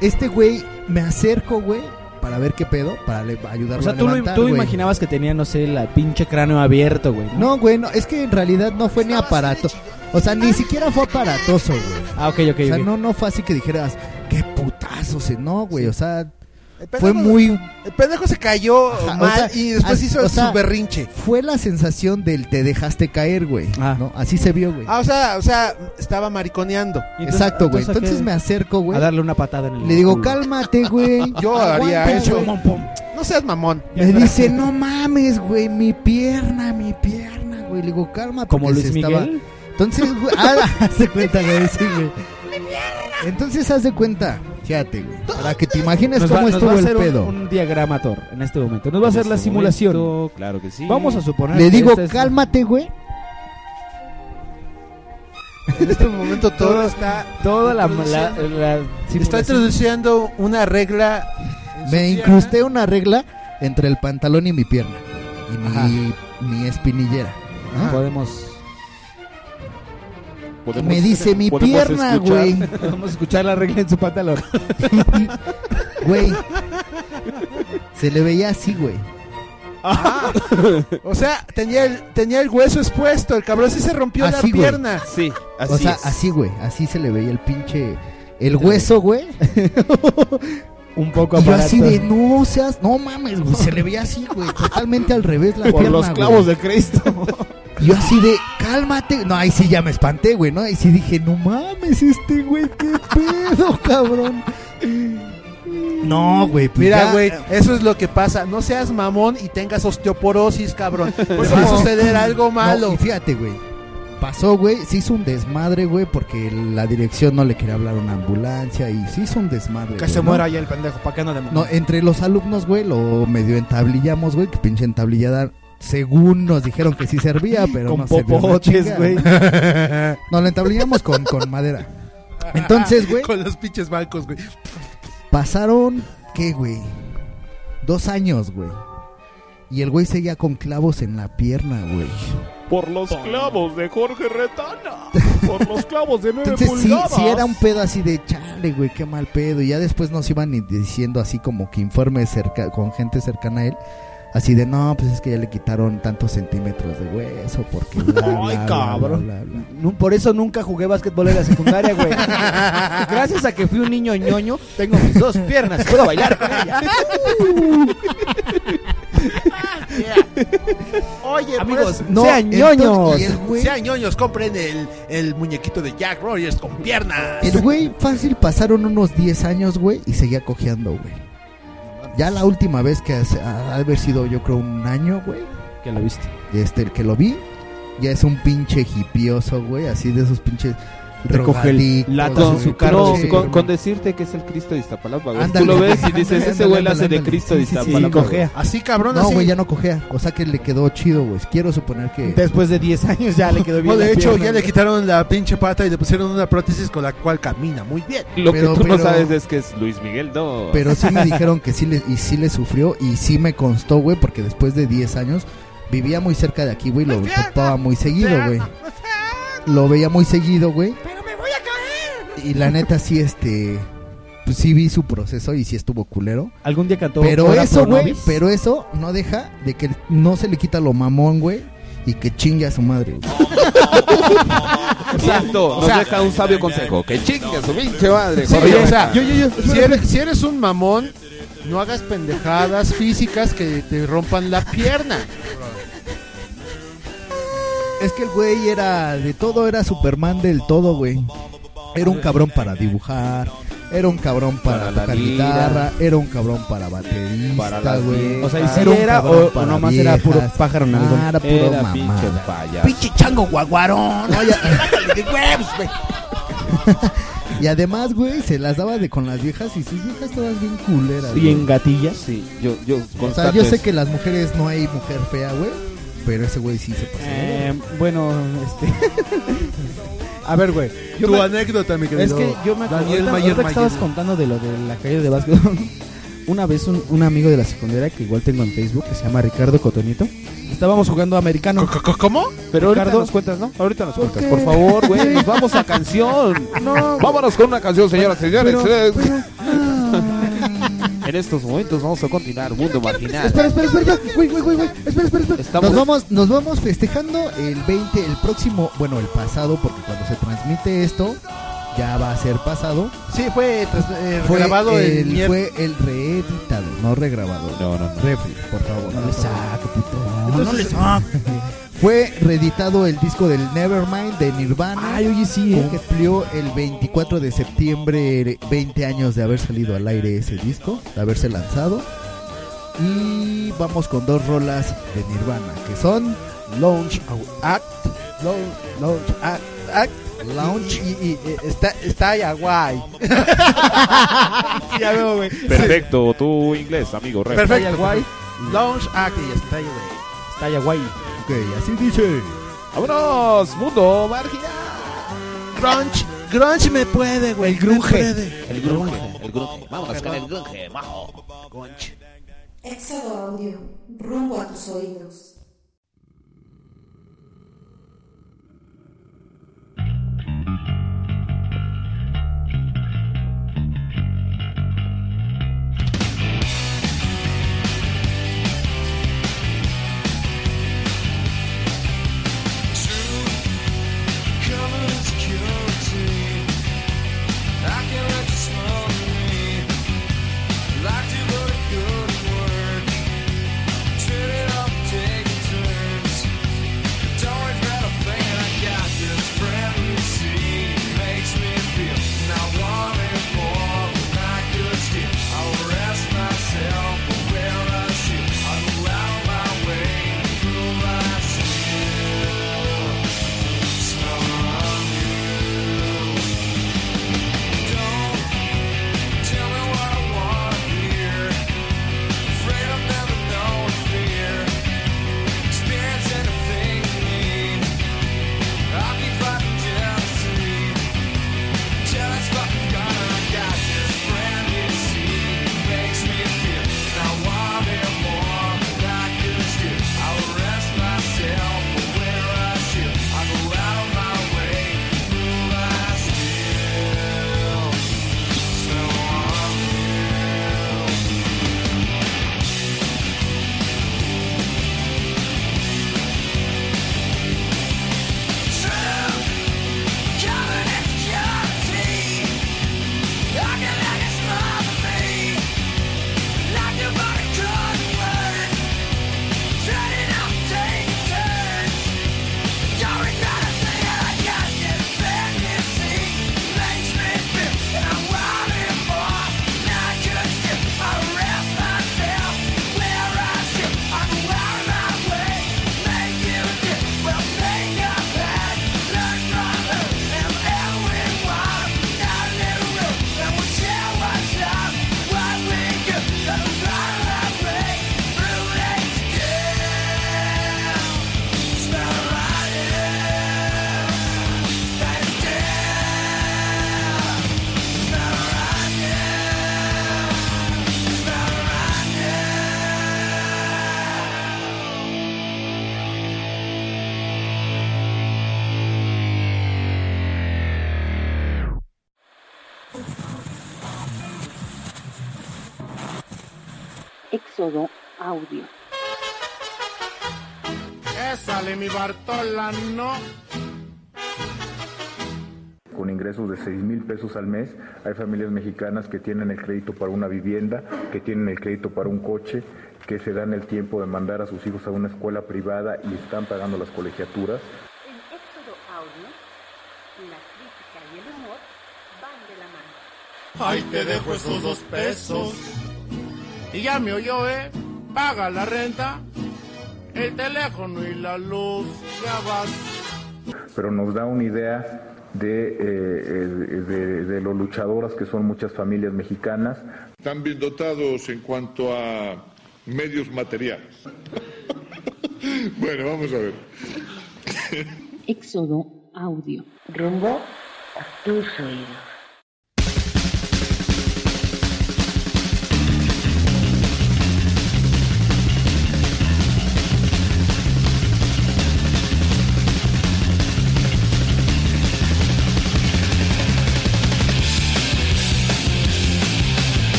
[SPEAKER 6] este güey, me acerco, güey, para ver qué pedo, para le- ayudarlo
[SPEAKER 8] O sea,
[SPEAKER 6] a
[SPEAKER 8] tú, lo-
[SPEAKER 6] levantar,
[SPEAKER 8] tú
[SPEAKER 6] güey.
[SPEAKER 8] imaginabas que tenía, no sé, la pinche cráneo abierto, güey. ¿no?
[SPEAKER 6] No, güey, no, es que en realidad no fue ni aparato. O sea, ni siquiera fue aparatoso, güey.
[SPEAKER 8] Ah, ok, ok,
[SPEAKER 6] O sea,
[SPEAKER 8] ok.
[SPEAKER 6] no, no fue así que dijeras, qué putazo, se no, güey, o sea,
[SPEAKER 2] El
[SPEAKER 6] fue
[SPEAKER 2] pendejo-
[SPEAKER 6] muy...
[SPEAKER 2] El pendejo se cayó
[SPEAKER 6] Ajá, o
[SPEAKER 2] mal
[SPEAKER 6] sea,
[SPEAKER 2] y después
[SPEAKER 6] así-
[SPEAKER 2] hizo
[SPEAKER 6] o sea-
[SPEAKER 2] su berrinche.
[SPEAKER 6] Fue la sensación del te dejaste caer, güey.
[SPEAKER 8] Ah.
[SPEAKER 6] ¿no? Así se vio, güey.
[SPEAKER 2] Ah, o sea, o sea, estaba mariconeando.
[SPEAKER 8] Y entonces-
[SPEAKER 6] Exacto, güey.
[SPEAKER 8] ¿a qué?
[SPEAKER 6] Entonces me acerco, güey.
[SPEAKER 8] A darle una patada en el
[SPEAKER 6] Le digo,
[SPEAKER 8] culo.
[SPEAKER 6] cálmate, güey.
[SPEAKER 2] Yo haría
[SPEAKER 6] Aguanta,
[SPEAKER 2] eso.
[SPEAKER 6] güey.
[SPEAKER 2] No seas mamón.
[SPEAKER 6] Me dice, no mames, güey, mi pierna, mi pierna, güey. Le digo, calma,
[SPEAKER 8] Como
[SPEAKER 6] porque
[SPEAKER 8] Luis
[SPEAKER 6] se estaba-
[SPEAKER 8] Miguel.
[SPEAKER 6] Entonces, güey, ah, haz de cuenta, güey, sí, güey. Entonces, haz de cuenta, fíjate, güey. Para que te imagines
[SPEAKER 8] Nos va,
[SPEAKER 6] cómo
[SPEAKER 8] nos va
[SPEAKER 6] estuvo
[SPEAKER 8] a
[SPEAKER 6] el
[SPEAKER 8] hacer un,
[SPEAKER 6] pedo.
[SPEAKER 8] un diagrama, Thor, en este momento. Nos va a hacer
[SPEAKER 3] En
[SPEAKER 8] la
[SPEAKER 3] este
[SPEAKER 8] simulación.
[SPEAKER 3] momento, Claro que sí.
[SPEAKER 8] este, Vamos a suponer.
[SPEAKER 6] Le
[SPEAKER 8] que
[SPEAKER 6] digo,
[SPEAKER 8] esta es-
[SPEAKER 6] cálmate, güey.
[SPEAKER 17] En este momento todo está.
[SPEAKER 8] Toda la-
[SPEAKER 17] introduciendo-
[SPEAKER 8] la- la
[SPEAKER 17] Está
[SPEAKER 8] simulación.
[SPEAKER 17] introduciendo una regla. en su
[SPEAKER 6] Me
[SPEAKER 17] pierna.
[SPEAKER 6] incrusté una regla entre el pantalón y mi pierna. Y mi, mi espinillera. ¿no?
[SPEAKER 8] Podemos.
[SPEAKER 6] Me dice mi pierna, güey.
[SPEAKER 8] Podemos escuchar la regla en su pantalón.
[SPEAKER 6] Güey. Se le veía así, güey.
[SPEAKER 17] Ah, o sea, tenía el, tenía el hueso expuesto. El cabrón sí se rompió
[SPEAKER 6] Así,
[SPEAKER 17] la
[SPEAKER 6] Ah, güey.
[SPEAKER 17] pierna.
[SPEAKER 3] Sí,
[SPEAKER 6] o sea, así, güey. Así se le veía el pinche. El hueso, güey.
[SPEAKER 8] Un poco
[SPEAKER 6] Y yo
[SPEAKER 8] aparato.
[SPEAKER 6] así de no seas. No mames, güey. Se le veía así, güey. Totalmente al revés la
[SPEAKER 8] Por
[SPEAKER 6] pierna,
[SPEAKER 8] los clavos
[SPEAKER 6] güey.
[SPEAKER 8] de Cristo.
[SPEAKER 6] Y Yo así de, cálmate. No, ahí sí ya me espanté, güey, ¿no? Ahí sí dije, no mames, este güey, qué pedo, cabrón. No, güey, pues
[SPEAKER 17] Mira,
[SPEAKER 6] ya-
[SPEAKER 17] güey, eso es lo que pasa. No seas mamón y tengas osteoporosis, cabrón. Pues va a
[SPEAKER 6] No.
[SPEAKER 17] suceder algo malo.
[SPEAKER 6] No, y fíjate, güey. Pasó, güey, se hizo un desmadre, güey, porque la dirección no le quería hablar a una ambulancia y se hizo un desmadre.
[SPEAKER 5] Que
[SPEAKER 6] güey,
[SPEAKER 5] se
[SPEAKER 6] ¿no?
[SPEAKER 5] muera ya el pendejo, ¿para qué no demonios?
[SPEAKER 6] No, entre los alumnos, güey, lo medio entablillamos, güey, que pinche entablillada. Según nos dijeron que sí servía, pero
[SPEAKER 8] Con
[SPEAKER 6] no servía una
[SPEAKER 8] popotes,
[SPEAKER 6] chingada.
[SPEAKER 8] güey.
[SPEAKER 6] No, la entablillamos con, con madera. Entonces, güey.
[SPEAKER 2] Con los pinches bancos, güey.
[SPEAKER 6] Pasaron, ¿qué, güey? Dos años, güey. Y el güey seguía con clavos en la pierna, güey.
[SPEAKER 18] Por los clavos de Jorge Retana. Por los clavos de 9
[SPEAKER 6] Entonces sí,
[SPEAKER 18] pulgadas.
[SPEAKER 6] sí era un pedo así de chale, güey, qué mal pedo. Y ya después nos iban y diciendo así como que informes cerca, con gente cercana a él. Así de, no, pues es que ya le quitaron tantos centímetros de hueso porque... bla, bla,
[SPEAKER 8] Ay,
[SPEAKER 6] bla,
[SPEAKER 8] cabrón.
[SPEAKER 6] bla, bla, bla".
[SPEAKER 8] Nu- Por eso nunca jugué básquetbol en la secundaria, güey. Gracias a que fui un niño ñoño, tengo mis dos piernas, puedo bailar con ella.
[SPEAKER 17] Oye,
[SPEAKER 8] Amigos,
[SPEAKER 17] pues,
[SPEAKER 8] no,
[SPEAKER 17] sean
[SPEAKER 8] entonces-
[SPEAKER 17] ñoños.
[SPEAKER 8] y el güey-
[SPEAKER 17] Sean ñoños, compren el, el muñequito de Jack Rogers con piernas.
[SPEAKER 6] El güey fácil pasaron unos 10 años, güey, y seguía cojeando, güey. Ya la última vez que hace- ha, ha de haber sido, yo creo, un año, güey.
[SPEAKER 8] Que lo viste.
[SPEAKER 6] Este, el que lo vi, ya es un pinche hipioso, güey, así de esos pinches.
[SPEAKER 3] Recoge
[SPEAKER 6] drogadictos,
[SPEAKER 3] el latas en
[SPEAKER 6] güey,
[SPEAKER 3] su carro.
[SPEAKER 6] pinche-
[SPEAKER 3] con, con decirte que es el Cristo de Iztapalapa. güey.
[SPEAKER 6] Ándale,
[SPEAKER 3] Tú lo ves y
[SPEAKER 6] ándale,
[SPEAKER 3] dices, ese
[SPEAKER 6] ándale,
[SPEAKER 3] güey la hace
[SPEAKER 6] ándale,
[SPEAKER 3] de Cristo de
[SPEAKER 6] ándale. Sí, sí, sí,
[SPEAKER 3] Iztapalapa. güey.
[SPEAKER 6] cojea.
[SPEAKER 17] Así, cabrón,
[SPEAKER 6] No,
[SPEAKER 17] así.
[SPEAKER 6] güey, ya no cojea. O sea que le quedó chido, güey. Quiero suponer que.
[SPEAKER 8] Después de 10 años ya le quedó bien.
[SPEAKER 17] No, de
[SPEAKER 8] la
[SPEAKER 17] hecho,
[SPEAKER 8] pierna,
[SPEAKER 17] ya le
[SPEAKER 8] güey.
[SPEAKER 17] quitaron la pinche pata y le pusieron una prótesis con la cual camina muy bien.
[SPEAKER 3] Lo que tú no
[SPEAKER 6] pero-
[SPEAKER 3] sabes es que es Luis Miguel, no.
[SPEAKER 6] Pero sí me dijeron que sí le, y sí le sufrió y sí me constó, güey, porque después de 10 años vivía muy cerca de aquí, güey, lo topaba muy seguido, güey. Lo veía muy seguido, güey. Pero me voy a caer. Y la neta sí este pues sí vi su proceso y sí estuvo culero.
[SPEAKER 8] Algún día cantó.
[SPEAKER 6] Pero
[SPEAKER 8] Ora
[SPEAKER 6] eso,
[SPEAKER 8] pro
[SPEAKER 6] güey,
[SPEAKER 8] nobis.
[SPEAKER 6] pero eso no deja de que no se le quita lo mamón, güey, y que chingue a su madre. güey.
[SPEAKER 3] Exacto, nos deja un sabio consejo. Que chingue a su pinche madre.
[SPEAKER 17] Sí,
[SPEAKER 3] Jorge
[SPEAKER 17] o sea,
[SPEAKER 3] Retana.
[SPEAKER 17] si, eres, si eres un mamón, no hagas pendejadas físicas que te rompan la pierna.
[SPEAKER 6] Es que el güey era de todo, era Superman del todo, güey. Era un cabrón para dibujar, era un cabrón para,
[SPEAKER 8] Para la
[SPEAKER 6] tocar
[SPEAKER 8] lira.
[SPEAKER 6] guitarra, era un cabrón para baterista,
[SPEAKER 8] Para las
[SPEAKER 6] güey.
[SPEAKER 8] viejas. O sea, ¿y si
[SPEAKER 6] un
[SPEAKER 8] era
[SPEAKER 6] cabrón
[SPEAKER 8] o- o
[SPEAKER 6] para
[SPEAKER 8] nomás era puro
[SPEAKER 6] viejas?
[SPEAKER 8] pájaro en algodón?
[SPEAKER 6] Ah, Era puro
[SPEAKER 8] Era
[SPEAKER 6] mamá.
[SPEAKER 8] pinche
[SPEAKER 3] payaso.
[SPEAKER 6] Pinche chango guaguarón. ¿no? Ya- y además, güey, se las daba de con las viejas y sus viejas todas bien culeras.
[SPEAKER 8] ¿Y en
[SPEAKER 6] güey.
[SPEAKER 8] gatillas?
[SPEAKER 3] Sí, yo, yo
[SPEAKER 6] O sea,
[SPEAKER 3] constato
[SPEAKER 6] yo sé
[SPEAKER 3] eso.
[SPEAKER 6] que las mujeres no hay mujer fea, güey, pero ese güey sí se pasó.
[SPEAKER 8] Eh, bueno, este. A ver, güey. yo
[SPEAKER 2] Tu
[SPEAKER 8] me-
[SPEAKER 2] anécdota, mi querido
[SPEAKER 8] Es que yo me acuerdo.
[SPEAKER 2] Daniel
[SPEAKER 8] ahorita-
[SPEAKER 2] Mayer
[SPEAKER 8] ahorita que estabas
[SPEAKER 2] Mayer.
[SPEAKER 8] contando de lo de la calle de básquet. Una vez un, un amigo de la secundaria que igual tengo en Facebook, que se llama Ricardo Cotonito. Estábamos jugando americano.
[SPEAKER 17] ¿Cómo?
[SPEAKER 3] Pero ahorita
[SPEAKER 8] Ricardo-
[SPEAKER 3] nos cuentas, ¿no? Ahorita nos cuentas.
[SPEAKER 8] qué?
[SPEAKER 3] Por favor, güey. Nos vamos a canción. Vámonos con una canción, señoras y señores. eh. en estos momentos vamos a continuar Mundo Marginal.
[SPEAKER 6] Espera, espera, espera, ya. güey, güey, güey, güey, espera, espera, espera.
[SPEAKER 3] Estamos-
[SPEAKER 6] Nos vamos, nos vamos festejando el 20, el próximo, bueno, el pasado, porque cuando se transmite esto, ya va a ser pasado.
[SPEAKER 17] Sí, fue, tras- eh,
[SPEAKER 6] Fue
[SPEAKER 17] grabado el,
[SPEAKER 6] el,
[SPEAKER 17] mier-
[SPEAKER 6] fue el reeditado, no regrabado.
[SPEAKER 3] No, no, no.
[SPEAKER 6] Refri, por favor.
[SPEAKER 8] No le saco, puto.
[SPEAKER 6] Entonces-
[SPEAKER 8] no le saco.
[SPEAKER 6] Fue reeditado el disco del Nevermind de Nirvana. Ay, oye, sí.
[SPEAKER 8] eh.
[SPEAKER 6] Cumplió el 24 de septiembre 20 años de haber salido al aire ese disco, de haberse lanzado. Y vamos con dos rolas de Nirvana, que son Launch Au- Act. Launch, Launch Act. Act, Launch. Y, y- y- está, está ahí, guay.
[SPEAKER 17] Ya veo, güey.
[SPEAKER 3] Perfecto, tu inglés, amigo. Rex.
[SPEAKER 17] Perfecto. Lounge Act y está ahí, güey.
[SPEAKER 8] Está ya guay.
[SPEAKER 6] Ok, así dice.
[SPEAKER 3] Vámonos, Mundo Marginal.
[SPEAKER 2] grunge, grunge me puede, güey. El grunge.
[SPEAKER 6] El grunge, el grunge. Vámonos con el grunge, majo. Grunge.
[SPEAKER 1] Éxodo Audio, rumbo a tus oídos.
[SPEAKER 19] Éxodo Audio.
[SPEAKER 11] Sale mi Bartola, no.
[SPEAKER 20] Con ingresos de 6 mil pesos al mes, hay familias mexicanas que tienen el crédito para una vivienda, que tienen el crédito para un coche, que se dan el tiempo de mandar a sus hijos a una escuela privada y están pagando las colegiaturas.
[SPEAKER 19] En Éxodo Audio, la crítica y el humor van de la mano.
[SPEAKER 11] Ahí te dejo esos dos pesos. Y ya me oyó, ¿eh? Paga la renta, el teléfono y la luz. Ya vas.
[SPEAKER 20] pero nos da una idea de, eh, eh, de, de lo luchadoras que son muchas familias mexicanas.
[SPEAKER 21] Están bien dotados en cuanto a medios materiales. bueno, vamos a ver.
[SPEAKER 19] Éxodo Audio, rumbo a tus oídos.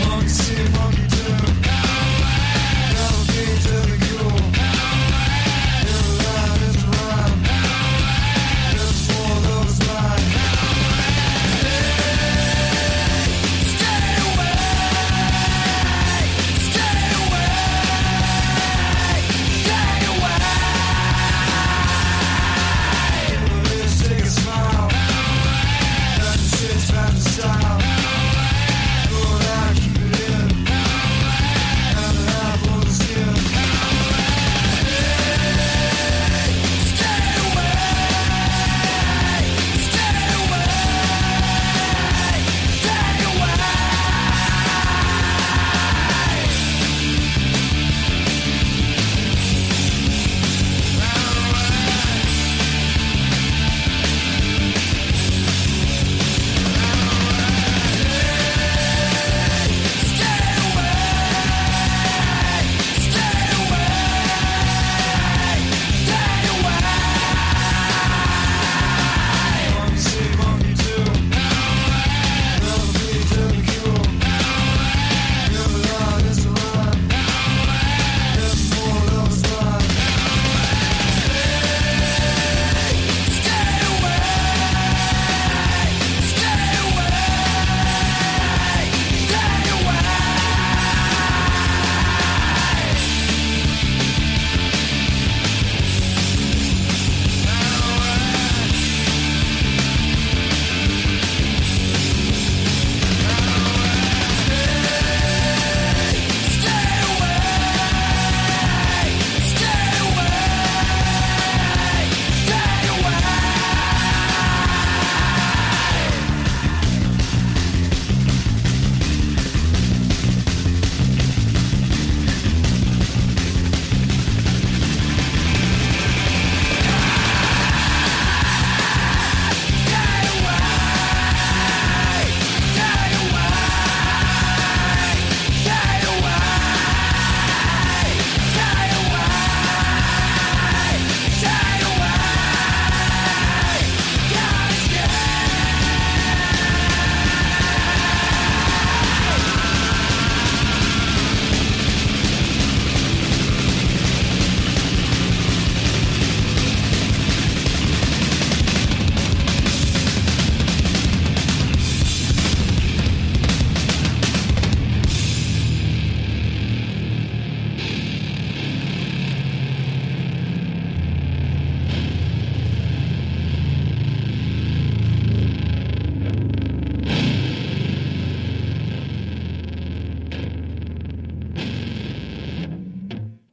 [SPEAKER 11] Monkey see, monkey do. Go away.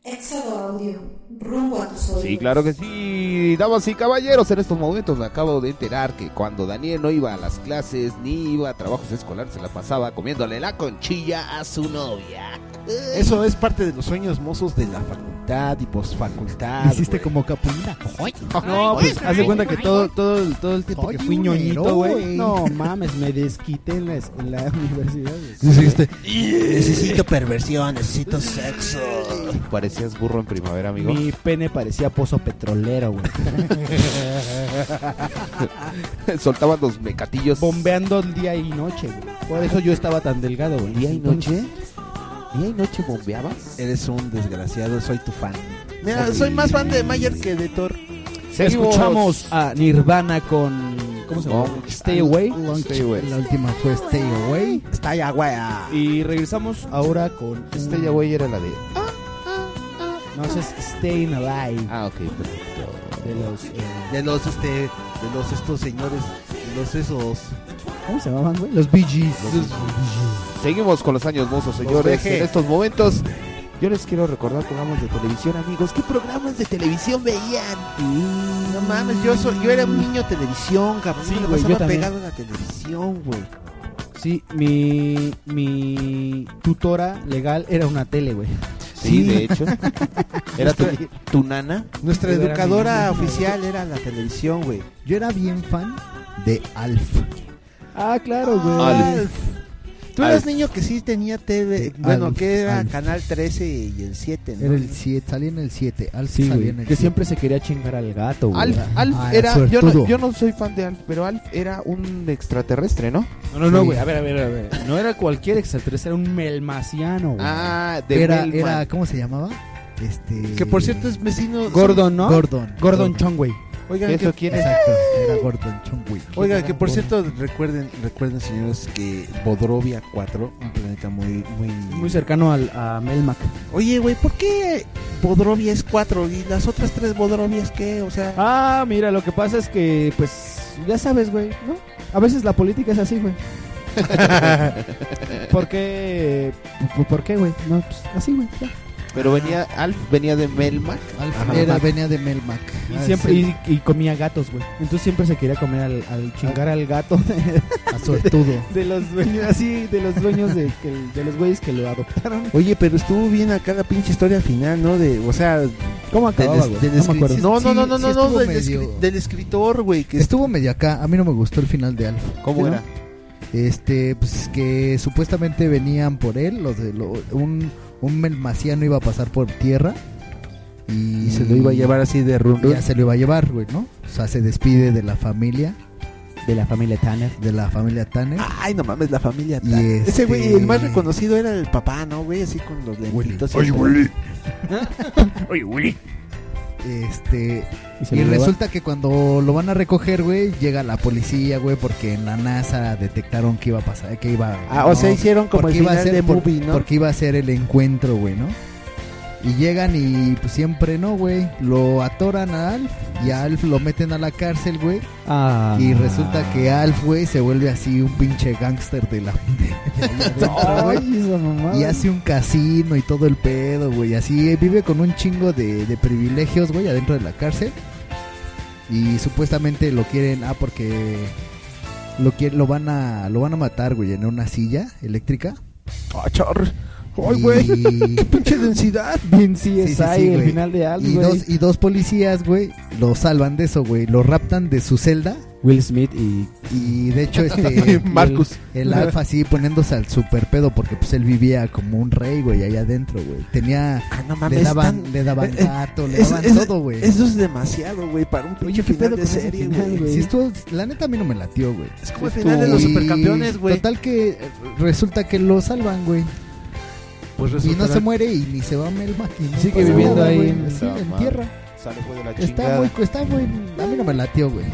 [SPEAKER 1] Éxodo Audio, rumbo a tus oídos.
[SPEAKER 3] Sí, claro que sí. Damas y caballeros, en estos momentos me acabo de enterar que cuando Daniel no iba a las clases ni iba a trabajos escolares, se la pasaba comiéndole la conchilla a su novia.
[SPEAKER 22] Eso es parte de los sueños mozos de la facultad y posfacultad.
[SPEAKER 6] Hiciste como capulina.
[SPEAKER 8] No, pues haz de cuenta que todo, todo, el- todo el tiempo
[SPEAKER 6] Soy
[SPEAKER 8] que fui
[SPEAKER 6] un
[SPEAKER 8] ñoñito,
[SPEAKER 6] héroe.
[SPEAKER 8] güey. No mames, me desquité en la, es- en la universidad. güey.
[SPEAKER 6] Dijiste,
[SPEAKER 3] necesito
[SPEAKER 6] perversión, necesito sexo.
[SPEAKER 3] Parecías burro en primavera, amigo.
[SPEAKER 8] Mi pene parecía pozo petrolero, güey.
[SPEAKER 3] Soltaban los mecatillos.
[SPEAKER 8] Bombeando día y noche, güey. Por eso yo estaba tan delgado, güey.
[SPEAKER 3] ¿Día y noche? ¿Día y noche bombeabas?
[SPEAKER 22] Eres un desgraciado, soy tu fan.
[SPEAKER 2] Mira, soy más fan de Mayer que de Thor.
[SPEAKER 8] Escuchamos a ah, Nirvana con. ¿Cómo se llama? Stay Away.
[SPEAKER 6] Stay Away. La última fue Stay Away.
[SPEAKER 8] Stay Away. Y regresamos ahora con.
[SPEAKER 3] Stay Away era la de.
[SPEAKER 8] No, esa es Staying Alive.
[SPEAKER 3] Ah, ok, perfecto.
[SPEAKER 8] De los. eh,
[SPEAKER 22] De los, este, de los estos señores, de los esos.
[SPEAKER 8] ¿Cómo se llamaban, güey? Los Bee Gees.
[SPEAKER 3] Seguimos con los años mozos, señores.
[SPEAKER 22] dejé.
[SPEAKER 3] En estos momentos, yo les quiero recordar programas de televisión, amigos. ¿Qué programas de televisión veían?
[SPEAKER 2] No mames, yo, soy, yo era un niño televisión, cabrón.
[SPEAKER 8] Sí,
[SPEAKER 2] me la
[SPEAKER 8] güey, yo
[SPEAKER 2] pasaba
[SPEAKER 8] también.
[SPEAKER 2] pegado a la televisión, güey.
[SPEAKER 8] Sí, mi, mi tutora legal era una tele, güey.
[SPEAKER 3] Sí, de hecho. ¿Era tu, tu nana?
[SPEAKER 2] Nuestra
[SPEAKER 8] Yo era
[SPEAKER 2] educadora
[SPEAKER 8] niño, güey.
[SPEAKER 2] oficial era la televisión, güey.
[SPEAKER 6] Yo era bien fan de Alf.
[SPEAKER 8] Ah, claro, güey.
[SPEAKER 2] Alf. Tú eras
[SPEAKER 6] Alf.
[SPEAKER 2] niño que sí tenía TV,
[SPEAKER 6] De
[SPEAKER 2] bueno,
[SPEAKER 6] Alf,
[SPEAKER 2] que era
[SPEAKER 6] Alf.
[SPEAKER 2] Canal 13 y el 7, ¿no?
[SPEAKER 6] Era el 7, salía en el 7. Alf
[SPEAKER 8] Sí,
[SPEAKER 6] salía
[SPEAKER 8] güey,
[SPEAKER 6] en el
[SPEAKER 8] que
[SPEAKER 6] 7.
[SPEAKER 8] siempre se quería chingar al gato, güey.
[SPEAKER 3] Alf, Alf
[SPEAKER 6] Ah,
[SPEAKER 3] era. Yo no,
[SPEAKER 6] suertudo.
[SPEAKER 3] yo no soy fan de Alf, pero Alf era un extraterrestre, ¿no?
[SPEAKER 8] No, no, no,
[SPEAKER 3] Sí.
[SPEAKER 8] güey. A ver, a ver, a ver. No era cualquier extraterrestre, era un melmaciano, güey.
[SPEAKER 3] Ah, de
[SPEAKER 6] Era,
[SPEAKER 3] Bellman.
[SPEAKER 6] era, ¿cómo se llamaba? Este.
[SPEAKER 2] Que por cierto es vecino.
[SPEAKER 8] Gordon, ¿no?
[SPEAKER 6] Gordon.
[SPEAKER 8] Gordon Chong, güey.
[SPEAKER 2] Oigan,
[SPEAKER 3] ¿Eso
[SPEAKER 2] que-
[SPEAKER 3] quién es?
[SPEAKER 6] Exacto, era Gordon Chongwi.
[SPEAKER 2] Oiga, que por cierto, recuerden, recuerden señores que Bodrovia 4, un planeta muy, muy...
[SPEAKER 8] Muy cercano al, a Melmac.
[SPEAKER 2] Oye, güey, ¿por qué Bodrovia es 4 y las otras tres Bodrovias qué? O sea,
[SPEAKER 8] Ah, mira, lo que pasa es que, pues, ya sabes, güey, ¿no? A veces la política es así, güey. ¿Por qué? ¿Por- ¿Por qué, güey? No, pues, así, güey. ya.
[SPEAKER 3] Pero venía, Alf venía de Melmac.
[SPEAKER 6] Alf
[SPEAKER 3] Ajá.
[SPEAKER 6] era, venía de Melmac.
[SPEAKER 8] Y,
[SPEAKER 6] Ah,
[SPEAKER 8] siempre,
[SPEAKER 6] sí.
[SPEAKER 8] y, y comía gatos, güey. Entonces siempre se quería comer al, al chingar al gato de,
[SPEAKER 6] A suertudo.
[SPEAKER 8] de los dueños, así, de los dueños de, que- de los güeyes que lo adoptaron.
[SPEAKER 2] oye, pero estuvo bien acá la pinche historia final, ¿no? De, o sea, del,
[SPEAKER 8] ¿Cómo acababa, güey?
[SPEAKER 2] del
[SPEAKER 8] No me
[SPEAKER 2] escri-
[SPEAKER 8] acuerdo.
[SPEAKER 2] no, no, no, no,
[SPEAKER 6] Sí,
[SPEAKER 2] no,
[SPEAKER 6] sí
[SPEAKER 2] no,
[SPEAKER 6] estuvo
[SPEAKER 2] del,
[SPEAKER 6] medio-
[SPEAKER 2] escri- del escritor, güey, que
[SPEAKER 6] Estuvo medio acá. A mí no me gustó el final de Alf.
[SPEAKER 3] ¿Cómo
[SPEAKER 6] ¿No?
[SPEAKER 3] era?
[SPEAKER 6] Este, pues que supuestamente venían por él. Los de lo- un, un melmaciano iba a pasar por tierra. Y,
[SPEAKER 2] y se lo iba a llevar así de run, run.
[SPEAKER 6] Ya se lo iba a llevar, güey, ¿no? O sea, se despide de la familia.
[SPEAKER 8] De la familia Tanner.
[SPEAKER 6] De la familia Tanner.
[SPEAKER 2] Ay, no mames, la familia.
[SPEAKER 6] Y
[SPEAKER 2] tal. Ese
[SPEAKER 6] este-
[SPEAKER 2] güey, el más reconocido era el papá, ¿no, güey? Así con los lentitos. y el pelo.
[SPEAKER 11] Oye, Willy.
[SPEAKER 6] Este.
[SPEAKER 8] Y se
[SPEAKER 6] Y
[SPEAKER 8] lo lleva-
[SPEAKER 6] resulta que cuando lo van a recoger, güey, llega la policía, güey, porque en la NASA detectaron que iba a pasar, que iba.
[SPEAKER 2] Ah, o sea, hicieron como el
[SPEAKER 6] porque iba a
[SPEAKER 2] final
[SPEAKER 6] ser
[SPEAKER 2] de
[SPEAKER 6] por-
[SPEAKER 2] movie, ¿no?
[SPEAKER 6] Porque iba a ser el encuentro, güey, ¿no? Y llegan y pues siempre no, güey. Lo atoran a Alf y a Alf lo meten a la cárcel, güey.
[SPEAKER 8] Ah.
[SPEAKER 6] Y resulta que Alf, güey, se vuelve así un pinche gángster de la... de allá adentro, güey.
[SPEAKER 8] Ay, esa mamada.
[SPEAKER 6] Y hace un casino y todo el pedo, güey. Así eh, vive con un chingo de, de privilegios, güey, adentro de la cárcel. Y supuestamente lo quieren, ah, porque lo quieren, lo van a, lo van a matar, güey, en una silla eléctrica.
[SPEAKER 2] Ah, char. Ay,
[SPEAKER 6] Y-
[SPEAKER 2] güey,
[SPEAKER 6] Sí,
[SPEAKER 2] qué pinche densidad.
[SPEAKER 8] Bien CSI,
[SPEAKER 6] sí, sí,
[SPEAKER 8] el
[SPEAKER 6] güey.
[SPEAKER 8] final de Alf,
[SPEAKER 6] y
[SPEAKER 8] güey.
[SPEAKER 6] dos, y dos policías, güey, lo salvan de eso, güey. Lo raptan de su celda.
[SPEAKER 8] Will Smith y...
[SPEAKER 6] Y de hecho, este.
[SPEAKER 2] Marcus.
[SPEAKER 6] El alfa así poniéndose al super pedo porque pues él vivía como un rey, güey, allá adentro, güey. Tenía
[SPEAKER 2] Ah, no
[SPEAKER 6] le
[SPEAKER 2] mames,
[SPEAKER 6] daban,
[SPEAKER 2] tan-
[SPEAKER 6] le daban
[SPEAKER 2] eh, eh,
[SPEAKER 6] gato, le
[SPEAKER 2] es-
[SPEAKER 6] daban
[SPEAKER 2] es-
[SPEAKER 6] todo, güey.
[SPEAKER 2] Eso es demasiado, güey, para un pinche
[SPEAKER 8] ¿qué
[SPEAKER 2] final
[SPEAKER 8] pedo
[SPEAKER 2] de
[SPEAKER 8] con ese
[SPEAKER 2] serie,
[SPEAKER 8] final,
[SPEAKER 2] güey.
[SPEAKER 8] güey?
[SPEAKER 6] Sí, estuvo- la neta a mí no me latió, güey.
[SPEAKER 2] Es como el
[SPEAKER 8] Estuvo-
[SPEAKER 2] final de los
[SPEAKER 6] Y
[SPEAKER 2] supercampeones, güey.
[SPEAKER 6] Total que eh, resulta que lo salvan, güey.
[SPEAKER 22] Pues
[SPEAKER 6] Y
[SPEAKER 22] resulta
[SPEAKER 6] no se muere y ni se va Melmac. y no
[SPEAKER 8] Sigue
[SPEAKER 6] pasa
[SPEAKER 8] viviendo ahí
[SPEAKER 6] güey.
[SPEAKER 8] en-
[SPEAKER 6] Sí, en
[SPEAKER 3] Esa
[SPEAKER 6] tierra.
[SPEAKER 3] Sale fue de la
[SPEAKER 6] Está
[SPEAKER 3] chingada.
[SPEAKER 6] muy, está muy, a mí no me latió, güey.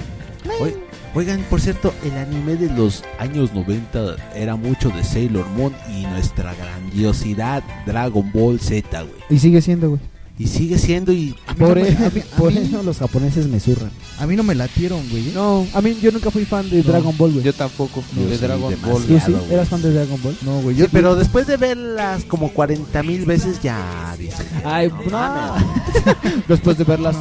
[SPEAKER 22] Oigan, por cierto, el anime de los años 90 era mucho de Sailor Moon y nuestra grandiosidad Dragon Ball Z, güey.
[SPEAKER 8] Y sigue siendo, güey.
[SPEAKER 2] Y sigue siendo y...
[SPEAKER 8] Por, e- eso, por eso los japoneses me zurran.
[SPEAKER 6] e, A mí no me latieron, güey.
[SPEAKER 8] No, a mí yo nunca fui fan de
[SPEAKER 6] No.
[SPEAKER 8] Dragon Ball, güey.
[SPEAKER 23] Yo tampoco.
[SPEAKER 8] No,
[SPEAKER 23] de
[SPEAKER 8] sí,
[SPEAKER 23] Dragon
[SPEAKER 8] demasiado,
[SPEAKER 23] Ball.
[SPEAKER 8] ¿Tú sí? ¿Eras fan de Dragon Ball?
[SPEAKER 6] No, güey.
[SPEAKER 2] Pues Yo- pero después de verlas como 40 mil veces ya... dice,
[SPEAKER 8] Ay,
[SPEAKER 2] no
[SPEAKER 8] no.
[SPEAKER 2] mames.
[SPEAKER 8] Después de verlas.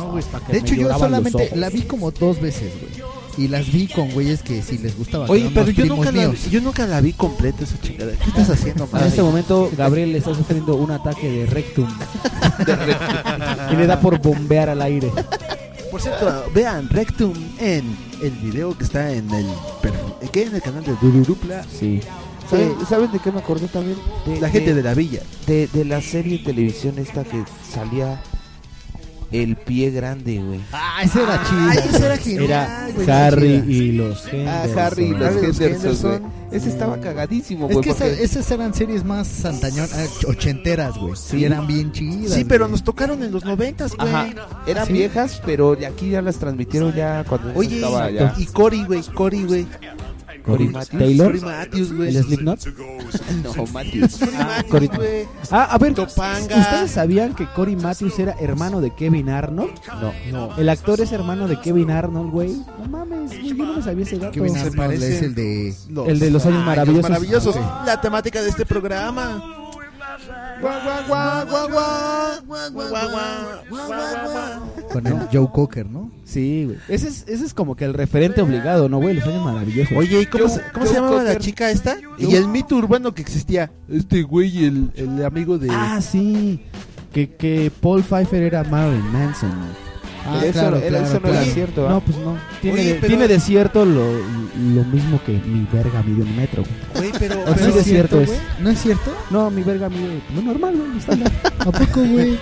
[SPEAKER 6] De hecho, yo solamente la vi como dos veces, güey. Y las vi con güeyes que sí les gustaba.
[SPEAKER 2] Oye,
[SPEAKER 6] eran
[SPEAKER 2] pero
[SPEAKER 6] unos
[SPEAKER 2] yo
[SPEAKER 6] primos
[SPEAKER 2] nunca, la,
[SPEAKER 6] míos.
[SPEAKER 2] yo nunca la vi completa esa chingada. ¿Qué estás haciendo,
[SPEAKER 8] En
[SPEAKER 2] madre?
[SPEAKER 8] este momento, Gabriel está sufriendo un ataque de rectum. y le da por bombear al aire.
[SPEAKER 2] Por cierto, vean Rectum en el video que está en el... perfil- ¿Qué? En el canal de Dururupla.
[SPEAKER 23] Sí.
[SPEAKER 2] Sí.
[SPEAKER 3] ¿Saben, saben de qué me acordé también? De,
[SPEAKER 2] La gente de la villa.
[SPEAKER 3] De, de la serie de televisión esta que salía El Pie Grande, güey.
[SPEAKER 6] Ah, ese era chido.
[SPEAKER 2] Ay, ese era genial,
[SPEAKER 3] Era
[SPEAKER 6] güey.
[SPEAKER 8] Harry y los
[SPEAKER 3] Ah, Harry y los Hendersons, güey.
[SPEAKER 6] Henderson.
[SPEAKER 3] Ese estaba cagadísimo,
[SPEAKER 6] Es
[SPEAKER 3] güey.
[SPEAKER 6] que esa-
[SPEAKER 3] porque-
[SPEAKER 6] esas eran series más santañón, ah, ochenteras, güey.
[SPEAKER 3] Sí.
[SPEAKER 6] Y eran bien chidas.
[SPEAKER 2] Sí,
[SPEAKER 6] güey.
[SPEAKER 2] pero nos tocaron en los noventas, güey.
[SPEAKER 3] Ajá. Ah, Eran
[SPEAKER 2] Sí.
[SPEAKER 3] viejas, pero de aquí ya las transmitieron ya cuando yo
[SPEAKER 2] Oye,
[SPEAKER 3] estaba
[SPEAKER 2] y-
[SPEAKER 3] ya.
[SPEAKER 2] y Cory, güey, Cory, güey.
[SPEAKER 3] Cory
[SPEAKER 2] Matthews.
[SPEAKER 8] Taylor.
[SPEAKER 2] Cory Matthews, güey.
[SPEAKER 8] ¿El Slipknot?
[SPEAKER 3] No, Matthews.
[SPEAKER 8] Ah, Cory-
[SPEAKER 2] güey.
[SPEAKER 8] Ah, a ver,
[SPEAKER 2] Topanga.
[SPEAKER 8] ¿ustedes sabían que Cory Matthews era hermano de Kevin Arnold?
[SPEAKER 3] No.
[SPEAKER 8] No. El actor es hermano de Kevin Arnold, güey. No mames, güey, yo no me sabía ese dato.
[SPEAKER 6] Kevin Arnold es el de...
[SPEAKER 8] El de los años maravillosos.
[SPEAKER 2] maravillosos.
[SPEAKER 8] Ah,
[SPEAKER 2] La temática de este programa. Guau, guau, guau, guau, guau, guau, guau, guau, guau, guau, guau.
[SPEAKER 6] Con el Joe Cocker, ¿no?
[SPEAKER 8] Sí, güey. Ese es, ese es como que el referente obligado, ¿no, güey? Los años maravillosos.
[SPEAKER 2] Oye, ¿y cómo, se, cómo se llamaba la chica esta? Y el mito urbano que existía. Este güey, el, el amigo de.
[SPEAKER 8] Ah, sí. Que, que Paul Pfeiffer era Marilyn Manson.
[SPEAKER 3] Ah, Eso- claro, era- eso claro, no era claro. cierto, ¿ah?
[SPEAKER 8] No, pues no. Tiene,
[SPEAKER 3] Oye,
[SPEAKER 8] de,
[SPEAKER 3] pero-
[SPEAKER 8] tiene de cierto lo, lo mismo que mi verga mide un metro.
[SPEAKER 2] Güey, pero.
[SPEAKER 8] O sí,
[SPEAKER 2] pero-
[SPEAKER 8] de cierto es.
[SPEAKER 2] güey.
[SPEAKER 6] ¿No es cierto?
[SPEAKER 8] No, mi verga mide. No, normal, güey. estándar.
[SPEAKER 6] ¿A poco, güey?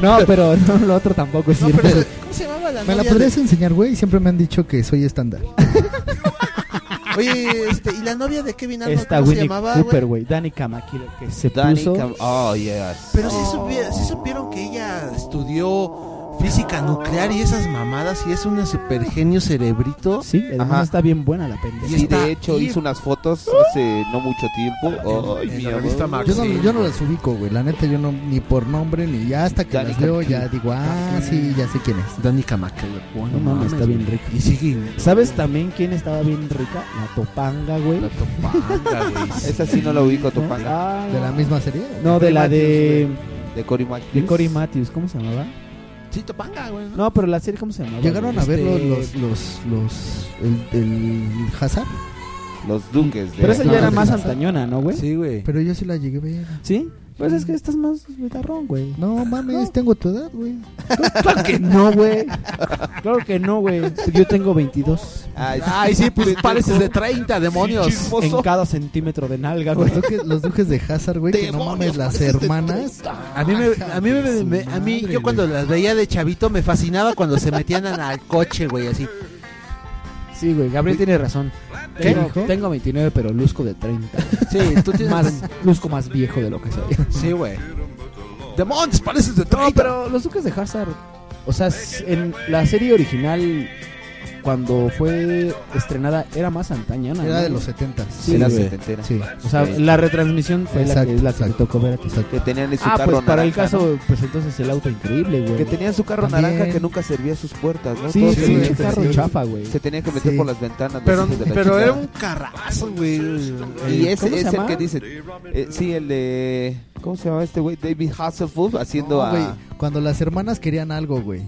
[SPEAKER 8] no, pero no, lo otro tampoco es cierto.
[SPEAKER 2] ¿Cómo se llamaba la
[SPEAKER 6] ¿Me la
[SPEAKER 2] novia
[SPEAKER 6] podrías
[SPEAKER 2] de-
[SPEAKER 6] enseñar, güey? Siempre me han dicho que soy estándar.
[SPEAKER 2] Oye, este, ¿y la novia de Kevin Arnold?
[SPEAKER 8] Esta
[SPEAKER 2] ¿Cómo se
[SPEAKER 8] Winnie
[SPEAKER 2] llamaba,
[SPEAKER 8] Cooper,
[SPEAKER 2] güey?
[SPEAKER 8] güey. Danny Kamaki, la que se
[SPEAKER 3] Danny
[SPEAKER 8] puso.
[SPEAKER 3] Cam- Oh, yes.
[SPEAKER 2] Pero sí, supi- sí supieron que ella estudió física nuclear y esas mamadas y es una super genio cerebrito.
[SPEAKER 8] Sí, además
[SPEAKER 3] Ajá.
[SPEAKER 8] está bien buena la pendeja.
[SPEAKER 3] Sí,
[SPEAKER 2] está
[SPEAKER 3] de hecho,
[SPEAKER 2] ahí.
[SPEAKER 3] hizo unas fotos hace no mucho tiempo. Ay, mi amor.
[SPEAKER 6] Yo no, yo no las ubico, güey. La neta, yo no, ni por nombre, ni ya hasta que
[SPEAKER 3] Danny
[SPEAKER 6] las veo,
[SPEAKER 3] Kamaki.
[SPEAKER 6] ya digo, ah, sí, ya sé quién es.
[SPEAKER 2] Dani Camaca,
[SPEAKER 8] No mames, está bien rica.
[SPEAKER 2] Y sigue.
[SPEAKER 8] ¿Sabes también quién estaba bien rica? La Topanga, güey.
[SPEAKER 2] La topanga, güey.
[SPEAKER 3] Esa sí no la ubico, Topanga.
[SPEAKER 8] Ah,
[SPEAKER 6] ¿De la misma serie?
[SPEAKER 8] No, de la de,
[SPEAKER 3] De Cory
[SPEAKER 8] de
[SPEAKER 3] Matthews.
[SPEAKER 8] Cory Matthews, ¿cómo se llamaba?
[SPEAKER 2] Sí, topanga, güey. ¿no?
[SPEAKER 8] No, pero la serie, ¿cómo se llamaba? Este,
[SPEAKER 6] ¿Llegaron a ver
[SPEAKER 8] verlo
[SPEAKER 6] los,
[SPEAKER 2] Este,
[SPEAKER 6] los, los, los- el, el Hazard?
[SPEAKER 3] Los Duques. De
[SPEAKER 8] Pero esa ya
[SPEAKER 6] Claro,
[SPEAKER 8] era
[SPEAKER 6] de
[SPEAKER 8] más
[SPEAKER 6] Hazard.
[SPEAKER 8] antañona, ¿no, güey?
[SPEAKER 2] Sí, güey.
[SPEAKER 6] Pero yo sí la llegué a ver.
[SPEAKER 8] ¿Sí? Pues es que estás más guitarrón, güey.
[SPEAKER 6] No mames, tengo tu edad, güey.
[SPEAKER 8] Claro que no, güey. Claro que no, güey. Yo tengo 22.
[SPEAKER 3] Ay,
[SPEAKER 2] Ay, sí, pues
[SPEAKER 3] pendejo.
[SPEAKER 2] pareces de 30, demonios.
[SPEAKER 8] En cada centímetro de nalga, güey.
[SPEAKER 6] Los duques, los duques de Hazard, güey, que no mames, las hermanas.
[SPEAKER 2] A mí, me, a mí, me-
[SPEAKER 6] Su
[SPEAKER 2] me- a mí,
[SPEAKER 6] madre,
[SPEAKER 2] yo cuando
[SPEAKER 6] güey.
[SPEAKER 2] las veía de chavito me fascinaba cuando se metían al- al coche, güey, así.
[SPEAKER 8] Sí, güey. Gabriel tiene razón.
[SPEAKER 6] ¿Qué?
[SPEAKER 8] Tengo,
[SPEAKER 6] ¿Dijo?
[SPEAKER 8] tengo 29, pero luzco de 30.
[SPEAKER 2] Sí, tú tienes.
[SPEAKER 8] Más, luzco más viejo de lo que soy.
[SPEAKER 2] Sí, güey. Demonios, pareces de 30.
[SPEAKER 8] No, pero los duques de Hazard, o sea, s- en la serie original cuando fue estrenada era más antañana.
[SPEAKER 6] Era
[SPEAKER 8] ¿no?
[SPEAKER 6] de los 70
[SPEAKER 8] Sí,
[SPEAKER 3] Era
[SPEAKER 8] güey.
[SPEAKER 3] setentera.
[SPEAKER 6] Sí.
[SPEAKER 8] O sea,
[SPEAKER 3] Sí.
[SPEAKER 8] la retransmisión fue la
[SPEAKER 6] Exacto,
[SPEAKER 8] que es la que
[SPEAKER 6] exacto.
[SPEAKER 8] te tocó ver a ti.
[SPEAKER 3] Que tenían en su
[SPEAKER 8] Ah,
[SPEAKER 3] carro
[SPEAKER 8] pues para el
[SPEAKER 3] naranja, ¿no?
[SPEAKER 8] caso, pues entonces el auto increíble, güey.
[SPEAKER 3] Que tenían su carro
[SPEAKER 6] También.
[SPEAKER 3] naranja que nunca servía sus puertas, ¿no?
[SPEAKER 8] Sí,
[SPEAKER 3] Todos
[SPEAKER 8] sí,
[SPEAKER 3] tenían
[SPEAKER 8] sí,
[SPEAKER 3] que-
[SPEAKER 8] carro chafa, güey.
[SPEAKER 3] Se tenía que meter
[SPEAKER 6] Sí.
[SPEAKER 3] por las ventanas. los
[SPEAKER 2] Pero,
[SPEAKER 3] hijos de la
[SPEAKER 2] pero era
[SPEAKER 3] chingada.
[SPEAKER 2] un carrazo, güey.
[SPEAKER 3] Y
[SPEAKER 2] Eh,
[SPEAKER 3] ese
[SPEAKER 8] ¿cómo
[SPEAKER 3] es
[SPEAKER 8] se
[SPEAKER 3] el
[SPEAKER 8] llama?
[SPEAKER 3] que dice. eh, sí, el de. ¿Cómo se llama este güey? David Hasselhoff haciendo
[SPEAKER 6] No, güey,
[SPEAKER 3] a.
[SPEAKER 6] cuando las hermanas querían algo, güey,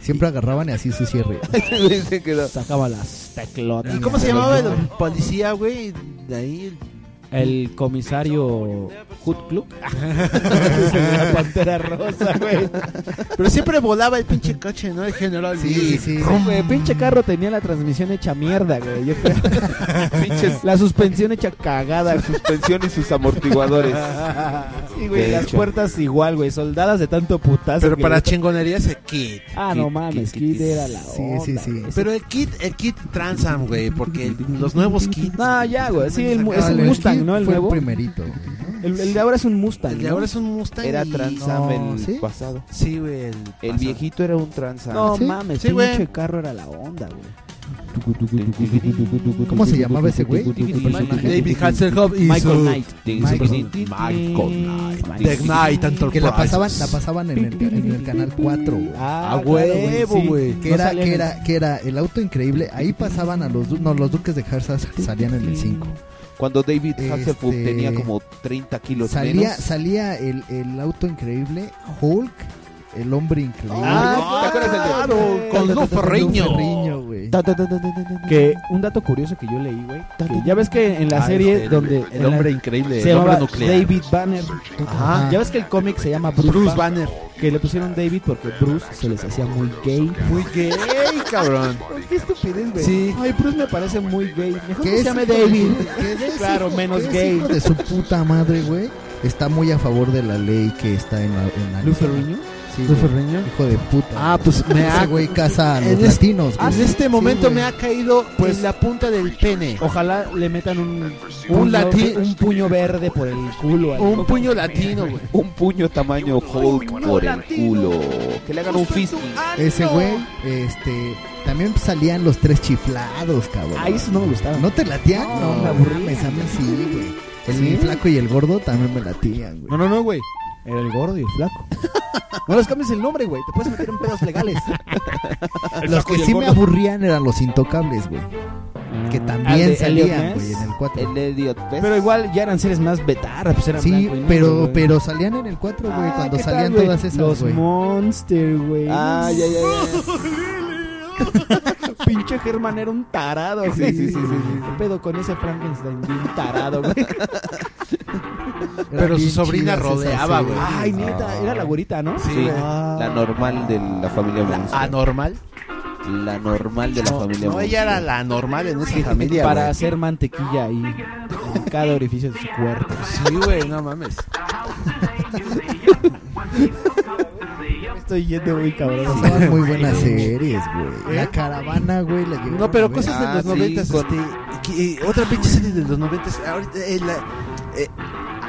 [SPEAKER 6] siempre agarraban y así su cierre.
[SPEAKER 3] Ese güey se quedó.
[SPEAKER 8] Sacaba las teclotas.
[SPEAKER 2] ¿Y cómo se llamaba el policía, güey? De ahí.
[SPEAKER 8] El comisario Hood la pantera rosa, güey.
[SPEAKER 2] Pero siempre volaba el pinche coche, ¿no? El general.
[SPEAKER 6] Sí, sí, sí. Mm.
[SPEAKER 8] Güey, pinche carro tenía la transmisión hecha mierda, güey. Yo creo.
[SPEAKER 3] Pinches-
[SPEAKER 8] La suspensión hecha cagada. güey.
[SPEAKER 3] Suspensión y sus amortiguadores.
[SPEAKER 8] Sí, güey,
[SPEAKER 3] De
[SPEAKER 8] las
[SPEAKER 3] hecho.
[SPEAKER 8] puertas igual, güey, soldadas de tanto putazo.
[SPEAKER 2] Pero
[SPEAKER 8] que-
[SPEAKER 2] para chingonería ese kit.
[SPEAKER 8] Ah, no mames, Kid era la
[SPEAKER 6] Sí,
[SPEAKER 8] onda,
[SPEAKER 6] sí, sí.
[SPEAKER 8] güey.
[SPEAKER 2] Pero el kit, el kit Transam, güey, porque el- los nuevos kits.
[SPEAKER 8] No, ya, güey, sí, el mu- es
[SPEAKER 6] Ah,
[SPEAKER 8] el Mustang,
[SPEAKER 6] Jeep
[SPEAKER 8] ¿no? El
[SPEAKER 6] fue
[SPEAKER 8] nuevo.
[SPEAKER 6] el primerito. güey, ¿no?
[SPEAKER 8] El, el de ahora es un Mustang,
[SPEAKER 2] El de
[SPEAKER 8] ¿no?
[SPEAKER 2] ahora es un Mustang.
[SPEAKER 3] Era
[SPEAKER 2] y-
[SPEAKER 3] Transam
[SPEAKER 6] No,
[SPEAKER 3] el
[SPEAKER 6] ¿sí?
[SPEAKER 3] pasado.
[SPEAKER 2] Sí, güey. El,
[SPEAKER 3] El
[SPEAKER 2] pasado.
[SPEAKER 3] viejito era un Transam.
[SPEAKER 8] No
[SPEAKER 6] ¿Sí?
[SPEAKER 8] mames,
[SPEAKER 2] Sí, güey.
[SPEAKER 8] pinche carro era la onda, güey.
[SPEAKER 6] ¿Cómo se llamaba ese güey?
[SPEAKER 2] David Hasselhoff y
[SPEAKER 6] Michael
[SPEAKER 2] su-
[SPEAKER 6] Knight.
[SPEAKER 2] y su persona- Michael Knight. The Knight Enterprises.
[SPEAKER 6] Que la pasaban, la pasaban en el, en el canal 4. güey.
[SPEAKER 2] Ah, huevo,
[SPEAKER 6] sí.
[SPEAKER 2] güey.
[SPEAKER 6] Que
[SPEAKER 2] No
[SPEAKER 6] era,
[SPEAKER 2] salían
[SPEAKER 6] que
[SPEAKER 2] en-
[SPEAKER 6] era, que era el auto increíble. Ahí pasaban a los, du- no, los duques de Harsa salían en el 5.
[SPEAKER 3] Cuando David Hasselhoff
[SPEAKER 6] Este,
[SPEAKER 3] tenía como 30 kilos
[SPEAKER 6] Salía,
[SPEAKER 3] menos.
[SPEAKER 6] salía el, el auto increíble, Hulk, el hombre increíble.
[SPEAKER 3] Ah, ¿te acuerdas del de- Con Lou Ferrigno.
[SPEAKER 6] güey.
[SPEAKER 8] Ta, ta, ta, ta, ta, ta, ta. Que un dato curioso que yo leí, güey. que Ya ves que en la
[SPEAKER 2] Ah,
[SPEAKER 8] serie
[SPEAKER 2] el-
[SPEAKER 8] donde.
[SPEAKER 2] el
[SPEAKER 8] en la-
[SPEAKER 2] hombre increíble,
[SPEAKER 8] Se
[SPEAKER 2] el hombre
[SPEAKER 8] llamaba
[SPEAKER 2] nuclear.
[SPEAKER 8] David Banner. Ajá. Ya ves que el cómic se llama Bruce,
[SPEAKER 2] Bruce
[SPEAKER 8] Ban- Que le pusieron David porque Bruce se les hacía muy gay. Muy
[SPEAKER 2] gay, cabrón.
[SPEAKER 8] Qué estupidez, güey.
[SPEAKER 2] Sí.
[SPEAKER 8] Ay, Bruce me parece muy gay. Mejor
[SPEAKER 6] ¿Qué
[SPEAKER 8] que se
[SPEAKER 6] es
[SPEAKER 8] llame
[SPEAKER 6] hijo de
[SPEAKER 8] David.
[SPEAKER 6] su- qué es
[SPEAKER 8] Claro,
[SPEAKER 6] hijo-
[SPEAKER 8] menos
[SPEAKER 6] qué es
[SPEAKER 8] gay.
[SPEAKER 6] hijo de su puta madre, güey. Está muy a favor de la ley que está en la. En la
[SPEAKER 8] ¿Lou Ferrigno?
[SPEAKER 6] Sí,
[SPEAKER 8] ¿Lou
[SPEAKER 6] güey.
[SPEAKER 8] Ferrigno?
[SPEAKER 6] Hijo de puta.
[SPEAKER 17] Ah,
[SPEAKER 6] güey.
[SPEAKER 17] pues me
[SPEAKER 6] Ese
[SPEAKER 17] ha-
[SPEAKER 6] güey casa a los
[SPEAKER 17] en este-
[SPEAKER 6] latinos,
[SPEAKER 17] en
[SPEAKER 6] güey.
[SPEAKER 17] este
[SPEAKER 6] Sí,
[SPEAKER 17] momento
[SPEAKER 6] güey.
[SPEAKER 17] me ha caído pues la punta del pene.
[SPEAKER 8] Ojalá le metan un
[SPEAKER 17] un lati-
[SPEAKER 8] un puño verde por el culo. al-
[SPEAKER 17] un puño latino, güey.
[SPEAKER 3] Un puño tamaño Hulk por el culo. Que le hagan un fist.
[SPEAKER 6] Ese güey, este. También salían los tres chiflados, cabrón.
[SPEAKER 8] Ay, eso Ah, no me gustaba.
[SPEAKER 6] ¿No te latían? No,
[SPEAKER 8] me
[SPEAKER 6] mames, a mí sí, güey. El flaco y el gordo también me latían, güey.
[SPEAKER 8] No, no, no, güey. Era el gordo y el flaco. No les cambies el nombre, güey. Te puedes meter en pedos legales.
[SPEAKER 6] Los que sí me aburrían eran los intocables, güey. Que
[SPEAKER 8] Mm. Al
[SPEAKER 6] también
[SPEAKER 8] de
[SPEAKER 6] salían,
[SPEAKER 8] Elliot
[SPEAKER 6] güey, en el 4.
[SPEAKER 3] El Elliot Best.
[SPEAKER 8] Pero igual ya eran seres más betarra, pues eran
[SPEAKER 6] Sí,
[SPEAKER 8] blanco y negro,
[SPEAKER 6] pero,
[SPEAKER 8] güey.
[SPEAKER 6] pero salían en el 4, güey,
[SPEAKER 8] Ah,
[SPEAKER 6] cuando
[SPEAKER 8] ¿qué tal,
[SPEAKER 6] salían
[SPEAKER 8] güey?
[SPEAKER 6] todas esas,
[SPEAKER 8] Los
[SPEAKER 6] güey.
[SPEAKER 8] Monster, güey.
[SPEAKER 6] Ah, ya, ya,
[SPEAKER 8] Pinche Germán era un tarado, güey. Sí, sí, sí, ¿Qué pedo con ese Frankenstein? Bien tarado, güey.
[SPEAKER 2] Pero su sobrina rodeaba, güey.
[SPEAKER 8] Ay, neta, era la güerita, ¿no?
[SPEAKER 3] Sí,
[SPEAKER 8] Ah.
[SPEAKER 3] la normal de la familia Monster.
[SPEAKER 17] ¿Anormal?
[SPEAKER 3] La normal de la familia
[SPEAKER 17] No, ella
[SPEAKER 3] Monster.
[SPEAKER 17] era la normal en esa familia.
[SPEAKER 8] Para
[SPEAKER 17] güey.
[SPEAKER 8] hacer mantequilla ahí. En cada orificio de su cuerpo.
[SPEAKER 17] Sí, güey, no mames.
[SPEAKER 8] Me estoy yendo muy cabrón.
[SPEAKER 6] Pasaban muy buenas series, güey.
[SPEAKER 8] ¿Eh?
[SPEAKER 6] La caravana, güey, la llegué
[SPEAKER 17] No,
[SPEAKER 6] a
[SPEAKER 17] pero
[SPEAKER 6] ver.
[SPEAKER 17] cosas de los noventas, este, que- eh, otra pinche serie de los noventas, ahorita, eh, la, eh,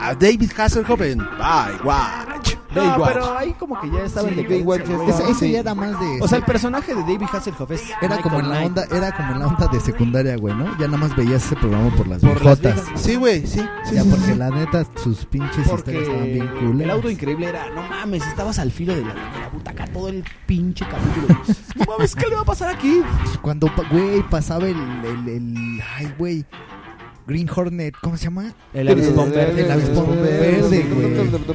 [SPEAKER 17] a David Hasselhoff en Baywatch.
[SPEAKER 8] No,
[SPEAKER 17] Baywatch.
[SPEAKER 8] pero ahí como que ya estaba
[SPEAKER 17] Sí,
[SPEAKER 8] en decadencia,
[SPEAKER 17] Baywatch es-
[SPEAKER 8] güey.
[SPEAKER 6] Ese, ese ya era más de...
[SPEAKER 8] O sea, el personaje de David Hasselhoff es
[SPEAKER 6] Era como, en
[SPEAKER 8] Michael
[SPEAKER 6] la
[SPEAKER 8] Knight.
[SPEAKER 6] onda, era como en la onda de secundaria, güey, ¿no? Ya nada más veías ese programa por las
[SPEAKER 17] Por las
[SPEAKER 6] viejotas.
[SPEAKER 17] viejas. Sí, güey, sí. sí,
[SPEAKER 6] ya
[SPEAKER 17] sí,
[SPEAKER 6] porque
[SPEAKER 17] sí.
[SPEAKER 6] la neta, sus pinches historias estaban bien cool.
[SPEAKER 8] el auto increíble era, no mames, estabas al filo de la, de la butaca todo el pinche capítulo. No mames, ¿qué le va a pasar aquí?
[SPEAKER 6] Cuando, pa- güey, pasaba el, el, el- Ay, güey. Green Hornet, ¿cómo se llama?
[SPEAKER 8] El avispón
[SPEAKER 6] verde.
[SPEAKER 8] verde.
[SPEAKER 6] El avispón verde,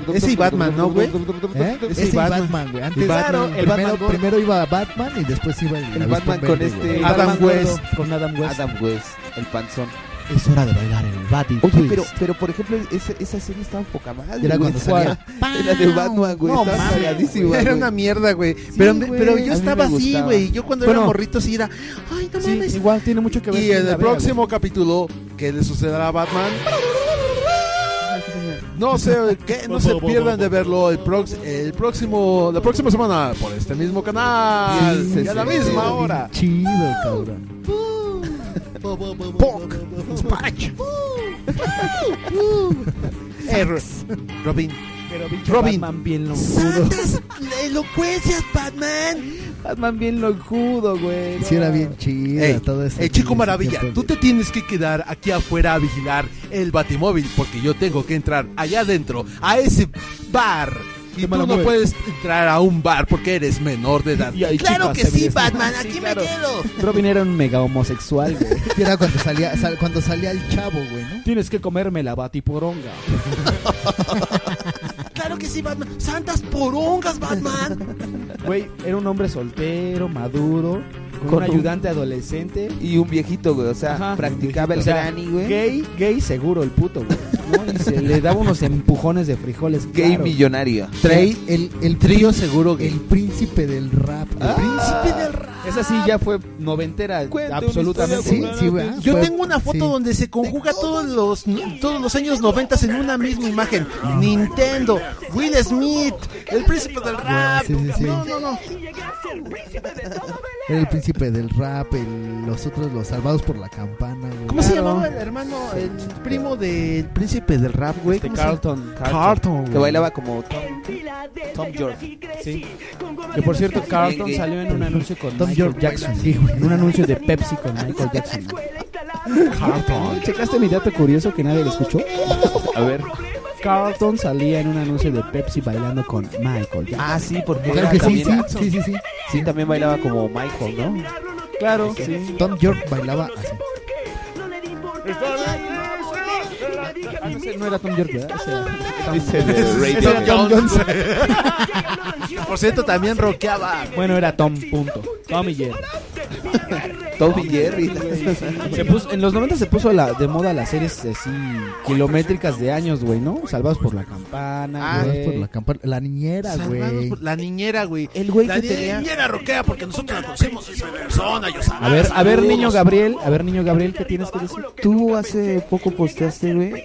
[SPEAKER 6] güey.
[SPEAKER 17] Ese y Batman, ¿no, güey?
[SPEAKER 6] ¿Eh? Ese y Batman, güey. Antes,
[SPEAKER 17] Claro,
[SPEAKER 6] primero,
[SPEAKER 17] el Batman gordo.
[SPEAKER 6] primero iba Batman y después iba el, avispón
[SPEAKER 3] Batman con
[SPEAKER 6] verde,
[SPEAKER 3] este-
[SPEAKER 6] güey.
[SPEAKER 3] Adam
[SPEAKER 8] Batman gordo,
[SPEAKER 3] West.
[SPEAKER 8] Con Adam West.
[SPEAKER 3] Adam West, el panzón.
[SPEAKER 8] Es hora de bailar el Batman.
[SPEAKER 3] Oye, pero, pero por ejemplo, esa, esa serie estaba poca madre.
[SPEAKER 6] Era
[SPEAKER 3] güey.
[SPEAKER 6] cuando salía.
[SPEAKER 3] Era de Batman, güey.
[SPEAKER 17] No,
[SPEAKER 3] estaba
[SPEAKER 17] mames,
[SPEAKER 3] cagadísima,
[SPEAKER 17] Era
[SPEAKER 3] güey.
[SPEAKER 17] una mierda, güey. pero, me-
[SPEAKER 3] güey,
[SPEAKER 17] pero
[SPEAKER 3] a mí me
[SPEAKER 17] yo estaba así,
[SPEAKER 3] gustaba.
[SPEAKER 17] güey. Yo cuando
[SPEAKER 8] Bueno.
[SPEAKER 17] era morrito sí era. Ay, no mames.
[SPEAKER 8] igual tiene mucho que ver.
[SPEAKER 2] Y
[SPEAKER 8] con
[SPEAKER 2] en
[SPEAKER 8] la
[SPEAKER 2] el
[SPEAKER 8] vea,
[SPEAKER 2] próximo capítulo, ¿qué le sucederá a Batman? No sé, que no se pierdan de verlo el, prox- el próximo, la próxima semana por este mismo canal
[SPEAKER 6] Sí,
[SPEAKER 2] y a la
[SPEAKER 6] sí,
[SPEAKER 2] misma
[SPEAKER 6] sí.
[SPEAKER 2] hora.
[SPEAKER 6] Chido, cabrón.
[SPEAKER 2] Pork, Spatch. Eh, Ro- Robin,
[SPEAKER 8] güey. Pero pinche
[SPEAKER 2] Robin.
[SPEAKER 8] Batman bien lonjudo.
[SPEAKER 17] elocuencias, Batman!
[SPEAKER 8] Batman bien lonjudo, güey.
[SPEAKER 6] Sí, era bien chido.
[SPEAKER 2] Ey,
[SPEAKER 6] todo ese
[SPEAKER 2] eh, chico
[SPEAKER 6] ese
[SPEAKER 2] maravilla,
[SPEAKER 6] tiempo
[SPEAKER 2] tú te tienes que quedar aquí afuera a vigilar el batimóvil porque yo tengo que entrar allá adentro a ese bar. Y tú
[SPEAKER 8] mala
[SPEAKER 2] no
[SPEAKER 8] mueve.
[SPEAKER 2] puedes entrar a un bar porque eres menor de edad.
[SPEAKER 8] Y hay
[SPEAKER 17] ¡Claro
[SPEAKER 8] chicas
[SPEAKER 17] que sí,
[SPEAKER 8] feministas.
[SPEAKER 17] Batman!
[SPEAKER 8] Sí,
[SPEAKER 17] ¡Aquí
[SPEAKER 8] claro.
[SPEAKER 17] me quedo!
[SPEAKER 8] Robin era un mega homosexual, güey.
[SPEAKER 6] de- Era cuando salía, sal- cuando salía el chavo, güey, ¿no?
[SPEAKER 8] Tienes que comerme la batiporonga.
[SPEAKER 17] ¡Claro que sí, Batman! ¡Santas porongas, Batman!
[SPEAKER 8] Güey, era un hombre soltero, maduro, con,
[SPEAKER 3] Con un-
[SPEAKER 8] un ayudante adolescente.
[SPEAKER 3] Y un viejito, güey. O sea,
[SPEAKER 8] Ajá.
[SPEAKER 3] practicaba
[SPEAKER 8] O
[SPEAKER 3] el
[SPEAKER 8] sea,
[SPEAKER 3] granny, güey.
[SPEAKER 8] Gay, gay seguro el puto, güey. ¿no? Y se le daba unos empujones de frijoles.
[SPEAKER 3] Gay
[SPEAKER 8] claro.
[SPEAKER 3] millonario.
[SPEAKER 6] Trey, el, el trío
[SPEAKER 17] seguro
[SPEAKER 6] que El príncipe del rap. güey.
[SPEAKER 3] Ah,
[SPEAKER 17] ¡Príncipe del rap!
[SPEAKER 8] Esa sí ya fue noventera, absolutamente.
[SPEAKER 6] Sí, sí, güey. ah,
[SPEAKER 17] Yo
[SPEAKER 6] Fue-
[SPEAKER 17] tengo una foto
[SPEAKER 6] sí.
[SPEAKER 17] donde se conjuga todos los todos los años noventas en una misma imagen. Nintendo, Will Smith, el príncipe del rap.
[SPEAKER 6] Ah, Sí, sí, sí.
[SPEAKER 17] No, no, no.
[SPEAKER 6] Era el príncipe del rap, el- los otros, los salvados por la campana, güey.
[SPEAKER 17] ¿Cómo se llamaba el hermano, el primo del príncipe del rap, güey?
[SPEAKER 8] Este
[SPEAKER 17] ¿Cómo se llama?
[SPEAKER 8] Carlton,
[SPEAKER 17] Carlton,
[SPEAKER 3] Que
[SPEAKER 17] güey.
[SPEAKER 3] bailaba como Tom, Tom York.
[SPEAKER 8] Sí. Que por cierto, Carlton
[SPEAKER 3] Gay.
[SPEAKER 8] salió en un anuncio con
[SPEAKER 6] Tom
[SPEAKER 8] Michael Michael Jackson. Sí, güey, en un anuncio de Pepsi con Michael Jackson. Carlton. ¿Checaste mi dato curioso que nadie lo escuchó?
[SPEAKER 19] A ver.
[SPEAKER 8] Carlton salía en un anuncio de Pepsi bailando con Michael Jackson.
[SPEAKER 19] Ah, sí, porque
[SPEAKER 8] Claro
[SPEAKER 19] era
[SPEAKER 8] que sí,
[SPEAKER 19] también-
[SPEAKER 8] sí, sí, sí, sí.
[SPEAKER 19] Sí, también bailaba como Michael, ¿no?
[SPEAKER 8] Claro,
[SPEAKER 19] sí.
[SPEAKER 6] Tom York bailaba así.
[SPEAKER 8] Ah, no, sé, no era Tom York, ¿verdad? Ese era Tom-
[SPEAKER 19] Dice de Ray
[SPEAKER 8] Ese era Tom
[SPEAKER 11] Johnson.
[SPEAKER 8] Johnson.
[SPEAKER 11] Por cierto, también roqueaba.
[SPEAKER 8] Bueno, era Tom, punto. Tom y Jerry.
[SPEAKER 19] Tom y Jerry.
[SPEAKER 8] Se puso- en los 90 se puso la- de moda las series así kilométricas de años, güey, ¿no? Salvados por la campana.
[SPEAKER 6] Ah,
[SPEAKER 8] güey.
[SPEAKER 6] por la campana. La niñera, güey.
[SPEAKER 2] La niñera, güey.
[SPEAKER 6] El güey
[SPEAKER 11] La niñera roquea porque nosotros la conocemos esa persona, yo
[SPEAKER 8] A ver, a
[SPEAKER 3] Ah,
[SPEAKER 8] ver, niño Gabriel, a ver, niño Gabriel, ¿qué tienes que decir?
[SPEAKER 3] Tú hace poco posteaste, güey,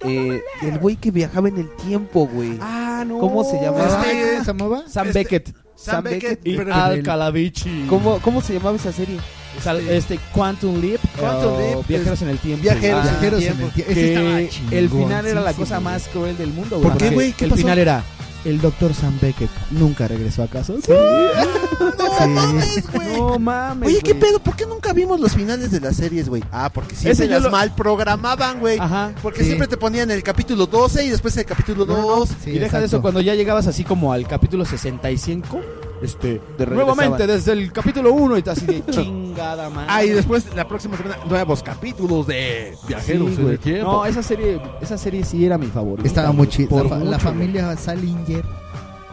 [SPEAKER 3] eh, el güey que viajaba en el tiempo, güey.
[SPEAKER 8] Ah, no.
[SPEAKER 3] ¿Cómo se llamaba?
[SPEAKER 8] Este-
[SPEAKER 3] ¿Cómo se llamaba?
[SPEAKER 8] Sam Beckett.
[SPEAKER 3] Sam Beckett
[SPEAKER 8] y
[SPEAKER 3] pero-
[SPEAKER 8] Al Calabici.
[SPEAKER 3] ¿Cómo, ¿Cómo se llamaba esa serie?
[SPEAKER 8] Sal- Este Quantum Leap,
[SPEAKER 3] Quantum
[SPEAKER 8] o
[SPEAKER 3] Leap,
[SPEAKER 8] Oh, Viajeros
[SPEAKER 3] es-
[SPEAKER 8] en el tiempo. Ah,
[SPEAKER 3] Viajeros en el
[SPEAKER 8] Viajeros
[SPEAKER 3] tiempo.
[SPEAKER 8] tiempo.
[SPEAKER 3] Ese estaba
[SPEAKER 8] Que
[SPEAKER 3] chingón,
[SPEAKER 8] el final era
[SPEAKER 3] sí,
[SPEAKER 8] la
[SPEAKER 3] sí,
[SPEAKER 8] cosa
[SPEAKER 3] güey.
[SPEAKER 8] más cruel del mundo,
[SPEAKER 3] ¿Por
[SPEAKER 8] porque
[SPEAKER 3] qué, güey? ¿Qué
[SPEAKER 8] el
[SPEAKER 3] pasó?
[SPEAKER 8] final era el doctor Sam Beckett nunca regresó a casa. Sí. Sí. No mames.
[SPEAKER 2] Oye, ¿qué
[SPEAKER 8] güey.
[SPEAKER 2] pedo? ¿Por qué nunca vimos los finales de las series, güey? Ah, porque siempre
[SPEAKER 8] Ese yo
[SPEAKER 2] las
[SPEAKER 8] lo-
[SPEAKER 2] mal programaban, güey. Porque siempre te ponían el capítulo 12 y después el capítulo 2.
[SPEAKER 8] y deja de eso, cuando ya llegabas así como al capítulo 65, este, nuevamente desde el capítulo 1 y tú así de chingada madre.
[SPEAKER 11] Ah, y después la próxima semana, nuevos capítulos de Viajeros
[SPEAKER 8] Sí,
[SPEAKER 11] en
[SPEAKER 8] güey.
[SPEAKER 11] el Tiempo.
[SPEAKER 8] No, esa serie, esa serie sí era mi favorita.
[SPEAKER 6] Estaba muy chida.
[SPEAKER 8] Por
[SPEAKER 6] La, fa- la
[SPEAKER 8] mucho,
[SPEAKER 6] familia Salinger.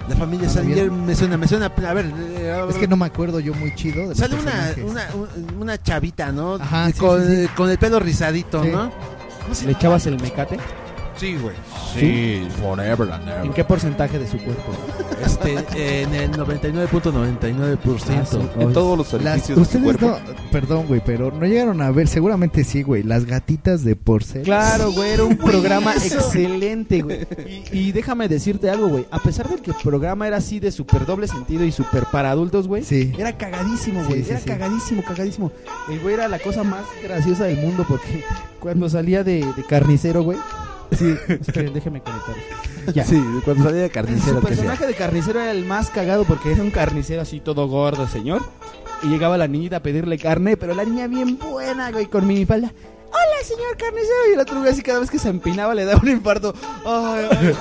[SPEAKER 2] La familia Salinger me suena, me suena. A ver, eh,
[SPEAKER 6] Es que no me acuerdo yo muy chido. De los
[SPEAKER 2] Sale una,
[SPEAKER 6] personajes.
[SPEAKER 2] una, un- una chavita, ¿no?
[SPEAKER 6] Ajá, sí,
[SPEAKER 2] con,
[SPEAKER 6] sí, sí.
[SPEAKER 2] con el pelo rizadito,
[SPEAKER 6] Sí.
[SPEAKER 2] ¿no?
[SPEAKER 8] güey. ¿Le echabas el mecate?
[SPEAKER 2] Sí, güey.
[SPEAKER 11] Sí, forever and
[SPEAKER 8] ¿En
[SPEAKER 11] ever.
[SPEAKER 8] qué porcentaje de su cuerpo?
[SPEAKER 2] Este, eh, en el 99.99%.
[SPEAKER 8] Ah, sí.
[SPEAKER 19] En todos los
[SPEAKER 6] Las-
[SPEAKER 19] orificios de su
[SPEAKER 6] ustedes
[SPEAKER 19] cuerpo.
[SPEAKER 6] no, perdón, güey, pero no llegaron a ver, seguramente sí, güey, las gatitas de porcel.
[SPEAKER 8] Claro, güey, era un programa excelente, güey. Y, y déjame decirte algo, güey. A pesar de que el programa era así de súper doble sentido y súper para adultos, güey. Era cagadísimo, güey.
[SPEAKER 6] Sí, sí,
[SPEAKER 8] era
[SPEAKER 6] sí.
[SPEAKER 8] cagadísimo, cagadísimo. El güey era la cosa más graciosa del mundo porque cuando salía de, de carnicero, güey. Sí, esperen, déjeme conectar. Ya.
[SPEAKER 2] Sí, cuando salía de carnicero.
[SPEAKER 8] Su personaje de carnicero era el más cagado porque era un carnicero así todo gordo, señor. Y llegaba la niñita a pedirle carne, pero la niña bien buena, güey, con minifalda. Hola, señor carnicero. Y el otro güey así cada vez que se empinaba le daba un infarto. Ay, ay.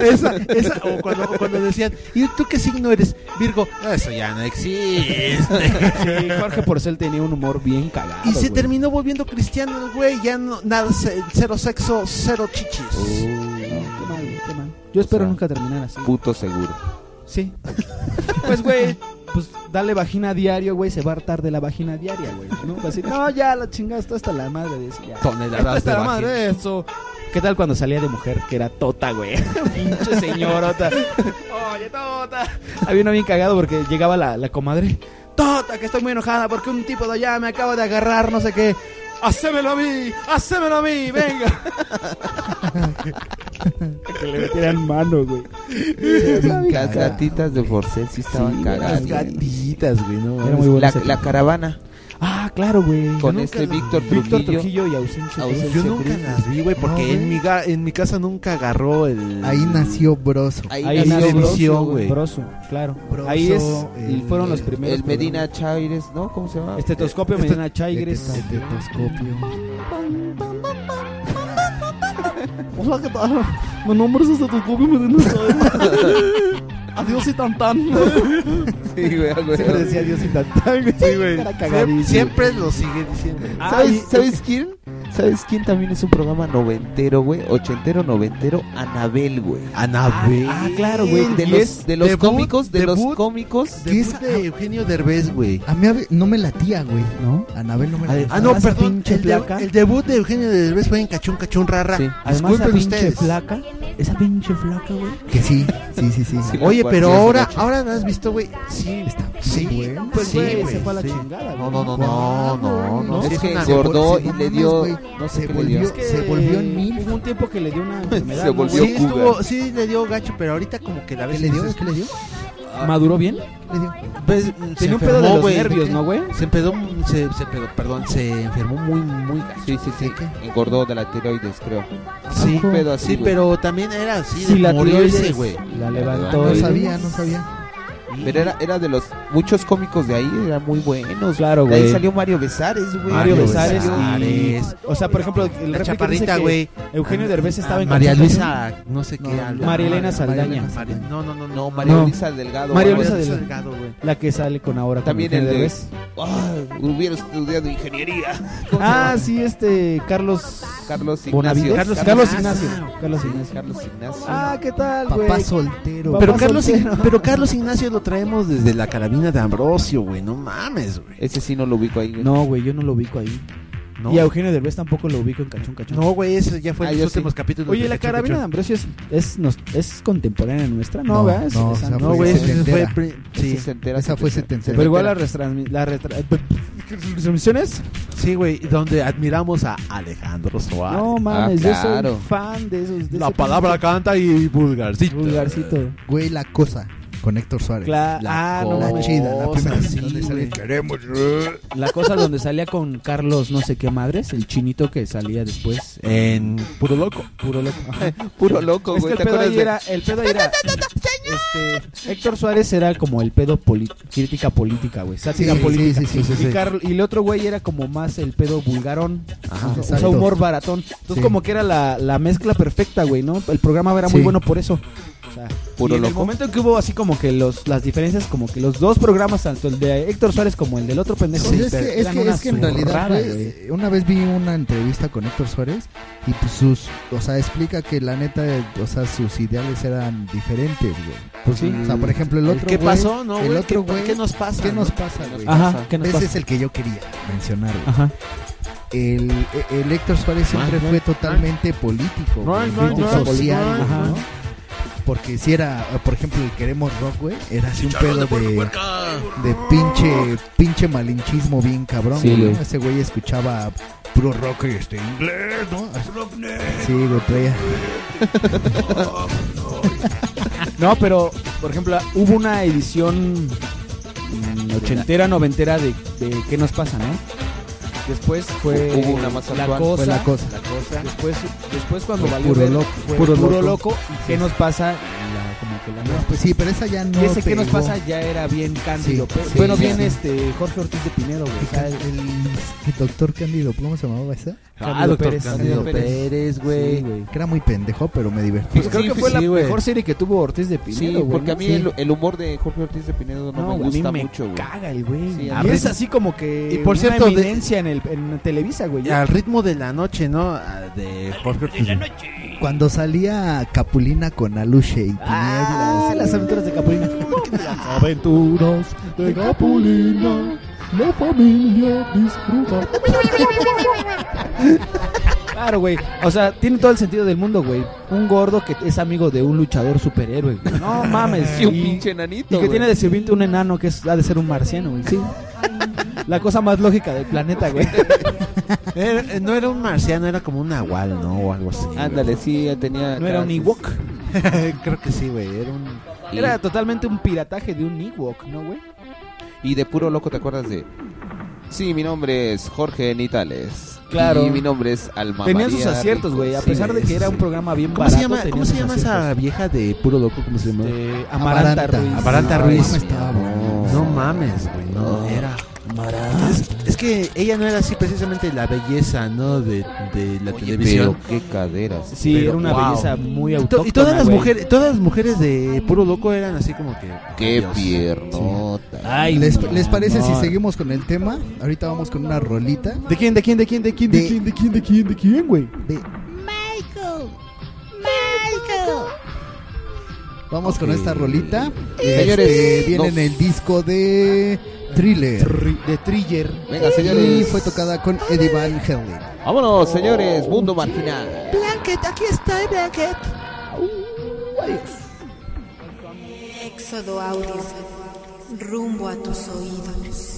[SPEAKER 2] Esa, esa, o cuando, o cuando decían, ¿y tú qué signo eres? Virgo, "No, eso ya no existe.
[SPEAKER 8] Sí, Jorge Porcel tenía un humor bien cagado.
[SPEAKER 2] Y se
[SPEAKER 8] güey.
[SPEAKER 2] terminó volviendo cristiano el güey, ya no, nada, ce- cero sexo, cero chichis.
[SPEAKER 3] Oh,
[SPEAKER 8] Qué mal, güey, qué mal. Yo espero nunca terminar así.
[SPEAKER 19] Puto seguro.
[SPEAKER 8] Sí. Pues, güey, pues dale vagina diario, güey. Se va a hartar de la vagina diaria, güey. ¿no? Va a decir, no, ya la chingada está hasta la madre. de eso, ya.
[SPEAKER 19] Toneladas
[SPEAKER 8] Está hasta
[SPEAKER 19] de
[SPEAKER 8] la
[SPEAKER 19] vagina.
[SPEAKER 8] madre de eso. ¿Qué tal cuando salía de mujer? Que era tota, güey. Pinche señorota. Oye, tota. Había uno bien cagado porque llegaba la, la comadre. Tota, que estoy muy enojada porque un tipo de allá me acaba de agarrar, no sé qué. ¡Hacémelo a mí! ¡Hacémelo a mí! ¡Venga! que le metieran mano, güey.
[SPEAKER 3] Las gatitas de porcel sí estaban cagadas.
[SPEAKER 2] Las gatitas, güey, no.
[SPEAKER 3] Era muy bueno la, la caravana.
[SPEAKER 8] Ah, claro, güey.
[SPEAKER 3] Con
[SPEAKER 2] Yo
[SPEAKER 3] este
[SPEAKER 2] nunca la-
[SPEAKER 3] Víctor Trujillo.
[SPEAKER 8] Víctor Trujillo y Ausencia.
[SPEAKER 3] Ausencia
[SPEAKER 2] Yo nunca
[SPEAKER 3] Cruz.
[SPEAKER 2] las vi, güey, porque
[SPEAKER 6] No,
[SPEAKER 2] en, mi ga- en mi casa nunca agarró el...
[SPEAKER 6] Ahí nació Broso.
[SPEAKER 3] Ahí,
[SPEAKER 8] Ahí
[SPEAKER 3] nació
[SPEAKER 8] nació
[SPEAKER 3] Broso,
[SPEAKER 2] Broso, güey.
[SPEAKER 8] Broso, claro.
[SPEAKER 6] Broso,
[SPEAKER 8] Ahí es,
[SPEAKER 6] el-
[SPEAKER 8] fueron los
[SPEAKER 6] el-
[SPEAKER 8] primeros.
[SPEAKER 3] El Medina Chaires, ¿no? ¿Cómo se llama?
[SPEAKER 8] programas. Estetoscopio,
[SPEAKER 6] Este-
[SPEAKER 8] Medina Chaigres.
[SPEAKER 6] Estetoscopio.
[SPEAKER 8] Hola, ¿qué tal? Mi nombre es Estetoscopio Medina Chaigres. Adiós y tan tan.
[SPEAKER 3] Sí, güey, güey.
[SPEAKER 8] Siempre decía adiós y tan tan. güey. Era
[SPEAKER 2] Siempre,
[SPEAKER 8] cagadísimo.
[SPEAKER 2] siempre lo sigue diciendo.
[SPEAKER 3] ¿Sabes, ¿Sabes quién? ¿Sabes quién también es un programa noventero, güey? Ochentero, noventero, Anabel, güey.
[SPEAKER 2] Anabel.
[SPEAKER 8] Ah, claro, güey.
[SPEAKER 3] De
[SPEAKER 8] Y
[SPEAKER 3] los,
[SPEAKER 8] es-
[SPEAKER 3] de los
[SPEAKER 2] debut,
[SPEAKER 3] cómicos, de los
[SPEAKER 2] debut.
[SPEAKER 3] cómicos. Ah,
[SPEAKER 6] ¿Qué
[SPEAKER 2] Debut
[SPEAKER 6] es-
[SPEAKER 2] de Eugenio Derbez, güey.
[SPEAKER 6] A mí a ve- no me latía, güey, ¿no? Anabel no me latía.
[SPEAKER 2] Ah, no,
[SPEAKER 8] Además, esa
[SPEAKER 2] perdón.
[SPEAKER 8] pinche
[SPEAKER 2] El, de-
[SPEAKER 8] placa.
[SPEAKER 2] el debut de Eugenio Derbez fue en Cachún Cachún Rara.
[SPEAKER 3] Sí.
[SPEAKER 8] Además, esa
[SPEAKER 2] Disculpen
[SPEAKER 8] pinche
[SPEAKER 2] ustedes.
[SPEAKER 8] flaca. Esa pinche flaca, güey.
[SPEAKER 6] Que sí, sí, sí, sí.
[SPEAKER 3] Sí,
[SPEAKER 2] Oye,
[SPEAKER 3] me
[SPEAKER 2] pero
[SPEAKER 3] acuerdo de
[SPEAKER 2] ahora,
[SPEAKER 3] ese gacho.
[SPEAKER 2] ahora lo has visto, güey. Sí,
[SPEAKER 6] Está muy
[SPEAKER 2] Sí,
[SPEAKER 6] bueno.
[SPEAKER 8] Pues,
[SPEAKER 2] Sí,
[SPEAKER 8] güey,
[SPEAKER 2] güey,
[SPEAKER 8] se fue a la
[SPEAKER 2] sí.
[SPEAKER 8] chingada, güey.
[SPEAKER 2] No, no, no, no, no, no.
[SPEAKER 3] Es
[SPEAKER 2] Sí,
[SPEAKER 3] que
[SPEAKER 2] una-
[SPEAKER 3] engordó
[SPEAKER 6] Sí,
[SPEAKER 3] y
[SPEAKER 6] no
[SPEAKER 3] le
[SPEAKER 6] mames,
[SPEAKER 3] dio.
[SPEAKER 6] güey.
[SPEAKER 3] No sé
[SPEAKER 6] Se
[SPEAKER 3] qué le dio.
[SPEAKER 6] volvió- Se volvió en mil.
[SPEAKER 8] Hubo un tiempo que le dio una enfermedad.
[SPEAKER 3] Se
[SPEAKER 8] ¿no,
[SPEAKER 3] volvió
[SPEAKER 8] güey?
[SPEAKER 2] Sí,
[SPEAKER 3] Dio Cougar.
[SPEAKER 2] estuvo- sí, le dio gacho, pero ahorita como que la
[SPEAKER 6] ¿Qué
[SPEAKER 2] ves.
[SPEAKER 6] le
[SPEAKER 2] y
[SPEAKER 6] dio?
[SPEAKER 2] dices,
[SPEAKER 6] ¿Qué le dio?
[SPEAKER 8] ¿Maduró bien?
[SPEAKER 6] ¿Qué le dio?
[SPEAKER 2] pues, se
[SPEAKER 8] Tenía un pedo de
[SPEAKER 2] enfermó,
[SPEAKER 8] los
[SPEAKER 2] güey.
[SPEAKER 8] nervios, ¿no, güey?
[SPEAKER 2] Se empedó, se, se empedó, perdón, se enfermó muy, muy gacho.
[SPEAKER 3] Sí, sí, sí. Engordó de la tiroides, creo.
[SPEAKER 2] Sí,
[SPEAKER 3] Un pedo así,
[SPEAKER 2] sí,
[SPEAKER 3] güey.
[SPEAKER 2] pero también era así
[SPEAKER 8] Sí,
[SPEAKER 2] de
[SPEAKER 8] la
[SPEAKER 2] morirse,
[SPEAKER 8] tiroides
[SPEAKER 2] güey.
[SPEAKER 8] La
[SPEAKER 6] No
[SPEAKER 8] levantó. y-
[SPEAKER 6] sabía, no sabía.
[SPEAKER 3] Pero era, era de los muchos cómicos de ahí, eran muy buenos.
[SPEAKER 8] Claro,
[SPEAKER 3] De ahí
[SPEAKER 8] güey.
[SPEAKER 3] salió Mario Besares, güey.
[SPEAKER 8] Mario Besares y- o sea, por ejemplo, el
[SPEAKER 3] La
[SPEAKER 8] réplica
[SPEAKER 3] chaparrita,
[SPEAKER 8] dice que
[SPEAKER 3] güey.
[SPEAKER 8] Eugenio Derbez estaba en
[SPEAKER 2] María
[SPEAKER 8] Concentración.
[SPEAKER 2] Luisa, no sé qué. algo.
[SPEAKER 8] María Elena Saldaña.
[SPEAKER 2] Elena Saldaña. No, no, no, no.
[SPEAKER 3] No, María Luisa Delgado.
[SPEAKER 8] María
[SPEAKER 3] güey.
[SPEAKER 8] Luisa Delgado,
[SPEAKER 2] güey.
[SPEAKER 8] La que sale con ahora
[SPEAKER 3] También
[SPEAKER 8] con
[SPEAKER 3] el
[SPEAKER 8] Eugenio
[SPEAKER 3] de.
[SPEAKER 8] Derbez.
[SPEAKER 3] Ah, hubiera estudiado ingeniería. ¿Cómo se
[SPEAKER 8] Ah,
[SPEAKER 3] llama?
[SPEAKER 8] sí, este Carlos
[SPEAKER 3] Carlos
[SPEAKER 8] Bonavides.
[SPEAKER 3] Ignacio.
[SPEAKER 8] Carlos, Ignacio. Carlos Ignacio.
[SPEAKER 3] Carlos Ignacio.
[SPEAKER 8] Ah, ¿qué tal, güey?
[SPEAKER 2] Papá soltero.
[SPEAKER 8] Papá
[SPEAKER 2] Pero Carlos,
[SPEAKER 8] soltero.
[SPEAKER 2] pero Carlos Ignacio lo traemos desde la carabina de Ambrosio, güey. No mames, güey.
[SPEAKER 3] Ese sí no lo ubico ahí, güey.
[SPEAKER 8] No, güey, yo no lo ubico ahí.
[SPEAKER 2] No.
[SPEAKER 8] Y a Eugenio Derbez tampoco lo ubico en Cachún Cachún.
[SPEAKER 2] No, güey, ese ya fue
[SPEAKER 8] Ah,
[SPEAKER 2] en
[SPEAKER 8] yo
[SPEAKER 2] los
[SPEAKER 8] sí.
[SPEAKER 2] últimos capítulos.
[SPEAKER 8] Oye,
[SPEAKER 2] de
[SPEAKER 8] la
[SPEAKER 2] Cachón,
[SPEAKER 8] carabina de
[SPEAKER 2] Cachón.
[SPEAKER 8] Ambrosio es, es, nos- es contemporánea nuestra, ¿no?
[SPEAKER 2] No,
[SPEAKER 8] ¿verdad? Es
[SPEAKER 2] no,
[SPEAKER 8] de San-
[SPEAKER 2] esa
[SPEAKER 8] no,
[SPEAKER 2] fue
[SPEAKER 8] güey, esa
[SPEAKER 2] setentera.
[SPEAKER 8] fue pri-
[SPEAKER 2] Esa
[SPEAKER 8] sí.
[SPEAKER 2] setentera, Esa fue setentera. setentera.
[SPEAKER 8] Pero igual las retransmi- la retra- retransmisiones.
[SPEAKER 2] Sí, güey, donde admiramos a Alejandro Suárez.
[SPEAKER 6] Ah,
[SPEAKER 8] No mames, yo soy fan de esos. de
[SPEAKER 24] La
[SPEAKER 8] ese
[SPEAKER 24] palabra canta y vulgarcito.
[SPEAKER 8] Vulgarcito.
[SPEAKER 6] Güey, la cosa. Con Héctor Suárez.
[SPEAKER 8] Cla-
[SPEAKER 6] Pues, la
[SPEAKER 8] ah, no.
[SPEAKER 6] la chida, la primera.
[SPEAKER 8] Sí,
[SPEAKER 6] donde sale,
[SPEAKER 8] güey.
[SPEAKER 6] "Queremos".
[SPEAKER 8] La cosa donde salía con Carlos no sé qué madres, el chinito que salía después.
[SPEAKER 2] En Puro Loco.
[SPEAKER 8] Puro loco. ajá.
[SPEAKER 3] Puro loco,
[SPEAKER 8] Es que
[SPEAKER 3] güey.
[SPEAKER 8] el
[SPEAKER 3] ¿te
[SPEAKER 8] pedo
[SPEAKER 3] acuerdas
[SPEAKER 8] ahí
[SPEAKER 3] de-
[SPEAKER 8] era, el pedo ahí era, este, Héctor Suárez era como el pedo poli- crítica política, güey, sátira
[SPEAKER 6] Sí, sí,
[SPEAKER 8] política.
[SPEAKER 6] sí, sí, sí,
[SPEAKER 8] y,
[SPEAKER 6] sí.
[SPEAKER 8] Carl- y el otro güey era como más el pedo vulgarón,
[SPEAKER 6] Ajá,
[SPEAKER 8] o sea,
[SPEAKER 6] exacto.
[SPEAKER 8] humor baratón. Entonces
[SPEAKER 6] Sí.
[SPEAKER 8] como que era la, la mezcla perfecta, güey, ¿no? El programa era muy
[SPEAKER 6] Sí.
[SPEAKER 8] bueno por eso. O sea,
[SPEAKER 3] Puro
[SPEAKER 8] y en el
[SPEAKER 3] loco.
[SPEAKER 8] momento en que hubo así como que los las diferencias, como que los dos programas, tanto el de Héctor Suárez como el del otro pendejo,
[SPEAKER 6] Sí, es
[SPEAKER 8] pero
[SPEAKER 6] que, es
[SPEAKER 8] eran
[SPEAKER 6] que,
[SPEAKER 8] una
[SPEAKER 6] es que en realidad,
[SPEAKER 8] zurrada,
[SPEAKER 6] güey,
[SPEAKER 8] güey.
[SPEAKER 6] eh, una vez vi una entrevista con Héctor Suárez y pues sus, o sea, explica que la neta, eh, o sea, sus ideales eran diferentes, güey.
[SPEAKER 8] Pues sí.
[SPEAKER 6] O sea, por ejemplo, el
[SPEAKER 2] ¿El
[SPEAKER 6] otro
[SPEAKER 2] qué
[SPEAKER 6] güey,
[SPEAKER 2] pasó, no,
[SPEAKER 6] El
[SPEAKER 2] güey?
[SPEAKER 6] otro
[SPEAKER 2] ¿Qué-
[SPEAKER 6] güey,
[SPEAKER 2] qué nos pasa,
[SPEAKER 6] ¿Qué
[SPEAKER 2] no?
[SPEAKER 6] nos pasa, güey?
[SPEAKER 8] Ajá, ¿qué nos
[SPEAKER 6] Ese
[SPEAKER 8] pasa?
[SPEAKER 6] es el que yo quería mencionar, güey.
[SPEAKER 8] Ajá.
[SPEAKER 6] El, e-, el Héctor Suárez siempre fue totalmente político, güey,
[SPEAKER 8] no, no,
[SPEAKER 6] social,
[SPEAKER 8] no,
[SPEAKER 6] güey,
[SPEAKER 8] no.
[SPEAKER 6] ¿no? Porque si era, eh, por ejemplo, el Queremos Rock, güey, era así un pedo de de pinche pinche malinchismo bien cabrón,
[SPEAKER 8] Sí,
[SPEAKER 6] güey.
[SPEAKER 8] güey.
[SPEAKER 6] Ese güey escuchaba puro rock y este inglés, ¿no? Sí, güey, traía.
[SPEAKER 8] No, pero, por ejemplo, hubo una edición mm, ochentera, noventera de, de ¿Qué nos pasa, no? Después fue
[SPEAKER 3] Hubo una más
[SPEAKER 8] la
[SPEAKER 3] actual.
[SPEAKER 8] cosa,
[SPEAKER 6] Fue La Cosa.
[SPEAKER 8] Después, después cuando
[SPEAKER 6] Fue
[SPEAKER 8] valió
[SPEAKER 6] Puro
[SPEAKER 8] ver-
[SPEAKER 6] Loco.
[SPEAKER 8] fue puro,
[SPEAKER 6] Puro Loco.
[SPEAKER 8] loco. y ¿Qué nos pasa? La- como que la nueva.
[SPEAKER 6] Pues sí, pero esa ya no
[SPEAKER 8] y ese ¿Qué nos
[SPEAKER 6] pegó.
[SPEAKER 8] pasa? Ya era bien cándido.
[SPEAKER 6] Sí,
[SPEAKER 8] pero-
[SPEAKER 6] sí,
[SPEAKER 8] bueno,
[SPEAKER 6] sí,
[SPEAKER 8] bien
[SPEAKER 6] sí.
[SPEAKER 8] este Jorge Ortiz de Pinedo, güey. o sea,
[SPEAKER 6] El, el doctor Cándido, ¿cómo se llamaba esa?
[SPEAKER 8] Cándido Pérez.
[SPEAKER 2] Cándido
[SPEAKER 8] Pérez.
[SPEAKER 2] Pérez,
[SPEAKER 8] Sí,
[SPEAKER 2] güey.
[SPEAKER 8] güey.
[SPEAKER 6] Que era muy pendejo, pero me divertí.
[SPEAKER 8] Pues creo que fue la
[SPEAKER 2] sí, güey.
[SPEAKER 8] mejor serie que tuvo Ortiz de Pinedo,
[SPEAKER 3] Sí,
[SPEAKER 8] güey,
[SPEAKER 3] porque
[SPEAKER 8] ¿no?
[SPEAKER 3] a mí
[SPEAKER 8] Sí.
[SPEAKER 3] el, el humor de Jorge Ortiz de Pinedo pues, no, me
[SPEAKER 8] No, güey, a mí
[SPEAKER 3] gusta
[SPEAKER 8] me
[SPEAKER 3] mucho, güey.
[SPEAKER 8] caga el güey.
[SPEAKER 3] Sí,
[SPEAKER 8] y
[SPEAKER 3] a mí-
[SPEAKER 8] es así como que
[SPEAKER 2] Y por
[SPEAKER 8] una
[SPEAKER 2] cierto, de-
[SPEAKER 8] eminencia en, el, en Televisa, güey.
[SPEAKER 3] Ah,
[SPEAKER 2] Y al ritmo de la noche, ¿no? Ah, De Jorge Ortiz.
[SPEAKER 6] Cuando salía Capulina con Aluche y
[SPEAKER 8] Ah, las aventuras de Capulina.
[SPEAKER 6] Aventuras de Capulina, la familia disfruta.
[SPEAKER 8] Claro, güey. O sea, tiene todo el sentido del mundo, güey. Un gordo que es amigo de un luchador superhéroe, güey. No mames.
[SPEAKER 3] Y un pinche enanito,
[SPEAKER 8] Y que
[SPEAKER 3] güey.
[SPEAKER 8] tiene de sirviente un enano que es, ha de ser un marciano, güey. Sí. La cosa más lógica del planeta, güey.
[SPEAKER 2] Era- eh, no era un marciano, era como un nahual, ¿no? O algo así. güey.
[SPEAKER 3] Ándale, sí, ya tenía.
[SPEAKER 8] No era un
[SPEAKER 3] caras-
[SPEAKER 8] Ewok.
[SPEAKER 2] Creo que sí, güey. Era un.
[SPEAKER 8] Era totalmente un pirataje de un Ewok, ¿no, güey?
[SPEAKER 3] Y de puro loco, ¿te acuerdas de.? Sí, mi nombre es Jorge Nitales.
[SPEAKER 8] Claro.
[SPEAKER 3] Y mi nombre es Alma
[SPEAKER 8] Tenían sus
[SPEAKER 3] María
[SPEAKER 8] aciertos,
[SPEAKER 3] Rico.
[SPEAKER 8] güey. A
[SPEAKER 3] Sí,
[SPEAKER 8] pesar de
[SPEAKER 3] sí,
[SPEAKER 8] que era
[SPEAKER 3] sí.
[SPEAKER 8] un programa bien
[SPEAKER 2] ¿Cómo
[SPEAKER 8] barato.
[SPEAKER 2] se llama,
[SPEAKER 8] tenía
[SPEAKER 2] ¿cómo se
[SPEAKER 8] sus
[SPEAKER 2] llama
[SPEAKER 8] aciertos.
[SPEAKER 2] esa vieja de puro loco? ¿Cómo se llama?
[SPEAKER 8] Este, Amaranta,
[SPEAKER 6] Amaranta.
[SPEAKER 2] Amaranta
[SPEAKER 8] Ruiz.
[SPEAKER 6] No,
[SPEAKER 2] Ruiz.
[SPEAKER 6] mames, estaba bueno.
[SPEAKER 2] No mames, güey. No, era. Es, es que ella no era así precisamente la belleza, ¿no? De, de la
[SPEAKER 3] Oye,
[SPEAKER 2] televisión.
[SPEAKER 3] Pero qué caderas.
[SPEAKER 8] Sí,
[SPEAKER 2] Pero,
[SPEAKER 8] era una
[SPEAKER 2] wow.
[SPEAKER 8] belleza muy
[SPEAKER 2] Y to-
[SPEAKER 8] autóctona,
[SPEAKER 2] y todas las
[SPEAKER 8] güey.
[SPEAKER 2] mujeres, todas las mujeres de puro loco eran así como que.
[SPEAKER 3] Qué
[SPEAKER 2] Dios.
[SPEAKER 3] piernota.
[SPEAKER 8] Ay,
[SPEAKER 6] ¿Les,
[SPEAKER 8] mi
[SPEAKER 6] les parece si
[SPEAKER 8] amor.
[SPEAKER 6] seguimos con el tema? Ahorita vamos con una rolita
[SPEAKER 8] ¿De quién, de quién, de quién, de quién, de,
[SPEAKER 6] De-
[SPEAKER 8] quién, de quién, de quién, de quién, güey?
[SPEAKER 6] de
[SPEAKER 25] Michael. Michael.
[SPEAKER 6] Vamos con esta rolita.
[SPEAKER 3] Señores,
[SPEAKER 6] Este, viene
[SPEAKER 3] nos-
[SPEAKER 6] en el disco de Thriller.
[SPEAKER 8] De Thriller.
[SPEAKER 3] Venga,
[SPEAKER 6] Y
[SPEAKER 3] señores.
[SPEAKER 6] fue tocada con Eddie Van Halen.
[SPEAKER 3] Vámonos, señores. Mundo marginal.
[SPEAKER 25] Blanket, aquí estoy, Blanket.
[SPEAKER 1] Éxodo Audio, rumbo a tus oídos.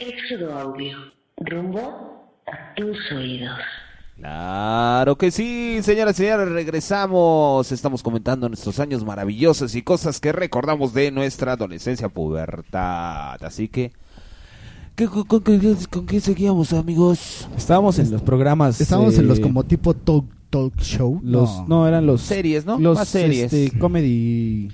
[SPEAKER 19] Éxodo Audio, rumbo a tus oídos.
[SPEAKER 3] Claro que sí, señoras y señores, regresamos. Estamos comentando nuestros años maravillosos y cosas que recordamos de nuestra adolescencia, pubertad. Así que, ¿qué- con, con- con- con qué seguíamos, amigos?
[SPEAKER 8] Estábamos en los programas.
[SPEAKER 6] Estábamos
[SPEAKER 8] eh,
[SPEAKER 6] en los como tipo talk, talk show.
[SPEAKER 8] Los, no. eran los.
[SPEAKER 3] Series, ¿no?
[SPEAKER 8] Los
[SPEAKER 3] Más series.
[SPEAKER 8] Este, comedy.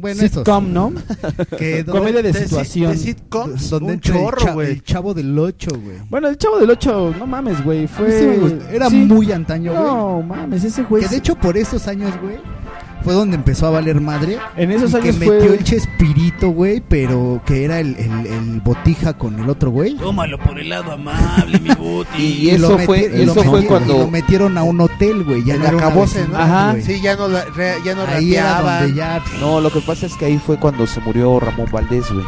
[SPEAKER 6] Bueno,
[SPEAKER 8] sitcom, ¿no?
[SPEAKER 6] Que
[SPEAKER 8] Comedia de
[SPEAKER 6] de si-
[SPEAKER 8] situación.
[SPEAKER 6] de sitcoms, un chorro, güey. El chavo del 8, güey.
[SPEAKER 8] Bueno, el chavo del 8, no mames, güey.
[SPEAKER 6] A mí
[SPEAKER 8] Fue.
[SPEAKER 6] sí me gustó. Era
[SPEAKER 8] sí.
[SPEAKER 6] muy antaño, güey.
[SPEAKER 8] No mames, ese güey.
[SPEAKER 6] Que de hecho por esos años, güey, fue donde empezó a valer madre.
[SPEAKER 8] En esos
[SPEAKER 6] y
[SPEAKER 8] años
[SPEAKER 6] que
[SPEAKER 8] fue-
[SPEAKER 6] metió el Chespirito, güey, pero que era el, el- el botija con el otro güey.
[SPEAKER 26] Tómalo por el lado amable, mi buti.
[SPEAKER 6] Y
[SPEAKER 3] eso
[SPEAKER 6] lo meti-
[SPEAKER 3] fue-
[SPEAKER 6] y lo
[SPEAKER 3] eso fue
[SPEAKER 6] metieron-
[SPEAKER 3] cuando-
[SPEAKER 6] y lo metieron a un hotel, güey. Ya
[SPEAKER 17] El
[SPEAKER 6] no era una
[SPEAKER 17] acabose, ¿no?
[SPEAKER 6] vecindad, güey.
[SPEAKER 17] Sí, ya no, la- re- ya no
[SPEAKER 6] Ahí era
[SPEAKER 17] rapeaban.
[SPEAKER 6] donde ya-
[SPEAKER 3] No, lo que pasa es que ahí fue cuando se murió Ramón Valdés, güey.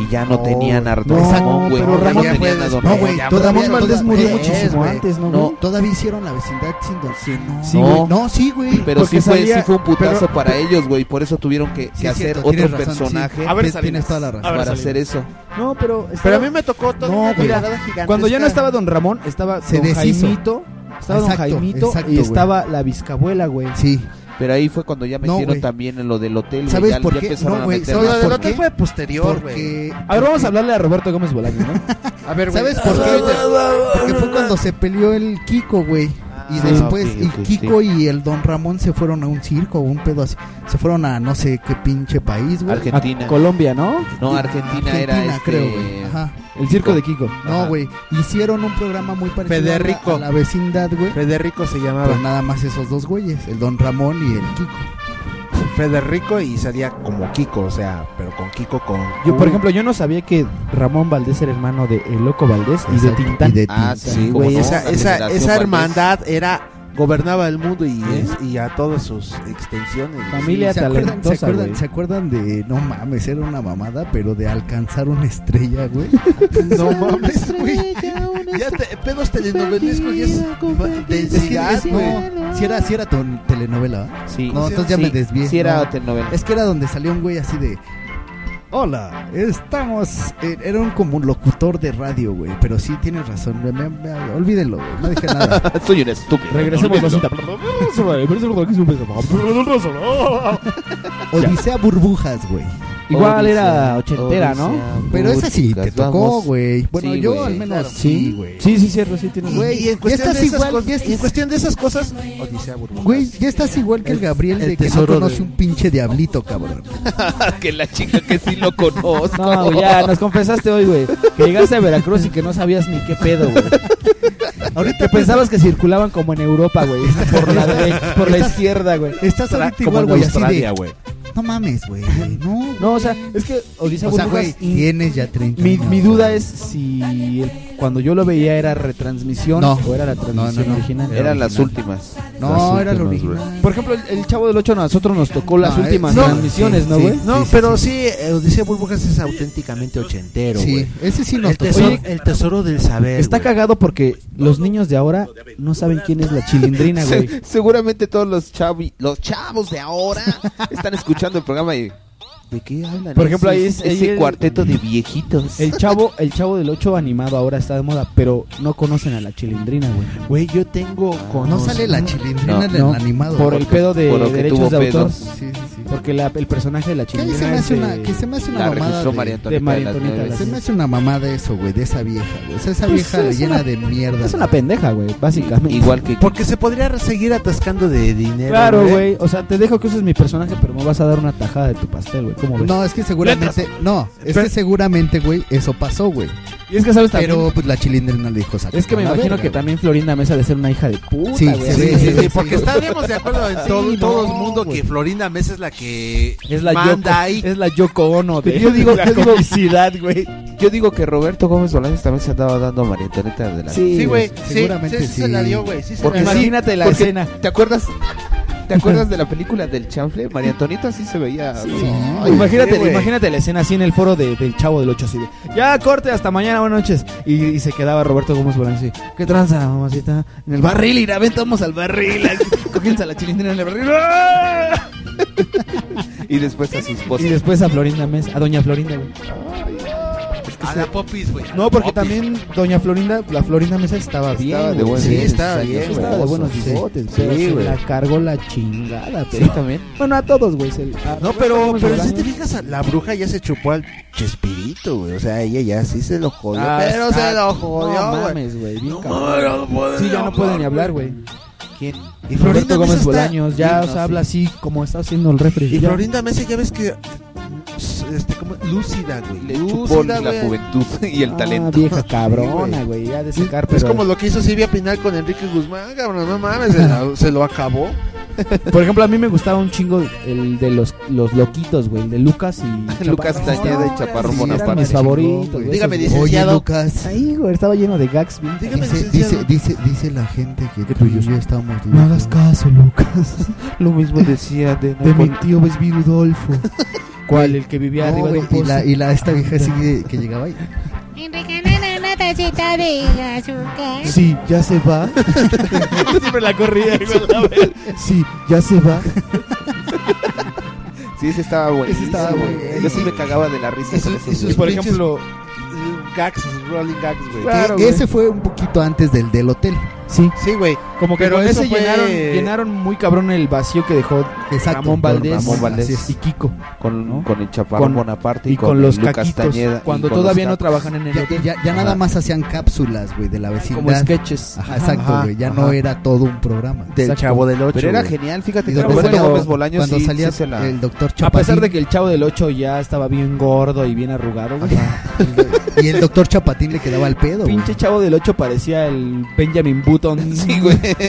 [SPEAKER 3] Y ya no,
[SPEAKER 6] No,
[SPEAKER 3] tenían a
[SPEAKER 6] no,
[SPEAKER 3] Ramón, güey.
[SPEAKER 6] pero
[SPEAKER 3] ya
[SPEAKER 6] Ramón
[SPEAKER 3] no tenían a Don
[SPEAKER 6] No, güey,
[SPEAKER 3] Ramón.
[SPEAKER 6] todavía-
[SPEAKER 8] Ramón Valdés
[SPEAKER 6] toda-
[SPEAKER 8] murió
[SPEAKER 6] es,
[SPEAKER 8] muchísimo ¿eh?
[SPEAKER 6] güey.
[SPEAKER 8] antes, ¿no, güey?
[SPEAKER 6] Todavía hicieron la vecindad sin don sí, no.
[SPEAKER 8] Sí,
[SPEAKER 6] güey.
[SPEAKER 3] No.
[SPEAKER 6] no, sí, güey.
[SPEAKER 3] Pero sí
[SPEAKER 6] Porque
[SPEAKER 3] fue,
[SPEAKER 6] salía-
[SPEAKER 3] sí fue un putazo
[SPEAKER 6] pero-
[SPEAKER 3] para ellos, güey. Por eso tuvieron que, que
[SPEAKER 6] Sí, es
[SPEAKER 3] hacer
[SPEAKER 6] cierto,
[SPEAKER 3] otro
[SPEAKER 6] tienes razón, sí.
[SPEAKER 3] personaje
[SPEAKER 6] A ver, Tienes Salinas. toda la razón. A ver,
[SPEAKER 3] para
[SPEAKER 6] Salinas.
[SPEAKER 3] hacer eso.
[SPEAKER 8] No, pero.
[SPEAKER 17] Pero a mí me tocó todo
[SPEAKER 8] No,
[SPEAKER 17] una
[SPEAKER 8] güey.
[SPEAKER 17] mirada gigante.
[SPEAKER 8] Cuando ya no estaba Don Ramón, estaba
[SPEAKER 6] Se
[SPEAKER 8] Don
[SPEAKER 6] deshizo.
[SPEAKER 8] Jaimito. Estaba
[SPEAKER 6] Exacto,
[SPEAKER 8] Don Jaimito
[SPEAKER 6] exacto,
[SPEAKER 8] y
[SPEAKER 6] güey.
[SPEAKER 8] estaba la Vizcabuela, güey.
[SPEAKER 6] Sí.
[SPEAKER 3] Pero ahí fue cuando ya
[SPEAKER 6] No,
[SPEAKER 3] metieron
[SPEAKER 6] güey.
[SPEAKER 3] también en lo del hotel. güey,
[SPEAKER 6] ¿Sabes
[SPEAKER 3] ya-
[SPEAKER 6] por
[SPEAKER 3] ya
[SPEAKER 6] qué?
[SPEAKER 3] empezaron
[SPEAKER 6] No,
[SPEAKER 3] a
[SPEAKER 6] güey,
[SPEAKER 3] meter
[SPEAKER 6] ¿sabes
[SPEAKER 3] más
[SPEAKER 6] por
[SPEAKER 3] por-
[SPEAKER 6] qué?
[SPEAKER 17] fue posterior, güey.
[SPEAKER 8] A ver, vamos a hablarle a Roberto Gómez Bolaño, ¿no?
[SPEAKER 17] A ver, güey.
[SPEAKER 6] ¿Sabes por qué? Porque fue cuando se peleó el Kiko, güey. Y
[SPEAKER 3] Ah,
[SPEAKER 6] después,
[SPEAKER 3] ok, ok,
[SPEAKER 6] y Kiko
[SPEAKER 3] sí.
[SPEAKER 6] y el Don Ramón se fueron a un circo o un pedo así. Se fueron a no sé qué pinche país, güey.
[SPEAKER 3] Argentina.
[SPEAKER 8] Colombia, ¿no?
[SPEAKER 3] No, Argentina, era
[SPEAKER 6] Argentina,
[SPEAKER 3] este...
[SPEAKER 6] creo, güey. Ajá.
[SPEAKER 8] El circo de Kiko.
[SPEAKER 6] No, güey. Hicieron un programa muy parecido
[SPEAKER 17] Federico.
[SPEAKER 6] a la vecindad, güey.
[SPEAKER 17] Federico se llamaba.
[SPEAKER 6] Pero nada más esos dos güeyes, el Don Ramón y el Kiko.
[SPEAKER 17] Federico y salía como Kiko, o sea, pero con Kiko con.
[SPEAKER 8] Yo, por ejemplo, yo no sabía que Ramón Valdés era hermano de El Loco Valdés y de
[SPEAKER 6] Exacto,
[SPEAKER 8] Tintán.
[SPEAKER 6] y de
[SPEAKER 3] Ah,
[SPEAKER 6] Tintán.
[SPEAKER 17] Güey,
[SPEAKER 3] sí, cómo no,
[SPEAKER 17] esa,
[SPEAKER 3] la
[SPEAKER 17] esa,
[SPEAKER 3] generación
[SPEAKER 17] esa
[SPEAKER 3] Valdés.
[SPEAKER 17] hermandad era gobernaba el mundo y, y a todas sus extensiones.
[SPEAKER 8] Familia
[SPEAKER 6] ¿Se acuerdan, ¿se,
[SPEAKER 8] talentosa,
[SPEAKER 6] acuerdan,
[SPEAKER 8] güey.
[SPEAKER 6] ¿Se acuerdan de, no mames, era una mamada, pero de alcanzar una estrella, güey? no mames, güey.
[SPEAKER 17] Ya te, pedos telenovelescos y es
[SPEAKER 6] Es que-
[SPEAKER 17] densidad,
[SPEAKER 6] es-
[SPEAKER 17] güey.
[SPEAKER 6] no, si era, si era tu telenovela, ¿va?
[SPEAKER 3] Sí.
[SPEAKER 6] No, entonces ya
[SPEAKER 3] Sí,
[SPEAKER 6] me desvié.
[SPEAKER 3] sí era
[SPEAKER 6] no.
[SPEAKER 3] telenovela.
[SPEAKER 6] Es que era donde salía un güey así de... Hola, estamos... eh, Era un como un locutor de radio, güey. Pero sí, tienes razón. Me, me- me- olvídenlo, güey. No dije nada.
[SPEAKER 3] Soy un estúpido.
[SPEAKER 8] Regresemos a la
[SPEAKER 3] No,
[SPEAKER 8] cita.
[SPEAKER 6] Odisea Burbujas, güey.
[SPEAKER 8] Igual
[SPEAKER 3] Odisea,
[SPEAKER 8] era ochentera, ¿no?
[SPEAKER 3] Odisea,
[SPEAKER 6] Pero esa sí te
[SPEAKER 3] Burbujas,
[SPEAKER 6] tocó,
[SPEAKER 3] vamos.
[SPEAKER 6] güey. Bueno,
[SPEAKER 3] Sí,
[SPEAKER 6] yo
[SPEAKER 3] güey.
[SPEAKER 6] al menos
[SPEAKER 3] Claro.
[SPEAKER 6] sí, güey.
[SPEAKER 8] Sí, sí, cierto, sí tienes
[SPEAKER 17] Y,
[SPEAKER 8] razón.
[SPEAKER 6] Güey,
[SPEAKER 17] y en
[SPEAKER 6] ya
[SPEAKER 17] cuestión
[SPEAKER 6] estás
[SPEAKER 17] de esas
[SPEAKER 6] igual,
[SPEAKER 17] cosas,
[SPEAKER 6] ya
[SPEAKER 17] y en
[SPEAKER 6] estás-
[SPEAKER 17] cuestión de esas cosas, Odisea Burbuja.
[SPEAKER 6] Güey, ya estás igual que el Gabriel
[SPEAKER 17] el
[SPEAKER 6] de que no
[SPEAKER 17] tesoro
[SPEAKER 6] conoce
[SPEAKER 17] del-
[SPEAKER 6] un pinche diablito, cabrón.
[SPEAKER 3] que la chica que sí lo conozco.
[SPEAKER 8] No, güey, ya nos confesaste hoy, güey, que llegaste a Veracruz y que no sabías ni qué pedo, güey.
[SPEAKER 6] Ahorita pues
[SPEAKER 8] Que pensabas que circulaban como en Europa, güey, por la, dere- por la izquierda, güey.
[SPEAKER 6] Estás
[SPEAKER 3] Tra-
[SPEAKER 6] ahorita
[SPEAKER 3] como
[SPEAKER 6] igual,
[SPEAKER 3] en
[SPEAKER 6] güey, así
[SPEAKER 3] Australia,
[SPEAKER 6] de...
[SPEAKER 3] güey.
[SPEAKER 6] No mames, güey. No,
[SPEAKER 8] No, o sea, es que Odisea
[SPEAKER 6] O sea,
[SPEAKER 8] Burbujas
[SPEAKER 6] güey, tienes ya 30
[SPEAKER 8] Mi,
[SPEAKER 6] años,
[SPEAKER 8] mi duda
[SPEAKER 6] güey.
[SPEAKER 8] es si el- cuando yo lo veía era retransmisión
[SPEAKER 6] No.
[SPEAKER 8] o era la transmisión
[SPEAKER 6] no, no.
[SPEAKER 8] original.
[SPEAKER 6] Era
[SPEAKER 3] Eran las
[SPEAKER 6] original.
[SPEAKER 3] últimas.
[SPEAKER 6] No, era lo
[SPEAKER 3] últimas, güey.
[SPEAKER 6] original.
[SPEAKER 8] Por ejemplo, el, el Chavo del 8 a nosotros nos tocó las
[SPEAKER 6] No,
[SPEAKER 8] últimas
[SPEAKER 6] eh, no,
[SPEAKER 8] transmisiones,
[SPEAKER 6] sí,
[SPEAKER 8] ¿no,
[SPEAKER 6] sí.
[SPEAKER 8] güey?
[SPEAKER 17] No,
[SPEAKER 6] sí,
[SPEAKER 17] pero sí, eh, Odisea Burbujas es auténticamente ochentero,
[SPEAKER 6] Sí,
[SPEAKER 17] güey.
[SPEAKER 6] ese sí nos
[SPEAKER 17] El
[SPEAKER 6] tocó.
[SPEAKER 17] tesoro,
[SPEAKER 8] Oye,
[SPEAKER 17] el tesoro del saber.
[SPEAKER 8] Está
[SPEAKER 17] güey.
[SPEAKER 8] cagado porque los niños de ahora no saben quién es la chilindrina, güey.
[SPEAKER 3] Se- seguramente todos los, chavi, los chavos de ahora están escuchando el programa y... ¿De qué hablan?
[SPEAKER 8] Por ejemplo, ahí es-
[SPEAKER 3] Ese-
[SPEAKER 8] ahí
[SPEAKER 3] ese
[SPEAKER 8] el-
[SPEAKER 3] cuarteto de viejitos.
[SPEAKER 8] El chavo, el chavo del 8 animado ahora está de moda, pero no conocen a la chilindrina, güey.
[SPEAKER 17] Güey, yo tengo con
[SPEAKER 6] No sale la chilindrina
[SPEAKER 3] No,
[SPEAKER 6] en
[SPEAKER 8] no,
[SPEAKER 6] el animado.
[SPEAKER 8] Por
[SPEAKER 6] güey.
[SPEAKER 8] el pedo de
[SPEAKER 3] por lo que tuvo
[SPEAKER 8] derechos de autor.
[SPEAKER 3] pedos.
[SPEAKER 6] Sí, sí, sí.
[SPEAKER 8] Porque la- el personaje de la
[SPEAKER 6] Que ahí se
[SPEAKER 8] chilindrina
[SPEAKER 6] me
[SPEAKER 8] es eh,
[SPEAKER 6] hace una,
[SPEAKER 8] de-
[SPEAKER 6] que se me hace una
[SPEAKER 3] La
[SPEAKER 6] mamada
[SPEAKER 3] registró
[SPEAKER 6] de-
[SPEAKER 3] María
[SPEAKER 8] de
[SPEAKER 3] Antonieta de
[SPEAKER 8] María
[SPEAKER 3] las
[SPEAKER 8] Antonieta
[SPEAKER 3] Nieves.
[SPEAKER 8] de
[SPEAKER 6] Se me hace una mamada eso, güey, de esa vieja, güey. O sea, esa vieja
[SPEAKER 8] Pues es
[SPEAKER 6] llena
[SPEAKER 8] una-
[SPEAKER 6] de mierda.
[SPEAKER 8] Es una
[SPEAKER 6] güey.
[SPEAKER 8] pendeja, güey, básicamente.
[SPEAKER 3] Igual que...
[SPEAKER 17] Porque se podría seguir atascando de dinero.
[SPEAKER 8] Claro, güey. O sea, te dejo que uses mi personaje, pero me vas a dar una tajada de tu pastel, güey. ¿Cómo ves?
[SPEAKER 6] No, es que seguramente, no, es que seguramente, güey, eso pasó, güey.
[SPEAKER 8] y es que sabes también.
[SPEAKER 6] Pero pues la chilindrina le dijo,
[SPEAKER 8] es que me
[SPEAKER 6] "Sácala a la
[SPEAKER 8] imagino
[SPEAKER 6] verga,
[SPEAKER 8] que
[SPEAKER 6] güey".
[SPEAKER 8] también Florinda Mesa de ser una hija de puta,
[SPEAKER 6] Sí,
[SPEAKER 8] güey.
[SPEAKER 6] se
[SPEAKER 17] Sí,
[SPEAKER 6] ve, se ve,
[SPEAKER 17] sí, porque
[SPEAKER 6] sí.
[SPEAKER 17] estaríamos de acuerdo en todo,
[SPEAKER 8] no,
[SPEAKER 17] todo el mundo
[SPEAKER 8] güey.
[SPEAKER 17] que Florinda Mesa es la que
[SPEAKER 8] Es la Yoko,
[SPEAKER 17] manda ahí.
[SPEAKER 8] es la Yoko Ono de
[SPEAKER 3] Yo digo-
[SPEAKER 8] la
[SPEAKER 3] yo digo-
[SPEAKER 8] comicidad, güey.
[SPEAKER 3] Yo digo que Roberto Gómez Bolaños también se andaba dando a María Antonieta de la
[SPEAKER 17] Sí,
[SPEAKER 8] este,
[SPEAKER 17] güey, sí,
[SPEAKER 6] seguramente
[SPEAKER 17] sí, sí se la
[SPEAKER 6] sí.
[SPEAKER 17] dio, güey. Sí, se
[SPEAKER 3] Porque
[SPEAKER 17] la dio.
[SPEAKER 8] Imagínate la
[SPEAKER 3] Porque-
[SPEAKER 8] escena.
[SPEAKER 3] ¿Te acuerdas? ¿Te acuerdas de la película del chanfle? María Antonieta sí se veía.
[SPEAKER 8] Ay, imagínate,
[SPEAKER 17] sí, güey.
[SPEAKER 8] imagínate la escena así en el foro de- del chavo del 8 así de, ya corte hasta mañana, buenas noches. Y, y se quedaba Roberto Gómez Bolaños así, ¿qué tranza, mamacita? En el barril, irá, ven, vamos al barril, así, cogiéndose a la chilindrina en el barril. ¡Ah!
[SPEAKER 3] Y después a su esposa.
[SPEAKER 8] Y después a Florinda Mesa, a doña Florinda, güey.
[SPEAKER 6] que
[SPEAKER 2] A
[SPEAKER 6] se-
[SPEAKER 2] la popis, güey. a
[SPEAKER 8] No,
[SPEAKER 2] la
[SPEAKER 8] porque
[SPEAKER 2] popis.
[SPEAKER 8] también Doña Florinda, la Florinda Mesa estaba bien.
[SPEAKER 2] Estaba de
[SPEAKER 8] güey.
[SPEAKER 2] buen-
[SPEAKER 8] Sí,
[SPEAKER 2] bien,
[SPEAKER 8] estaba
[SPEAKER 2] sí,
[SPEAKER 8] bien.
[SPEAKER 2] sí,
[SPEAKER 8] Estaba de
[SPEAKER 2] hermoso.
[SPEAKER 8] buenos
[SPEAKER 2] Sí,
[SPEAKER 8] bigotes,
[SPEAKER 2] sí,
[SPEAKER 8] pero se
[SPEAKER 2] güey.
[SPEAKER 8] la cargó la chingada.
[SPEAKER 6] Sí,
[SPEAKER 8] Pero...
[SPEAKER 6] también.
[SPEAKER 8] Bueno, a todos, güey. se- a-
[SPEAKER 6] No, pero,
[SPEAKER 8] Ramos
[SPEAKER 6] pero
[SPEAKER 8] Bolaños.
[SPEAKER 6] si te fijas, la bruja ya se chupó al Chespirito, güey. O sea, ella ya sí se lo jodió.
[SPEAKER 8] Ah,
[SPEAKER 6] pero
[SPEAKER 8] está-
[SPEAKER 6] se lo jodió,
[SPEAKER 8] No
[SPEAKER 6] güey.
[SPEAKER 8] mames, güey. Bien
[SPEAKER 6] ahora
[SPEAKER 8] cabrón.
[SPEAKER 6] no pueden
[SPEAKER 8] Sí, ya no
[SPEAKER 6] hablar,
[SPEAKER 8] pueden ni hablar, güey.
[SPEAKER 6] ¿Quién?
[SPEAKER 8] Y Florinda Gómez
[SPEAKER 6] Mesa está-
[SPEAKER 8] Bolaños ya
[SPEAKER 6] Sí,
[SPEAKER 8] o
[SPEAKER 6] no,
[SPEAKER 8] sea, habla
[SPEAKER 6] sí.
[SPEAKER 8] así como está haciendo el refri.
[SPEAKER 6] Y
[SPEAKER 8] ya.
[SPEAKER 6] Florinda Mesa ya ves que s- este, como, lúcida, güey.
[SPEAKER 3] Le chupó
[SPEAKER 6] lúcida,
[SPEAKER 3] la
[SPEAKER 6] güey.
[SPEAKER 3] juventud y el
[SPEAKER 8] Ah,
[SPEAKER 3] talento.
[SPEAKER 8] vieja cabrona, güey. Ya de sacar,
[SPEAKER 6] Es
[SPEAKER 8] pero...
[SPEAKER 6] como lo que hizo Silvia Pinal con Enrique Guzmán, cabrón. No mames, se, la- se lo acabó.
[SPEAKER 8] Por ejemplo, a mí me gustaba un chingo el de los, los loquitos, güey, el de Lucas y
[SPEAKER 3] Lucas Tañeda y Chaparrón
[SPEAKER 8] sí, eran
[SPEAKER 3] Bonaparte.
[SPEAKER 8] mis favoritos. güey,
[SPEAKER 6] Pues Dígame,
[SPEAKER 8] esos, güey.
[SPEAKER 6] licenciado.
[SPEAKER 8] Ahí, güey, estaba lleno de gags. bien.
[SPEAKER 6] Dice, dice, dice, dice la gente que tú y yo estamos
[SPEAKER 8] No
[SPEAKER 6] locos.
[SPEAKER 8] hagas caso, Lucas.
[SPEAKER 27] Lo mismo decía de,
[SPEAKER 8] De mi
[SPEAKER 6] tío es Virudolfo.
[SPEAKER 8] ¿Cuál? El que vivía
[SPEAKER 6] No,
[SPEAKER 8] arriba de
[SPEAKER 6] güey,
[SPEAKER 8] un
[SPEAKER 6] y la, y la esta vieja así de- que llegaba ahí.
[SPEAKER 28] una tacita de azúcar.
[SPEAKER 8] Sí, ya se va.
[SPEAKER 27] Siempre la corría,
[SPEAKER 8] Sí, ya se va.
[SPEAKER 3] Sí, ese estaba bueno.
[SPEAKER 8] Ese estaba buenísimo.
[SPEAKER 3] Yo sí me cagaba de la risa con esos, güey.
[SPEAKER 8] por ejemplo,
[SPEAKER 6] gags, sus rolling gags, güey.
[SPEAKER 8] Claro,
[SPEAKER 6] Que
[SPEAKER 8] güey.
[SPEAKER 6] ese fue un poquito antes del del hotel.
[SPEAKER 8] Sí.
[SPEAKER 6] Sí, güey.
[SPEAKER 8] Como que
[SPEAKER 6] Pero
[SPEAKER 8] con
[SPEAKER 6] eso
[SPEAKER 8] ese
[SPEAKER 6] fue-
[SPEAKER 8] llenaron, llenaron muy cabrón el vacío que dejó
[SPEAKER 6] Exacto,
[SPEAKER 8] Ramón Valdés,
[SPEAKER 3] Ramón Valdés.
[SPEAKER 8] así es, y Kiko.
[SPEAKER 3] Con,
[SPEAKER 8] ¿no?
[SPEAKER 3] con el chaparrón
[SPEAKER 8] Con-
[SPEAKER 3] Bonaparte y,
[SPEAKER 8] y con los
[SPEAKER 3] Lucas
[SPEAKER 8] caquitos,
[SPEAKER 3] Tañeda. y
[SPEAKER 8] cuando
[SPEAKER 3] con los
[SPEAKER 8] todavía no
[SPEAKER 3] cacos.
[SPEAKER 8] trabajan en el
[SPEAKER 6] Ya,
[SPEAKER 8] hotel.
[SPEAKER 6] ya, ya
[SPEAKER 8] Ajá.
[SPEAKER 6] nada más hacían cápsulas, güey, de la vecindad.
[SPEAKER 8] Como sketches.
[SPEAKER 6] Ajá,
[SPEAKER 8] Ajá.
[SPEAKER 6] exacto, güey. Ya
[SPEAKER 8] Ajá.
[SPEAKER 6] no era todo un programa.
[SPEAKER 8] Del Exacto. Chavo del Ocho,
[SPEAKER 3] Pero era
[SPEAKER 8] güey.
[SPEAKER 3] genial, fíjate.
[SPEAKER 6] Y
[SPEAKER 3] que
[SPEAKER 6] donde
[SPEAKER 3] Roberto
[SPEAKER 6] salía-
[SPEAKER 3] Gómez Bolaños
[SPEAKER 6] cuando
[SPEAKER 3] sí-
[SPEAKER 6] salía
[SPEAKER 3] sí se la-
[SPEAKER 6] el doctor
[SPEAKER 8] A
[SPEAKER 6] Chapatín.
[SPEAKER 8] pesar de que el chavo del 8 ya estaba bien gordo y bien arrugado, güey.
[SPEAKER 6] Y el doctor Chapatín le quedaba al pedo, güey.
[SPEAKER 8] Pinche chavo del 8 parecía el Benjamin Button.
[SPEAKER 3] Sí, güey.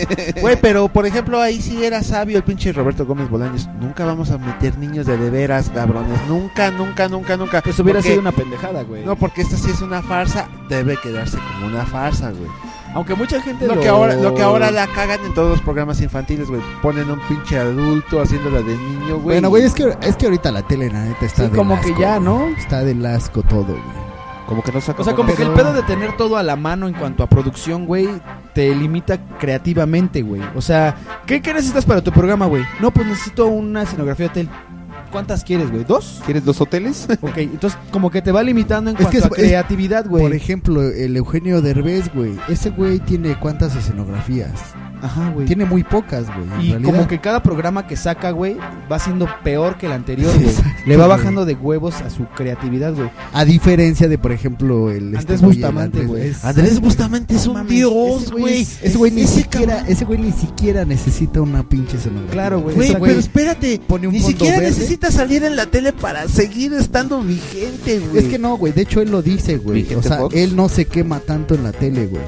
[SPEAKER 6] Güey, pero por ejemplo, ahí sí era sabio el pinche Roberto Gómez Bolaños. Nunca vamos a meter niños de de veras, cabrones. Nunca, nunca, nunca, nunca.
[SPEAKER 8] Pues hubiera
[SPEAKER 6] Porque-
[SPEAKER 8] sido una pendejada, güey.
[SPEAKER 6] No, porque esta sí es una farsa. Debe quedarse como una farsa, güey.
[SPEAKER 8] Aunque mucha gente
[SPEAKER 6] Lo que, ahora, lo que ahora la cagan en todos los programas infantiles, güey. Ponen un pinche adulto haciéndola de niño, güey.
[SPEAKER 8] Bueno, güey, es
[SPEAKER 6] que, es que ahorita la tele, la neta,
[SPEAKER 8] está Sí, del como que asco, ya, güey. ¿no?
[SPEAKER 6] Está del asco todo, güey.
[SPEAKER 3] Como que no saca
[SPEAKER 8] O sea, como que el pedo de tener todo a la mano en cuanto a producción, güey, te limita creativamente, güey. O sea, ¿qué, qué necesitas para tu programa, güey? No, pues necesito una escenografía de hotel. ¿Cuántas quieres, güey? ¿Dos?
[SPEAKER 3] ¿Quieres dos hoteles?
[SPEAKER 8] Ok, entonces como que te va limitando en
[SPEAKER 6] Es
[SPEAKER 8] cuanto
[SPEAKER 6] que es-
[SPEAKER 8] a creatividad, güey.
[SPEAKER 6] Por ejemplo, el Eugenio Derbez, güey. Ese güey tiene cuántas escenografías.
[SPEAKER 8] Ajá, güey.
[SPEAKER 6] Tiene muy pocas, güey. en
[SPEAKER 8] Y
[SPEAKER 6] realidad.
[SPEAKER 8] como que cada programa que saca, güey, va siendo peor que el anterior, güey.
[SPEAKER 6] Exacto,
[SPEAKER 8] Le va
[SPEAKER 6] güey.
[SPEAKER 8] bajando de huevos a su creatividad, güey.
[SPEAKER 6] A diferencia de, por ejemplo, el... este
[SPEAKER 8] Andrés
[SPEAKER 6] güey, el
[SPEAKER 8] Bustamante, güey.
[SPEAKER 6] Andrés, Bustamante es un
[SPEAKER 8] Mames,
[SPEAKER 6] dios,
[SPEAKER 8] ese güey
[SPEAKER 6] güey.
[SPEAKER 8] es-
[SPEAKER 6] Ese güey ni,
[SPEAKER 8] ese
[SPEAKER 6] siquiera- ese güey ni siquiera necesita una pinche escenografía.
[SPEAKER 8] Claro, güey.
[SPEAKER 17] Güey,
[SPEAKER 8] Ese
[SPEAKER 17] pero espérate, ni
[SPEAKER 6] fondo
[SPEAKER 17] siquiera
[SPEAKER 6] verde.
[SPEAKER 17] necesitas salir en la tele para seguir estando vigente, güey.
[SPEAKER 6] Es que no, güey. De hecho, él lo dice, güey.
[SPEAKER 3] Vicente
[SPEAKER 6] O sea,
[SPEAKER 3] Fox.
[SPEAKER 6] él no se quema tanto en la tele, güey.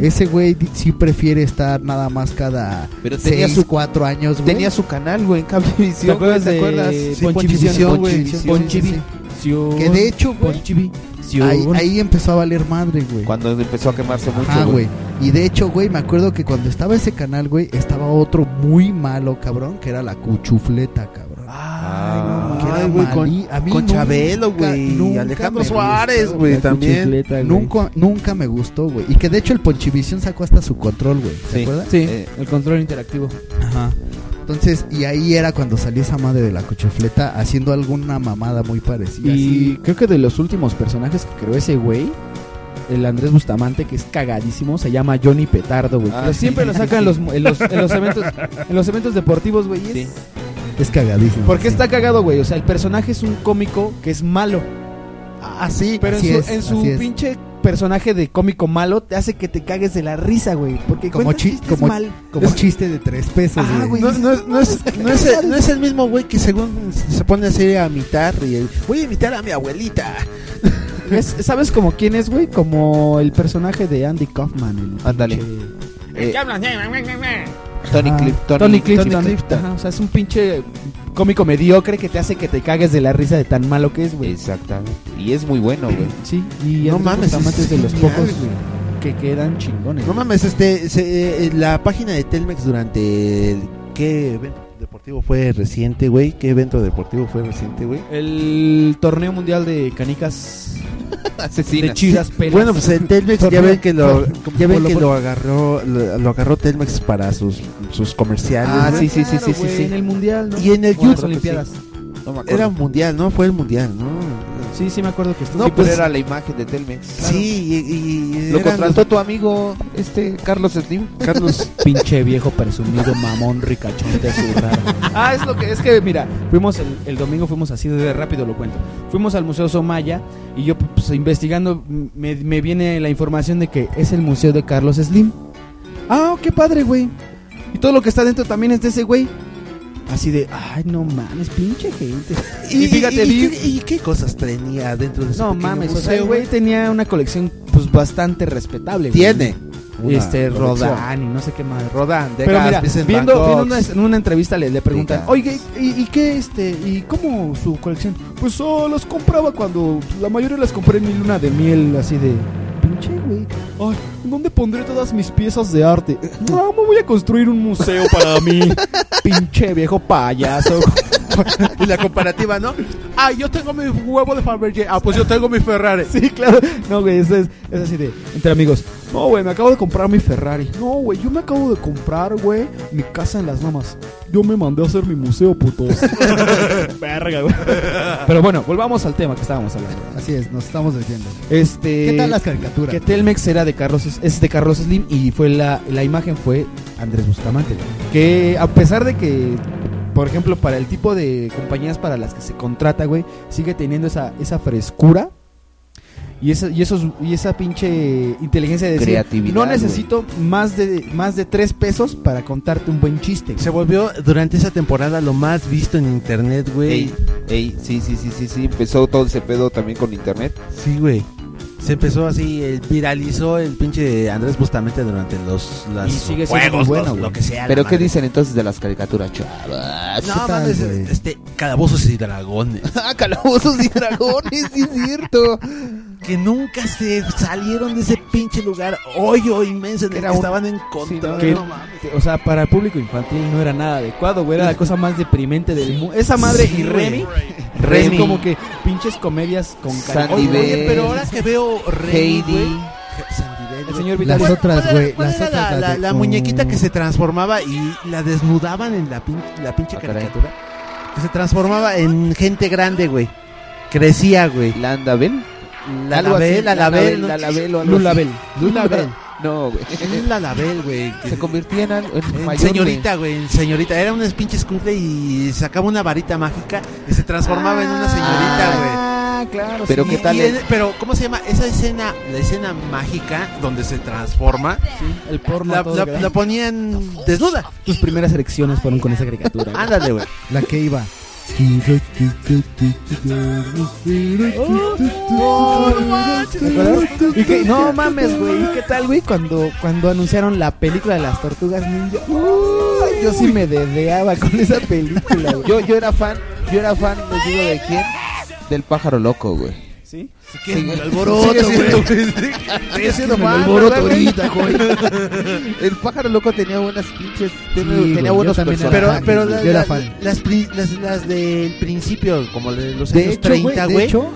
[SPEAKER 6] Ese güey di- sí prefiere estar nada más cada
[SPEAKER 3] Pero tenía
[SPEAKER 6] seis,
[SPEAKER 3] su-
[SPEAKER 6] cuatro años, güey.
[SPEAKER 3] Tenía su canal, güey, en cambio
[SPEAKER 8] ¿Te acuerdas de
[SPEAKER 6] Sí,
[SPEAKER 8] Ponchivisión,
[SPEAKER 6] Ponchivisión,
[SPEAKER 8] güey?
[SPEAKER 6] Ponchivisión, sí,
[SPEAKER 8] Ponchivi-
[SPEAKER 6] Que de hecho, güey,
[SPEAKER 8] Ponchivisión.
[SPEAKER 6] ahí, ahí empezó a valer madre, güey.
[SPEAKER 3] Cuando empezó a quemarse mucho,
[SPEAKER 6] Ah, güey. Y de hecho, güey, me acuerdo que cuando estaba ese canal, güey, estaba otro muy malo, cabrón, que era la cuchufleta, cabrón.
[SPEAKER 3] Ah,
[SPEAKER 6] Que era
[SPEAKER 17] Ay, güey,
[SPEAKER 6] malí-
[SPEAKER 17] con- con
[SPEAKER 6] nunca-
[SPEAKER 17] Chabelo, güey,
[SPEAKER 6] nunca
[SPEAKER 17] Alejandro
[SPEAKER 6] me
[SPEAKER 17] Suárez,
[SPEAKER 6] gustó,
[SPEAKER 17] güey,
[SPEAKER 6] la
[SPEAKER 17] también.
[SPEAKER 6] cuchufleta, güey. Nunca, nunca me gustó, güey. Y que de hecho el Ponchivisión sacó hasta su control, güey. ¿Se
[SPEAKER 3] Sí.
[SPEAKER 6] acuerdan?
[SPEAKER 8] Sí,
[SPEAKER 3] Eh,
[SPEAKER 8] el control interactivo.
[SPEAKER 6] Ajá. Entonces, y ahí era cuando salió esa madre de la cuchufleta haciendo alguna mamada muy parecida. así.
[SPEAKER 8] Y creo que de los últimos personajes que creó ese güey, el Andrés Bustamante, que es cagadísimo, se llama Johnny Petardo, güey.
[SPEAKER 3] Ah,
[SPEAKER 8] Pero
[SPEAKER 3] sí.
[SPEAKER 8] siempre lo sacan en los, en los- en los eventos, en los eventos deportivos, güey. y es-
[SPEAKER 6] Es cagadísimo.
[SPEAKER 8] Porque
[SPEAKER 6] sí.
[SPEAKER 8] está cagado, güey. O sea, el personaje es un cómico que es malo. Así, pero en
[SPEAKER 6] así
[SPEAKER 8] su,
[SPEAKER 6] es,
[SPEAKER 8] en su
[SPEAKER 6] así es.
[SPEAKER 8] pinche personaje de cómico malo te hace que te cagues de la risa, güey. Porque
[SPEAKER 6] como,
[SPEAKER 8] cuenta
[SPEAKER 6] chi-
[SPEAKER 8] chistes
[SPEAKER 6] como,
[SPEAKER 8] mal.
[SPEAKER 6] como chiste de tres pesos,
[SPEAKER 8] Ah,
[SPEAKER 6] güey.
[SPEAKER 8] güey.
[SPEAKER 17] No, no, no es, no, es, el- no es el mismo güey que según se pone así a imitar y el- voy a imitar a mi abuelita.
[SPEAKER 8] Es- ¿Sabes como quién es, güey? Como el personaje de Andy Kaufman. el
[SPEAKER 3] Ándale.
[SPEAKER 8] pinche-
[SPEAKER 3] Eh,
[SPEAKER 8] Tony,
[SPEAKER 3] Tony Clifton.
[SPEAKER 8] Clifton. Ajá, o sea, es un pinche cómico mediocre que te hace que te cagues de la risa de tan malo que es, güey.
[SPEAKER 3] Exactamente. Y es muy bueno, güey.
[SPEAKER 8] Sí, y
[SPEAKER 17] No
[SPEAKER 8] Andrés
[SPEAKER 17] mames,
[SPEAKER 8] Bustamante
[SPEAKER 17] es
[SPEAKER 8] es de los
[SPEAKER 17] genial,
[SPEAKER 8] pocos
[SPEAKER 17] güey.
[SPEAKER 8] que quedan chingones.
[SPEAKER 17] No
[SPEAKER 8] güey.
[SPEAKER 17] mames, este, se- eh, la página de Telmex durante el, qué evento deportivo fue reciente, güey, qué evento deportivo fue reciente, güey.
[SPEAKER 8] El torneo mundial de canicas
[SPEAKER 3] Asesina.
[SPEAKER 8] de chidas pelas.
[SPEAKER 17] Bueno, pues el Telmex ya
[SPEAKER 8] Torneo-
[SPEAKER 17] ven que lo
[SPEAKER 8] tor-
[SPEAKER 17] ya ven que
[SPEAKER 8] polo-
[SPEAKER 17] lo agarró lo, lo agarró Telmex para sus sus comerciales.
[SPEAKER 3] Ah,
[SPEAKER 17] ¿no?
[SPEAKER 3] sí, sí, sí,
[SPEAKER 8] Claro,
[SPEAKER 3] sí, sí,
[SPEAKER 8] güey,
[SPEAKER 3] sí.
[SPEAKER 8] En el mundial, ¿no?
[SPEAKER 17] Y en el
[SPEAKER 8] O en las
[SPEAKER 17] YouTube,
[SPEAKER 8] Olimpiadas.
[SPEAKER 3] No me acuerdo.
[SPEAKER 17] Era mundial, ¿no? Fue el mundial, ¿no?
[SPEAKER 8] Sí, sí me acuerdo que estuvo.
[SPEAKER 3] No,
[SPEAKER 8] Sí,
[SPEAKER 3] pues era la imagen de Telmex.
[SPEAKER 2] Sí, y, y
[SPEAKER 3] Lo
[SPEAKER 2] eran-
[SPEAKER 3] contrató tu amigo, este, Carlos Slim.
[SPEAKER 8] Carlos, pinche viejo presumido, mamón, ricachón de su Ah, es lo que es que mira, fuimos el, el domingo fuimos así de rápido lo cuento. Fuimos al Museo Somaya y yo pues, investigando m- me, me viene la información de que es el museo de Carlos Slim. Ah, qué padre, güey. Y todo lo que está dentro también es de ese güey. Así de, ay, no mames, pinche gente.
[SPEAKER 2] Y,
[SPEAKER 8] Y, fíjate,
[SPEAKER 2] y- y
[SPEAKER 8] vi-
[SPEAKER 2] qué- y qué cosas tenía dentro de su
[SPEAKER 8] no
[SPEAKER 2] pequeño
[SPEAKER 8] mames, o sea,
[SPEAKER 2] museo,
[SPEAKER 8] el güey tenía una colección pues bastante respetable. güey.
[SPEAKER 2] Tiene una
[SPEAKER 8] Este
[SPEAKER 2] colección.
[SPEAKER 8] Rodán y no sé qué más. Rodán,
[SPEAKER 2] De
[SPEAKER 8] Pero
[SPEAKER 2] gas,
[SPEAKER 8] mira,
[SPEAKER 2] Vincent
[SPEAKER 8] viendo,
[SPEAKER 2] Van Gogh.
[SPEAKER 8] viendo una, en una entrevista le, le preguntan,
[SPEAKER 2] gas.
[SPEAKER 8] oye, ¿y, y qué este? ¿Y cómo su colección? Pues oh, las compraba cuando la mayoría las compré en mi luna de miel, así de pinche güey. Ay, ¿en ¿dónde pondré todas mis piezas de arte? No, me voy a construir un museo para mí. pinche viejo payaso.
[SPEAKER 29] y la comparativa, ¿no? Ah, yo tengo mi huevo de Fabergé. Ah, pues yo tengo mi Ferrari.
[SPEAKER 8] Sí, claro. No, güey, eso es, es así de entre amigos. No, güey, me acabo de comprar mi Ferrari. No, güey, yo me acabo de comprar, güey, mi casa en las mamas. Yo me mandé a hacer mi museo, putos. Verga, güey. Pero bueno, volvamos al tema que estábamos hablando.
[SPEAKER 6] Así es, nos estamos diciendo.
[SPEAKER 8] Este,
[SPEAKER 6] ¿Qué tal las caricaturas?
[SPEAKER 8] Que Telmex era de Carlos, es de Carlos Slim y fue la, la imagen fue Andrés Bustamante. Que a pesar de que, por ejemplo, para el tipo de compañías para las que se contrata, güey, sigue teniendo esa, esa frescura y esa, y esos, y esa pinche inteligencia de decir,
[SPEAKER 3] Creatividad,
[SPEAKER 8] no necesito más de más de tres pesos para contarte un buen chiste.
[SPEAKER 2] Se volvió durante esa temporada lo más visto en internet, güey.
[SPEAKER 3] Ey, ey, sí, sí, sí, sí, sí, empezó todo ese pedo también con internet.
[SPEAKER 2] Sí, güey. Se empezó así, eh, viralizó el pinche Andrés Bustamante durante los las
[SPEAKER 3] Y sigue siendo
[SPEAKER 2] juegos,
[SPEAKER 3] muy bueno,
[SPEAKER 2] los-
[SPEAKER 3] güey.
[SPEAKER 2] lo que sea.
[SPEAKER 3] Pero
[SPEAKER 2] la
[SPEAKER 3] ¿qué
[SPEAKER 2] madre.
[SPEAKER 3] dicen entonces de las caricaturas, chavas?
[SPEAKER 2] No, mames, este, calabozos y dragones.
[SPEAKER 3] Ah, calabozos y dragones, sí es cierto.
[SPEAKER 2] que nunca se salieron de ese pinche lugar hoyo inmenso en el que
[SPEAKER 8] Era un-
[SPEAKER 2] estaban encontrando.
[SPEAKER 8] Que-
[SPEAKER 2] no mames.
[SPEAKER 8] o sea, para el público infantil no era nada adecuado, güey. Era la cosa más deprimente del mundo. Esa madre
[SPEAKER 2] Sí,
[SPEAKER 8] y
[SPEAKER 2] güey.
[SPEAKER 3] Remy.
[SPEAKER 8] Remy. Remy. Como que pinches comedias con
[SPEAKER 3] Sandy
[SPEAKER 8] Oye,
[SPEAKER 3] Bear.
[SPEAKER 8] oye,
[SPEAKER 2] Pero ahora que veo Rey,
[SPEAKER 3] Heidi.
[SPEAKER 2] güey, Je- Sandy Bell,
[SPEAKER 8] El
[SPEAKER 2] güey.
[SPEAKER 8] señor
[SPEAKER 2] ¿Cuál-
[SPEAKER 8] Las
[SPEAKER 2] cuál
[SPEAKER 6] otras,
[SPEAKER 2] era-
[SPEAKER 6] güey,
[SPEAKER 2] cuál
[SPEAKER 6] las
[SPEAKER 2] era
[SPEAKER 6] otras,
[SPEAKER 2] la-
[SPEAKER 6] la
[SPEAKER 2] la-
[SPEAKER 6] de-
[SPEAKER 2] la muñequita que se transformaba y la desnudaban en la, pin- la pinche
[SPEAKER 3] Ah, caray.
[SPEAKER 2] caricatura. Que se transformaba en gente grande, güey. Crecía, güey.
[SPEAKER 3] ¿La Andabel?
[SPEAKER 2] La
[SPEAKER 3] Algo así,
[SPEAKER 2] Label, la Label,
[SPEAKER 3] Label,
[SPEAKER 2] ¿no?
[SPEAKER 3] la Label o algo
[SPEAKER 8] Lulabel.
[SPEAKER 3] así.
[SPEAKER 2] Lulabel.
[SPEAKER 3] No, güey.
[SPEAKER 2] La Label, güey. que-
[SPEAKER 3] Se convertía en, al- en
[SPEAKER 2] en
[SPEAKER 3] mayor,
[SPEAKER 2] señorita, güey, en señorita. Era una pinche escuela y sacaba una varita mágica y se transformaba en una señorita, güey.
[SPEAKER 8] Ah, claro.
[SPEAKER 3] Pero
[SPEAKER 2] Y-
[SPEAKER 3] qué tal
[SPEAKER 2] y
[SPEAKER 3] el-
[SPEAKER 2] en- pero ¿cómo se llama? Esa escena, la escena mágica donde se transforma,
[SPEAKER 8] El porno.
[SPEAKER 2] la,
[SPEAKER 8] todo,
[SPEAKER 2] la-
[SPEAKER 8] güey.
[SPEAKER 2] la ponían desnuda.
[SPEAKER 8] Tus primeras elecciones fueron con esa caricatura. güey.
[SPEAKER 2] Ándale, güey.
[SPEAKER 6] La que iba.
[SPEAKER 3] Oh,
[SPEAKER 8] ¿Te acuerdas? Y que- no mames, güey. ¿Y qué tal, güey? Cuando, cuando anunciaron la película de las tortugas ninja. Uy, yo sí me dedeaba con esa película,
[SPEAKER 3] güey.
[SPEAKER 8] güey.
[SPEAKER 3] Yo, yo era fan, yo era fan, les digo, ¿de quién? Del pájaro loco, güey.
[SPEAKER 8] ¿Sí?
[SPEAKER 3] Sigue-
[SPEAKER 2] El alboroto,
[SPEAKER 3] sigue siendo-
[SPEAKER 2] Sigue siendo
[SPEAKER 3] mal,
[SPEAKER 2] mal,
[SPEAKER 3] ¿verdad,
[SPEAKER 2] ¿verdad,
[SPEAKER 3] güey?
[SPEAKER 2] güey?
[SPEAKER 3] El pájaro loco tenía buenas pinches, tenía,
[SPEAKER 6] güey,
[SPEAKER 3] tenía
[SPEAKER 6] yo
[SPEAKER 3] buenos
[SPEAKER 6] también era
[SPEAKER 2] Pero,
[SPEAKER 3] personajes.
[SPEAKER 2] pero
[SPEAKER 6] güey.
[SPEAKER 2] la-
[SPEAKER 6] Yo era
[SPEAKER 2] la-
[SPEAKER 6] fan.
[SPEAKER 2] las, pri- las, las del principio, como de los
[SPEAKER 6] De
[SPEAKER 2] años
[SPEAKER 6] hecho, güey,
[SPEAKER 2] 30,
[SPEAKER 6] de
[SPEAKER 2] güey,
[SPEAKER 6] hecho,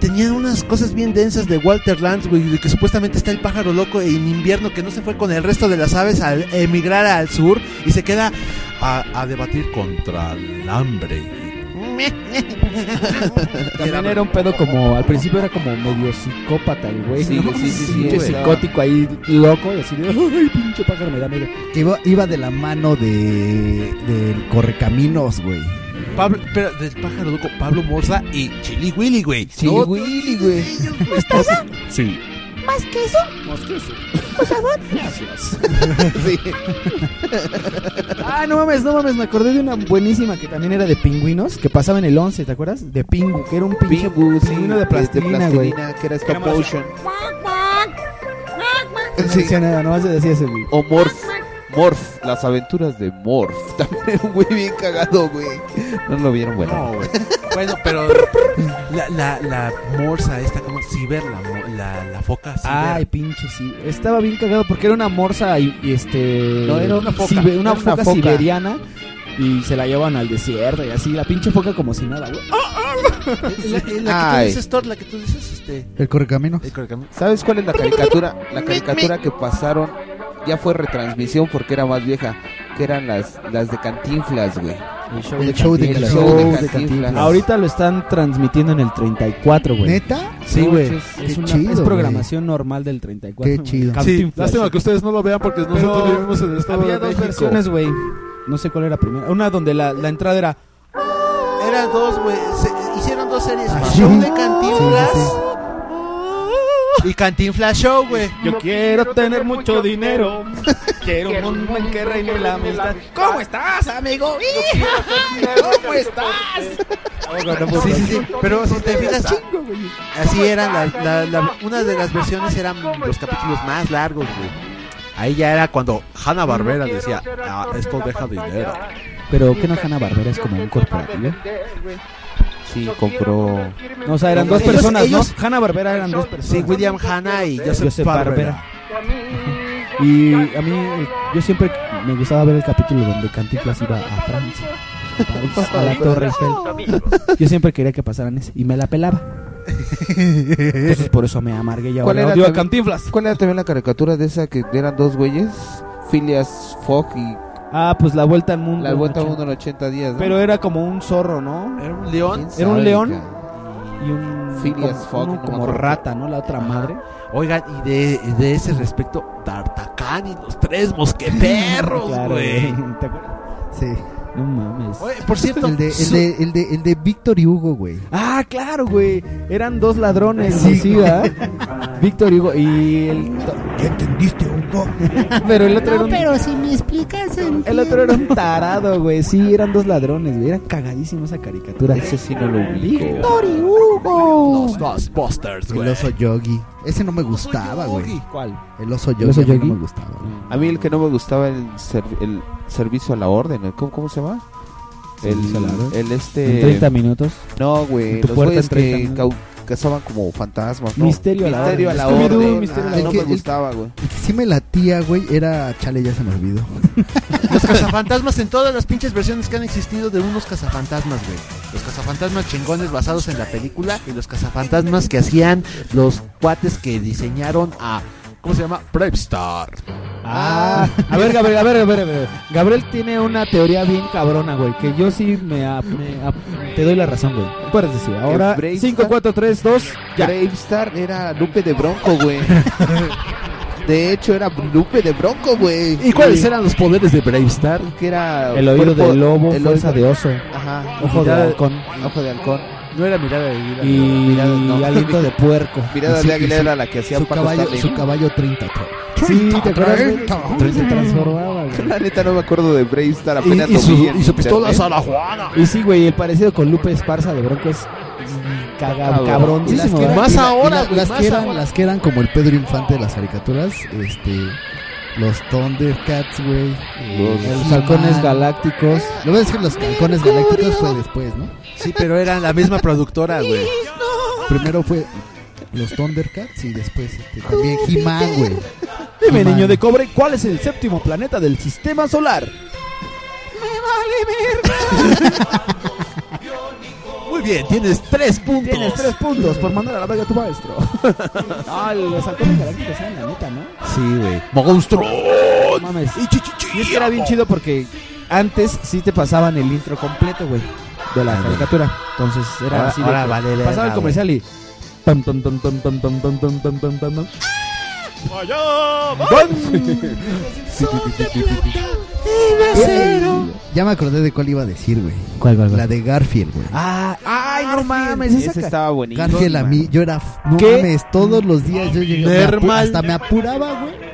[SPEAKER 2] tenían unas cosas bien densas de Walter Lantz, güey, de que supuestamente está el pájaro loco en invierno que no se fue con el resto de las aves al emigrar al sur y se queda a, a debatir contra el hambre.
[SPEAKER 8] También era un pedo como, al principio era como medio psicópata el güey.
[SPEAKER 3] Sí,
[SPEAKER 8] ¿no?
[SPEAKER 3] sí, sí, sí,
[SPEAKER 8] Pinche
[SPEAKER 3] güey.
[SPEAKER 8] psicótico ahí, loco, y así de, ay, pinche pájaro me da miedo.
[SPEAKER 6] Que iba, iba de la mano de del correcaminos, güey.
[SPEAKER 2] Pablo, pero del pájaro loco, Pablo Morza y Chili Willy, güey.
[SPEAKER 3] Sí,
[SPEAKER 2] No,
[SPEAKER 3] Willy, güey.
[SPEAKER 30] ¿Mostaza?
[SPEAKER 11] Sí.
[SPEAKER 30] ¿Más queso? Por favor.
[SPEAKER 3] Sí.
[SPEAKER 8] Ah, no mames, no mames, me acordé de una buenísima que también era de pingüinos, que pasaba en el 11, ¿te acuerdas? De pingu, que era un pinche
[SPEAKER 3] Pingu, sí, este,
[SPEAKER 8] pingüino de plastilina, güey.
[SPEAKER 3] que era stop motion.
[SPEAKER 8] No decía nada, nomás se decía ese, güey.
[SPEAKER 3] O Morph. Morph, las aventuras de Morph. También era un güey bien cagado, güey. No lo vieron, bueno.
[SPEAKER 2] No, güey. Bueno, pero la, la, la morsa esta, como ciber, la, mo- la, la foca ciber.
[SPEAKER 8] Ay, pinche, sí. Estaba bien cagado porque era una morsa y, y este.
[SPEAKER 3] No, era una foca,
[SPEAKER 8] cibe- una
[SPEAKER 3] era una
[SPEAKER 8] foca
[SPEAKER 3] foca.
[SPEAKER 8] siberiana. Y se la llevan al desierto y así. La pinche foca como si nada, güey.
[SPEAKER 2] la, la que tú
[SPEAKER 3] Ay.
[SPEAKER 2] dices, Thor, la que tú dices, este...
[SPEAKER 6] El correcaminos.
[SPEAKER 2] el correcaminos.
[SPEAKER 3] ¿Sabes cuál es la caricatura? La caricatura que pasaron ya fue retransmisión porque era más vieja, que eran las las de Cantinflas, güey.
[SPEAKER 8] El show,
[SPEAKER 6] El show de Cantinflas.
[SPEAKER 8] Cantinflas. El show de
[SPEAKER 6] Show de Cantinflas.
[SPEAKER 8] Ahorita lo están transmitiendo en el 34, Eh, güey.
[SPEAKER 6] ¿Neta?
[SPEAKER 8] Sí,
[SPEAKER 6] No,
[SPEAKER 8] güey.
[SPEAKER 6] sí,
[SPEAKER 8] Es,
[SPEAKER 6] qué
[SPEAKER 8] una-
[SPEAKER 6] chido,
[SPEAKER 8] es
[SPEAKER 6] güey.
[SPEAKER 8] programación normal del 34.
[SPEAKER 6] Qué chido.
[SPEAKER 11] Sí,
[SPEAKER 8] Cantinflas.
[SPEAKER 11] lástima que ustedes no lo vean porque nosotros
[SPEAKER 8] Pero
[SPEAKER 11] vivimos en el estado
[SPEAKER 8] Había
[SPEAKER 11] de
[SPEAKER 8] dos
[SPEAKER 11] México.
[SPEAKER 8] versiones, güey. No sé cuál era primero. Una donde la, la entrada era
[SPEAKER 2] Eran dos, güey. se- Hicieron dos series. más.
[SPEAKER 8] sí.
[SPEAKER 2] Show de Cantinflas.
[SPEAKER 8] Y Cantinflas Show, güey. Yo quiero tener mucho dinero. Quiero un mundo en que reine la amistad. Ah,
[SPEAKER 31] ¿Cómo estás, amigo? ¡Hija! ¿Cómo estás?
[SPEAKER 2] Sí, sí, sí. Pero si te fijas, así eran. las- la- la- una de las versiones eran los capítulos más largos, güey. Ahí ya era cuando Hanna Barbera decía: "Ah, Esto deja dinero.
[SPEAKER 8] Pero que no Hanna Barbera es como un corporativo.
[SPEAKER 3] Sí, compró.
[SPEAKER 8] No, o sea, eran dos
[SPEAKER 2] Ellos-
[SPEAKER 8] personas,
[SPEAKER 2] ellos-
[SPEAKER 8] ¿no? Hanna Barbera eran dos personas.
[SPEAKER 2] Sí, William Hanna y Joseph, Barbera.
[SPEAKER 8] Ajá. Y a mí, el- yo siempre me gustaba ver el capítulo donde Cantinflas iba a Francia, a, París, a la Torre Eiffel. Yo siempre quería que pasaran ese y me la pelaba. Entonces por eso me amargué y ahora odio a Cantinflas.
[SPEAKER 3] ¿Cuál era también la caricatura de esa que eran dos güeyes? Phileas Fogg y
[SPEAKER 8] Ah, pues la vuelta al mundo.
[SPEAKER 3] la vuelta a
[SPEAKER 8] en
[SPEAKER 3] uno en 80 días. ¿no?
[SPEAKER 8] Pero era como un zorro, ¿no? Era un
[SPEAKER 2] león.
[SPEAKER 8] Era un
[SPEAKER 3] sabe,
[SPEAKER 8] león. Y
[SPEAKER 3] Phileas
[SPEAKER 8] un.
[SPEAKER 3] Fogg,
[SPEAKER 8] Como,
[SPEAKER 3] no
[SPEAKER 8] uno como
[SPEAKER 3] me acuerdo.
[SPEAKER 8] rata, ¿no? La otra madre.
[SPEAKER 2] Oigan, y de, de ese respecto, D'Artagnan y los tres mosqueteros,
[SPEAKER 8] Claro,
[SPEAKER 2] güey.
[SPEAKER 8] ¿Te acuerdas?
[SPEAKER 6] Sí.
[SPEAKER 8] No mames.
[SPEAKER 2] Oye, por cierto,
[SPEAKER 6] El de, el
[SPEAKER 2] su-
[SPEAKER 6] de, el de, el de Víctor y Hugo, güey.
[SPEAKER 8] Ah, claro, güey. Eran dos ladrones.
[SPEAKER 6] Sí,
[SPEAKER 8] Sí,
[SPEAKER 6] güey.
[SPEAKER 8] ¿verdad? Víctor Hugo y el. ¿Ya entendiste, Hugo? pero el otro era
[SPEAKER 32] No,
[SPEAKER 8] un.
[SPEAKER 32] pero si me explicas.
[SPEAKER 8] El otro era un tarado, güey. Sí, eran dos ladrones, güey. Era cagadísimo esa caricatura. Ese sí no lo
[SPEAKER 6] Víctor
[SPEAKER 8] y Hugo.
[SPEAKER 2] Los Ghostbusters,
[SPEAKER 6] El
[SPEAKER 2] güey.
[SPEAKER 6] oso yogi. Ese no me gustaba, güey.
[SPEAKER 8] ¿Cuál?
[SPEAKER 6] El oso yogi.
[SPEAKER 3] ¿El oso
[SPEAKER 6] a mí
[SPEAKER 3] yogi?
[SPEAKER 6] no me gustaba. güey.
[SPEAKER 8] Mm.
[SPEAKER 3] A mí el que no me gustaba el, servi- el servicio a la orden, ¿no? ¿cómo, cómo se llama? El,
[SPEAKER 8] Servicio a la orden.
[SPEAKER 3] el este...
[SPEAKER 8] ¿En 30 minutos?
[SPEAKER 3] No, güey,
[SPEAKER 8] ¿En tu
[SPEAKER 3] los
[SPEAKER 8] puerta
[SPEAKER 3] güeyes
[SPEAKER 8] en 30
[SPEAKER 3] que
[SPEAKER 8] minutos?
[SPEAKER 3] cau- cazaban como fantasmas, ¿no?
[SPEAKER 8] Misterio a la
[SPEAKER 3] Misterio
[SPEAKER 8] orden.
[SPEAKER 3] a la
[SPEAKER 8] Scooby-Doo,
[SPEAKER 3] orden.
[SPEAKER 8] misterio a la
[SPEAKER 3] Ah, no
[SPEAKER 8] orden.
[SPEAKER 3] me
[SPEAKER 8] El que- el-
[SPEAKER 3] gustaba, güey.
[SPEAKER 6] El que sí me latía, güey, era... Chale, ya se me olvidó.
[SPEAKER 2] Los cazafantasmas en todas las pinches versiones que han existido de unos cazafantasmas, güey. Los cazafantasmas chingones basados en la película y los cazafantasmas que hacían los cuates que diseñaron a. ¿Cómo se llama? Prepstar.
[SPEAKER 8] Ah, a ver, Gabriel, a ver, a ver, a ver. Gabriel tiene una teoría bien cabrona, güey. Que yo sí me, ap- me ap- te doy la razón, güey. Puedes decir, ahora
[SPEAKER 3] Que Brave
[SPEAKER 8] 5, 4, 3, 2, ya.
[SPEAKER 3] Bravestar era Lupe de Bronco, güey. De hecho, era Lupe de Bronco, güey.
[SPEAKER 2] ¿Y cuáles eran los poderes de Bravestar?
[SPEAKER 3] Que era
[SPEAKER 8] El oído
[SPEAKER 3] cuerpo-
[SPEAKER 8] del lobo,
[SPEAKER 3] el
[SPEAKER 8] fuerza
[SPEAKER 3] oído-
[SPEAKER 8] de oso.
[SPEAKER 3] Ajá.
[SPEAKER 8] Ojo de
[SPEAKER 3] Mirada-
[SPEAKER 8] halcón.
[SPEAKER 3] Ojo de halcón.
[SPEAKER 2] No era mirada de águila.
[SPEAKER 8] Y
[SPEAKER 3] Mirada- no.
[SPEAKER 8] aliento de puerco.
[SPEAKER 3] Mirada de
[SPEAKER 8] Así que
[SPEAKER 3] águila
[SPEAKER 8] sí.
[SPEAKER 3] era la que hacía
[SPEAKER 6] Su
[SPEAKER 3] Paco
[SPEAKER 6] caballo,
[SPEAKER 3] Stanley.
[SPEAKER 6] su caballo 30, güey.
[SPEAKER 8] Sí, ¿te acuerdas? güey? Se transformaba, güey.
[SPEAKER 3] La neta no me acuerdo de Bravestar. Apenas
[SPEAKER 8] Y- y
[SPEAKER 3] lo
[SPEAKER 8] su-
[SPEAKER 3] vi en
[SPEAKER 8] y su pistola
[SPEAKER 3] internet.
[SPEAKER 8] Y sí, güey, el parecido con Lupe Esparza de Bronco es caga,
[SPEAKER 3] Cabrón.
[SPEAKER 6] Y las
[SPEAKER 8] cabroncísimo.
[SPEAKER 6] que eran-
[SPEAKER 8] ¿verdad?
[SPEAKER 6] y la-
[SPEAKER 2] ahora,
[SPEAKER 6] y la-
[SPEAKER 2] güey,
[SPEAKER 6] las
[SPEAKER 2] más
[SPEAKER 6] que eran,
[SPEAKER 2] ahora.
[SPEAKER 6] las que eran como el Pedro Infante de las caricaturas, este, los Thundercats, güey,
[SPEAKER 3] Los-
[SPEAKER 6] el
[SPEAKER 8] Los
[SPEAKER 6] He-Man.
[SPEAKER 8] halcones galácticos.
[SPEAKER 6] Lo voy a decir, los halcones galácticos fue después, ¿no?
[SPEAKER 2] Sí, pero eran la misma productora, güey.
[SPEAKER 6] Primero fue los Thundercats y después este, también He-Man, güey.
[SPEAKER 8] Dime,
[SPEAKER 6] He-Man.
[SPEAKER 8] niño de cobre, ¿cuál es el séptimo planeta del sistema solar?
[SPEAKER 2] Muy bien, tienes tres puntos.
[SPEAKER 8] Tienes tres puntos por mandar a la verga a tu maestro. ah, los halcones galácticos eran la neta, ¿no?
[SPEAKER 2] Sí, güey. Monstruo.
[SPEAKER 8] No mames. Y es que era bien chido porque antes sí te pasaban el intro completo, güey, de la caricatura. Entonces era
[SPEAKER 2] Ahora-
[SPEAKER 8] así. de
[SPEAKER 2] ahora
[SPEAKER 8] que
[SPEAKER 2] vale verga,
[SPEAKER 8] pasaba el
[SPEAKER 2] güey.
[SPEAKER 8] comercial y. Pam, pam, pam, pam, pam, pam, pam, pam, pam, pam, pam.
[SPEAKER 33] Allá va.
[SPEAKER 6] Güey, Ya me acordé de cuál iba a decir, güey.
[SPEAKER 8] ¿Cuál, cuál,
[SPEAKER 6] La de Garfield, güey.
[SPEAKER 8] Ah, ay, no mames, esa
[SPEAKER 3] Ese
[SPEAKER 8] ca-
[SPEAKER 3] estaba bonito.
[SPEAKER 6] Garfield a mí, yo era, no
[SPEAKER 8] ¿Qué?
[SPEAKER 6] mames, todos los días yo llegaba, me apu-
[SPEAKER 8] Normal.
[SPEAKER 6] hasta me apuraba, güey.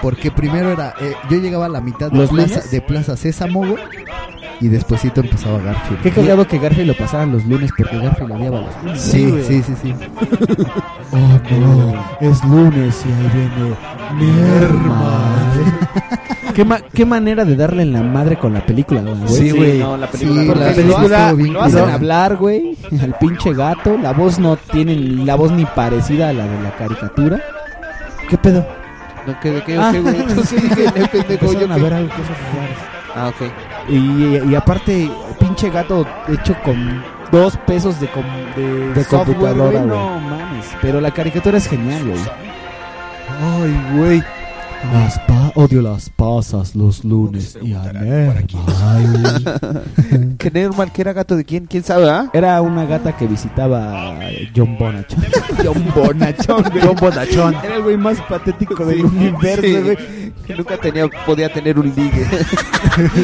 [SPEAKER 6] Porque primero era, eh, yo llegaba a la mitad de,
[SPEAKER 8] ¿Los
[SPEAKER 6] plaza,
[SPEAKER 8] lunes?
[SPEAKER 6] de Plaza Sésamo, güey. Y despuésito empezaba Garfield.
[SPEAKER 8] Qué cagado que Garfield lo pasaban los lunes porque Garfield odiaba los lunes.
[SPEAKER 6] Sí,
[SPEAKER 8] güey.
[SPEAKER 6] sí, sí, sí.
[SPEAKER 8] Oh, no, es lunes y ahí viene Nerma. ¿Qué, ma- qué manera de darle en la madre con la película, güey.
[SPEAKER 2] Sí, güey.
[SPEAKER 3] No, la película.
[SPEAKER 6] Sí,
[SPEAKER 3] porque
[SPEAKER 8] la
[SPEAKER 6] la
[SPEAKER 3] lo
[SPEAKER 6] película-
[SPEAKER 3] hace-
[SPEAKER 6] estuvo bien
[SPEAKER 8] Lo hacen
[SPEAKER 6] culera.
[SPEAKER 8] hablar, güey, al pinche gato. La voz no tiene ni- la voz ni parecida a la de la caricatura. ¿Qué pedo?
[SPEAKER 3] No, que de qué,
[SPEAKER 8] Ah,
[SPEAKER 3] qué, güey. Entonces dije, "Eh, pendejo, yo
[SPEAKER 8] Empezaron a
[SPEAKER 3] qué".
[SPEAKER 8] ver algo, cosas raras.
[SPEAKER 3] Ah, ok.
[SPEAKER 8] Y, y aparte, pinche gato hecho con dos pesos de, com- de,
[SPEAKER 34] De
[SPEAKER 8] software,
[SPEAKER 34] computadora,
[SPEAKER 8] güey, No mames. Pero la caricatura es genial, güey.
[SPEAKER 2] Ay, güey.
[SPEAKER 8] Las pa- odio las pasas los lunes y a Nermal.
[SPEAKER 3] ¿Que Nermal que era gato de quién? ¿Quién sabe, ah?
[SPEAKER 8] Era una gata que visitaba a John Bonachon.
[SPEAKER 3] John Bonachón, güey.
[SPEAKER 8] John Bonachón. Era el güey más patético del universo,
[SPEAKER 3] sí.
[SPEAKER 8] güey.
[SPEAKER 3] Que nunca tenía, podía tener un ligue.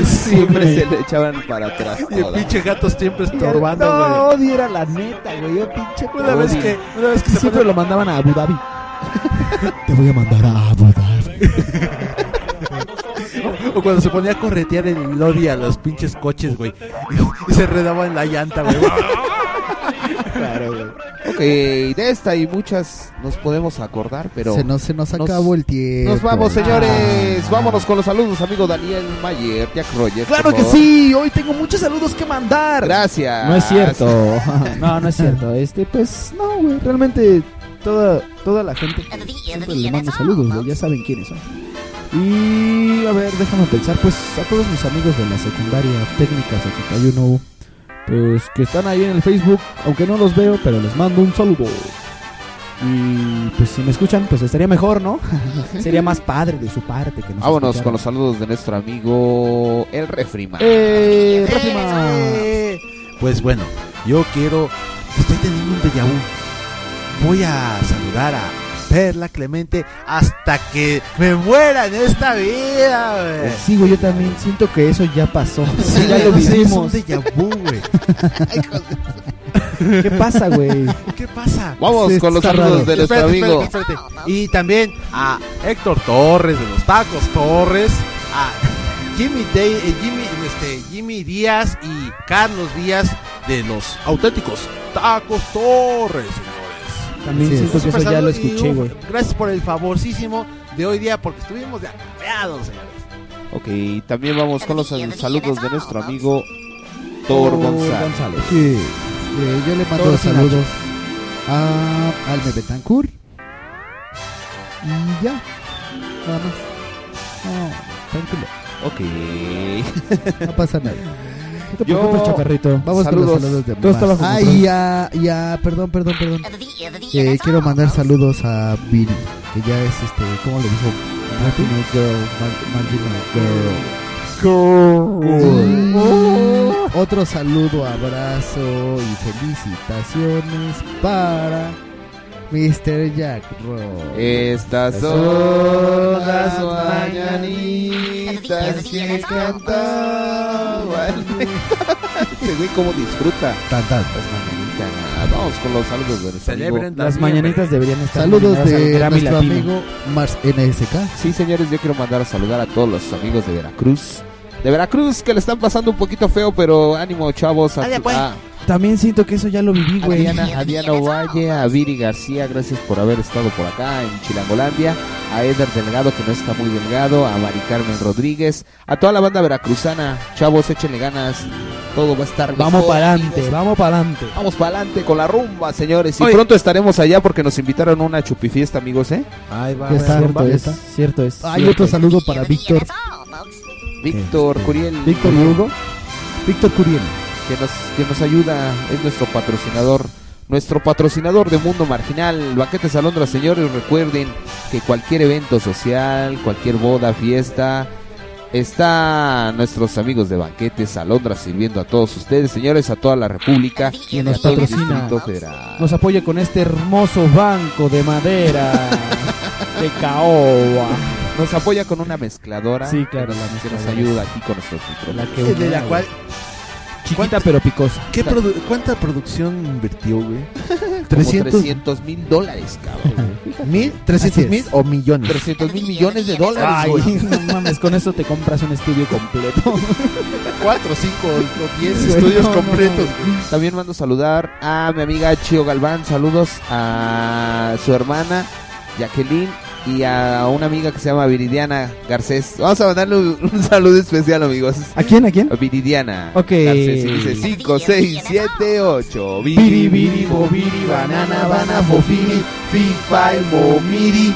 [SPEAKER 3] Siempre se le echaban para atrás.
[SPEAKER 2] Y el
[SPEAKER 3] todas.
[SPEAKER 2] pinche gato siempre estorbando, güey.
[SPEAKER 8] No, odio era la neta, güey. Yo pinche
[SPEAKER 2] Una vez
[SPEAKER 8] odio.
[SPEAKER 2] que- una vez que se
[SPEAKER 8] siempre
[SPEAKER 2] pone-
[SPEAKER 8] lo mandaban a Abu Dhabi.
[SPEAKER 6] Te voy a mandar a Abu Dhabi.
[SPEAKER 2] O cuando se ponía a corretear el lorry a los pinches coches, güey. Y se redaba en la llanta, güey.
[SPEAKER 3] Claro, güey. Ok, de esta y muchas nos podemos acordar, pero.
[SPEAKER 6] se nos, se nos acabó el tiempo. Ah.
[SPEAKER 3] Nos vamos, señores. Vámonos con los saludos, amigo Daniel Mayer, Jack Rogers.
[SPEAKER 6] Claro
[SPEAKER 3] por
[SPEAKER 6] que
[SPEAKER 3] favor.
[SPEAKER 8] Sí, hoy tengo muchos saludos que mandar.
[SPEAKER 3] Gracias.
[SPEAKER 8] No es cierto. No, no es cierto. Este, pues, no, güey. Realmente toda, toda la gente que siempre les mando saludos, güey. Ya saben quiénes son. Y a ver, déjame pensar, pues, a todos mis amigos de la secundaria técnica 71, pues que están ahí en el Facebook, aunque no los veo, pero les mando un saludo. Y pues si me escuchan, pues estaría mejor, ¿no? Sería más padre de su parte que nos
[SPEAKER 3] Vámonos
[SPEAKER 8] escucharan.
[SPEAKER 3] con los saludos de nuestro amigo el Refriman.
[SPEAKER 8] ¡Eh, Rafiman!
[SPEAKER 2] Pues bueno, yo quiero. Estoy teniendo un déjà vu. Voy a saludar a Perla Clemente hasta que me muera en esta vida, güey.
[SPEAKER 8] Pues Sí, güey, yo también siento que eso ya pasó. ya lo
[SPEAKER 2] no sé, Es un
[SPEAKER 8] vivimos.
[SPEAKER 2] déjà vu, güey.
[SPEAKER 8] ¿Qué pasa, güey?
[SPEAKER 2] ¿Qué pasa?
[SPEAKER 3] Vamos con los
[SPEAKER 2] está
[SPEAKER 3] saludos de nuestro amigo.
[SPEAKER 2] Y también a Héctor Torres de los Tacos Torres, a Jimmy, Day- eh, Jimmy, este, Jimmy Díaz y Carlos Díaz de los auténticos Tacos Torres, señores.
[SPEAKER 8] También siento que
[SPEAKER 2] Super
[SPEAKER 8] eso ya lo
[SPEAKER 2] saludo y
[SPEAKER 8] escuché,
[SPEAKER 2] un-
[SPEAKER 8] güey.
[SPEAKER 2] Gracias por el favorcísimo de hoy día porque estuvimos de acarreados, señores.
[SPEAKER 3] Ok, también vamos con los saludos de nuestro amigo Thor González.
[SPEAKER 6] Sí. Eh, yo le mando
[SPEAKER 3] Todos sin
[SPEAKER 6] saludos a Alme Betancourt. Y ya. Nada más. No, tranquilo.
[SPEAKER 3] Ok.
[SPEAKER 6] No pasa nada.
[SPEAKER 3] te Yo- preocupes, chaparrito.
[SPEAKER 6] Vamos con
[SPEAKER 3] Saludos.
[SPEAKER 6] los saludos de
[SPEAKER 3] Todo está bajo
[SPEAKER 6] Ah,
[SPEAKER 3] control.
[SPEAKER 6] y a, y a- perdón, perdón, perdón. Eh, quiero mandar saludos a Viri, que ya es este, ¿cómo le dijo? Marginal Girl, Mar- Marginal Girl. Y otro saludo, abrazo y felicitaciones para Mr. Jack Ross.
[SPEAKER 3] Estas son las mañanitas que cantaba el Ese güey cómo disfruta. Las mañanitas. Vamos con los saludos de nuestro amigo.
[SPEAKER 8] Celebren Las también, mañanitas güey. deberían estar
[SPEAKER 6] Saludos
[SPEAKER 8] nominadas al
[SPEAKER 6] de
[SPEAKER 8] Grammy
[SPEAKER 6] nuestro
[SPEAKER 8] Latino.
[SPEAKER 6] amigo Mars NSK.
[SPEAKER 3] Sí, señores, yo quiero mandar a saludar a todos los amigos de Veracruz. De Veracruz, que le están pasando un poquito feo, pero ánimo, chavos. A, ah.
[SPEAKER 8] Dale, pues.
[SPEAKER 3] a-
[SPEAKER 8] También siento que eso ya lo viví,
[SPEAKER 3] a
[SPEAKER 8] güey.
[SPEAKER 3] Diana, a Diana Valle, a Viri García, gracias por haber estado por acá en Chilangolandia. A Eder Delgado, que no está muy delgado. A Mari Carmen Rodríguez. A toda la banda veracruzana. Chavos, échenle ganas. Todo va a estar
[SPEAKER 8] Vamos
[SPEAKER 3] mejor,
[SPEAKER 8] para adelante,
[SPEAKER 3] amigos.
[SPEAKER 8] vamos para adelante.
[SPEAKER 3] Vamos para adelante con la rumba, señores. Y pronto estaremos allá porque nos invitaron a una chupifiesta, amigos, ¿eh?
[SPEAKER 2] Ahí va,
[SPEAKER 8] Ya está,
[SPEAKER 3] rumba.
[SPEAKER 8] cierto es, cierto es.
[SPEAKER 6] Hay
[SPEAKER 8] cierto
[SPEAKER 6] otro
[SPEAKER 8] es.
[SPEAKER 6] saludo para Víctor.
[SPEAKER 3] Víctor Curiel.
[SPEAKER 6] Este, Víctor Hugo. Víctor Curiel.
[SPEAKER 3] que nos, que nos ayuda, es nuestro patrocinador, nuestro patrocinador de Mundo Marginal, Banquetes Alondra, señores, recuerden que cualquier evento social, cualquier boda, fiesta, está nuestros amigos de Banquetes Alondra sirviendo a todos ustedes, señores, a toda la República y a
[SPEAKER 8] nos
[SPEAKER 3] todo el
[SPEAKER 8] patrocina.
[SPEAKER 3] Distrito Federal.
[SPEAKER 8] Nos apoya con este hermoso banco de madera de caoba.
[SPEAKER 3] Nos apoya con una mezcladora
[SPEAKER 8] Sí, claro,
[SPEAKER 3] que,
[SPEAKER 8] la
[SPEAKER 3] nos, que nos
[SPEAKER 8] mezcladora.
[SPEAKER 3] ayuda aquí con nuestros micrófonos.
[SPEAKER 8] La que une,
[SPEAKER 2] De la
[SPEAKER 8] güey.
[SPEAKER 2] cual-
[SPEAKER 8] Chiquita pero picosa.
[SPEAKER 2] ¿Qué produ- ¿Cuánta producción invirtió, güey?
[SPEAKER 3] Como 300 mil dólares, cabrón.
[SPEAKER 2] ¿Mil? ¿300
[SPEAKER 3] Así
[SPEAKER 2] mil
[SPEAKER 3] es.
[SPEAKER 2] o millones?
[SPEAKER 3] 300 mil millones de dólares,
[SPEAKER 8] Ay,
[SPEAKER 3] güey.
[SPEAKER 8] no mames, con eso te compras un estudio completo.
[SPEAKER 2] Cuatro, cinco o diez
[SPEAKER 3] Güey,
[SPEAKER 2] estudios
[SPEAKER 3] no, no,
[SPEAKER 2] completos.
[SPEAKER 3] güey. También mando saludar a mi amiga Chio Galván. Saludos a su hermana Jacqueline y a una amiga que se llama Viridiana Garcés. Vamos a mandarle un, un saludo especial, amigos.
[SPEAKER 8] ¿A quién? ¿A quién?
[SPEAKER 3] A Viridiana.
[SPEAKER 8] Ok.
[SPEAKER 3] Garcés. Y dice 5, 6, 7, 8. Viri, viri, boviri, banana, banana, fofiri, fifa, momiri.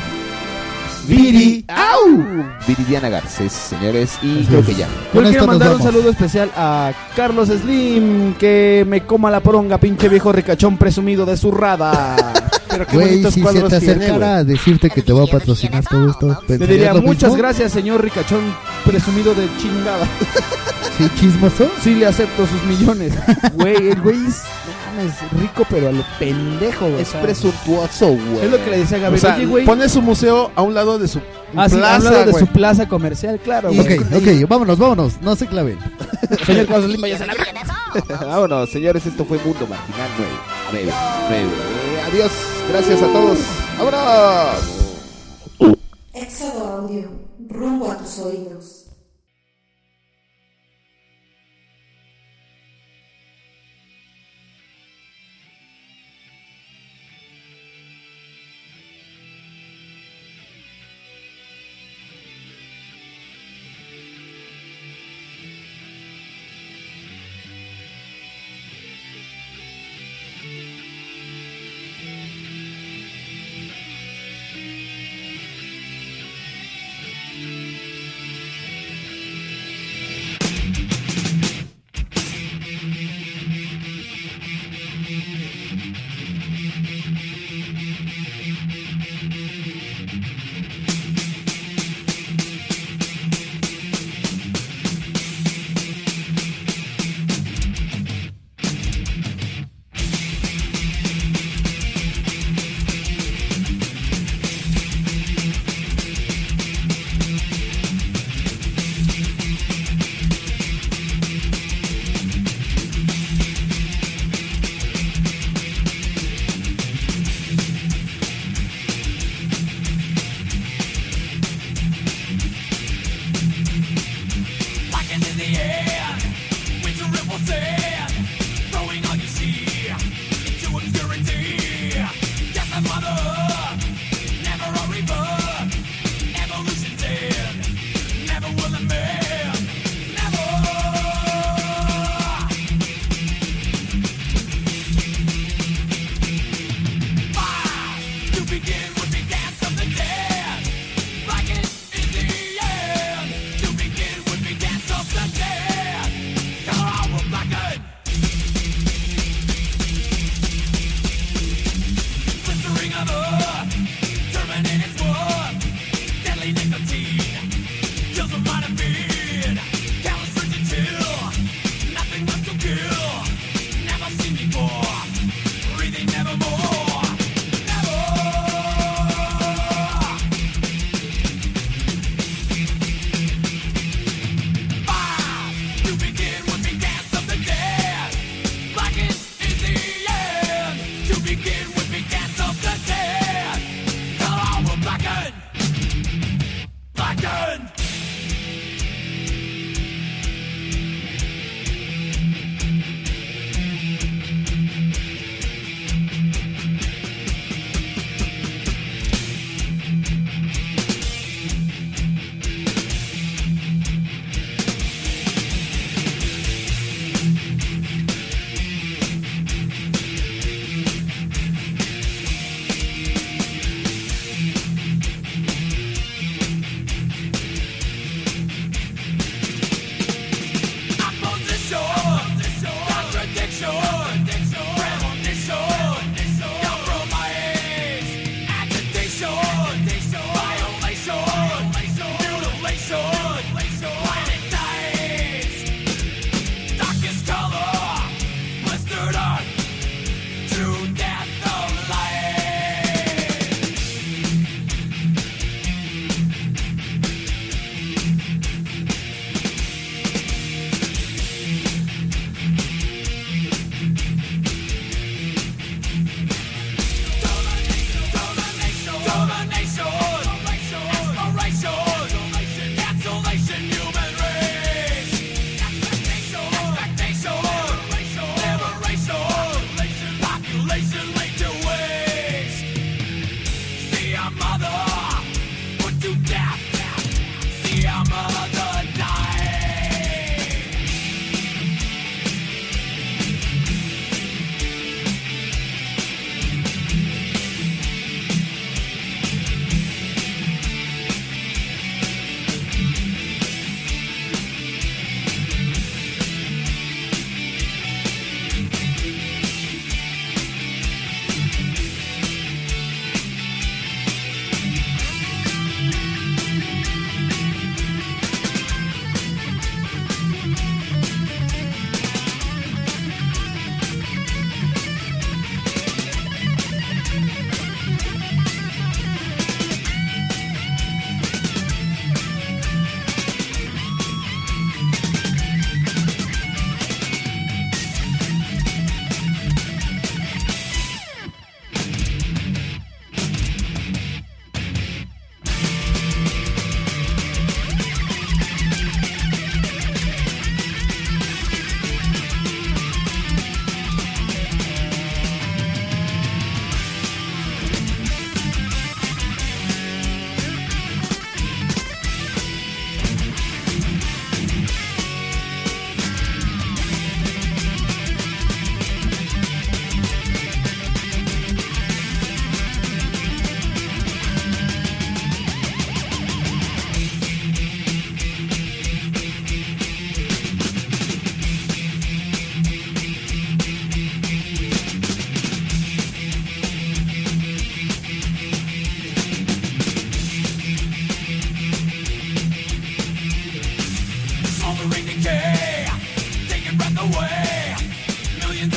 [SPEAKER 3] Viri, au. Viridiana Garcés, señores. Y creo que ya.
[SPEAKER 8] Yo le quiero mandar un saludo especial a Carlos Slim, que me coma la poronga, pinche viejo ricachón presumido de zurrada.
[SPEAKER 35] Pero qué
[SPEAKER 6] Güey,
[SPEAKER 35] bonitos
[SPEAKER 6] si se
[SPEAKER 35] cuadros
[SPEAKER 6] te
[SPEAKER 35] tiene,
[SPEAKER 6] acercara
[SPEAKER 35] güey.
[SPEAKER 6] a decirte que te va a patrocinar todo esto,
[SPEAKER 8] Te
[SPEAKER 6] ¿pensarías
[SPEAKER 8] diría,
[SPEAKER 6] lo
[SPEAKER 8] muchas
[SPEAKER 6] mismo?
[SPEAKER 8] gracias, señor ricachón presumido de chingada.
[SPEAKER 6] ¿Sí, chismoso?
[SPEAKER 8] Sí, le acepto sus millones. Güey, el güey es, no mames, rico, pero a lo pendejo, güey.
[SPEAKER 3] Es presuntuoso, güey.
[SPEAKER 8] Es lo que le decía a Gabriel.
[SPEAKER 35] O sea,
[SPEAKER 8] Oye, güey.
[SPEAKER 35] pone su museo a un lado de su
[SPEAKER 8] Ah, sí,
[SPEAKER 35] plaza,
[SPEAKER 8] hablando de
[SPEAKER 35] güey.
[SPEAKER 8] su plaza comercial, claro,
[SPEAKER 6] Ok,
[SPEAKER 8] güey.
[SPEAKER 6] ok, vámonos, vámonos, no se claven.
[SPEAKER 8] Señor Carlos Slim, váyase a la verga.
[SPEAKER 3] Vámonos, señores, esto fue Mundo Marginal 9. 9, 9. Eh, adiós, gracias a todos. ¡Vámonos!
[SPEAKER 1] Éxodo Audio, rumbo a tus oídos.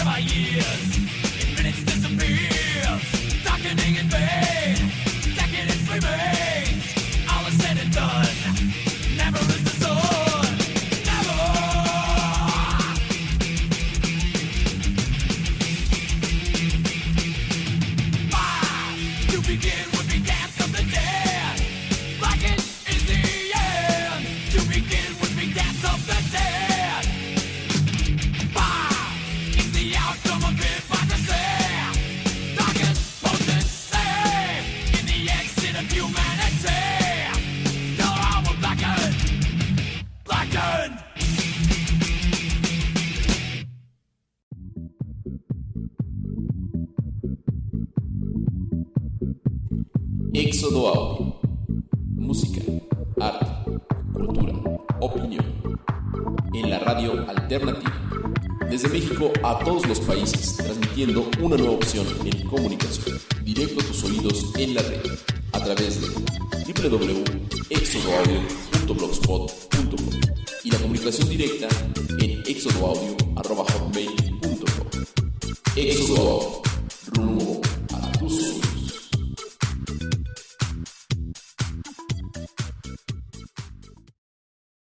[SPEAKER 11] my ears. In minutes disappear, darkening in vain. Decadence remains. All is said and done. Never is the sun. Never. To begin would be dance of the dead. Blackened is the end. To begin would be dance of the dead. Fire is the outcome of hypocrisy. Darkest potency in the exit of humanity. Till all were blackened, blackened.
[SPEAKER 26] Éxodo Audio. Música, arte, cultura, opinión. En la radio alternativa. Desde México a todos los países, transmitiendo una nueva opción en comunicación. Directo a tus oídos en la red. A través de www.exodoaudio.blogspot.com y la comunicación directa en exodoaudio.com. Éxodo Audio.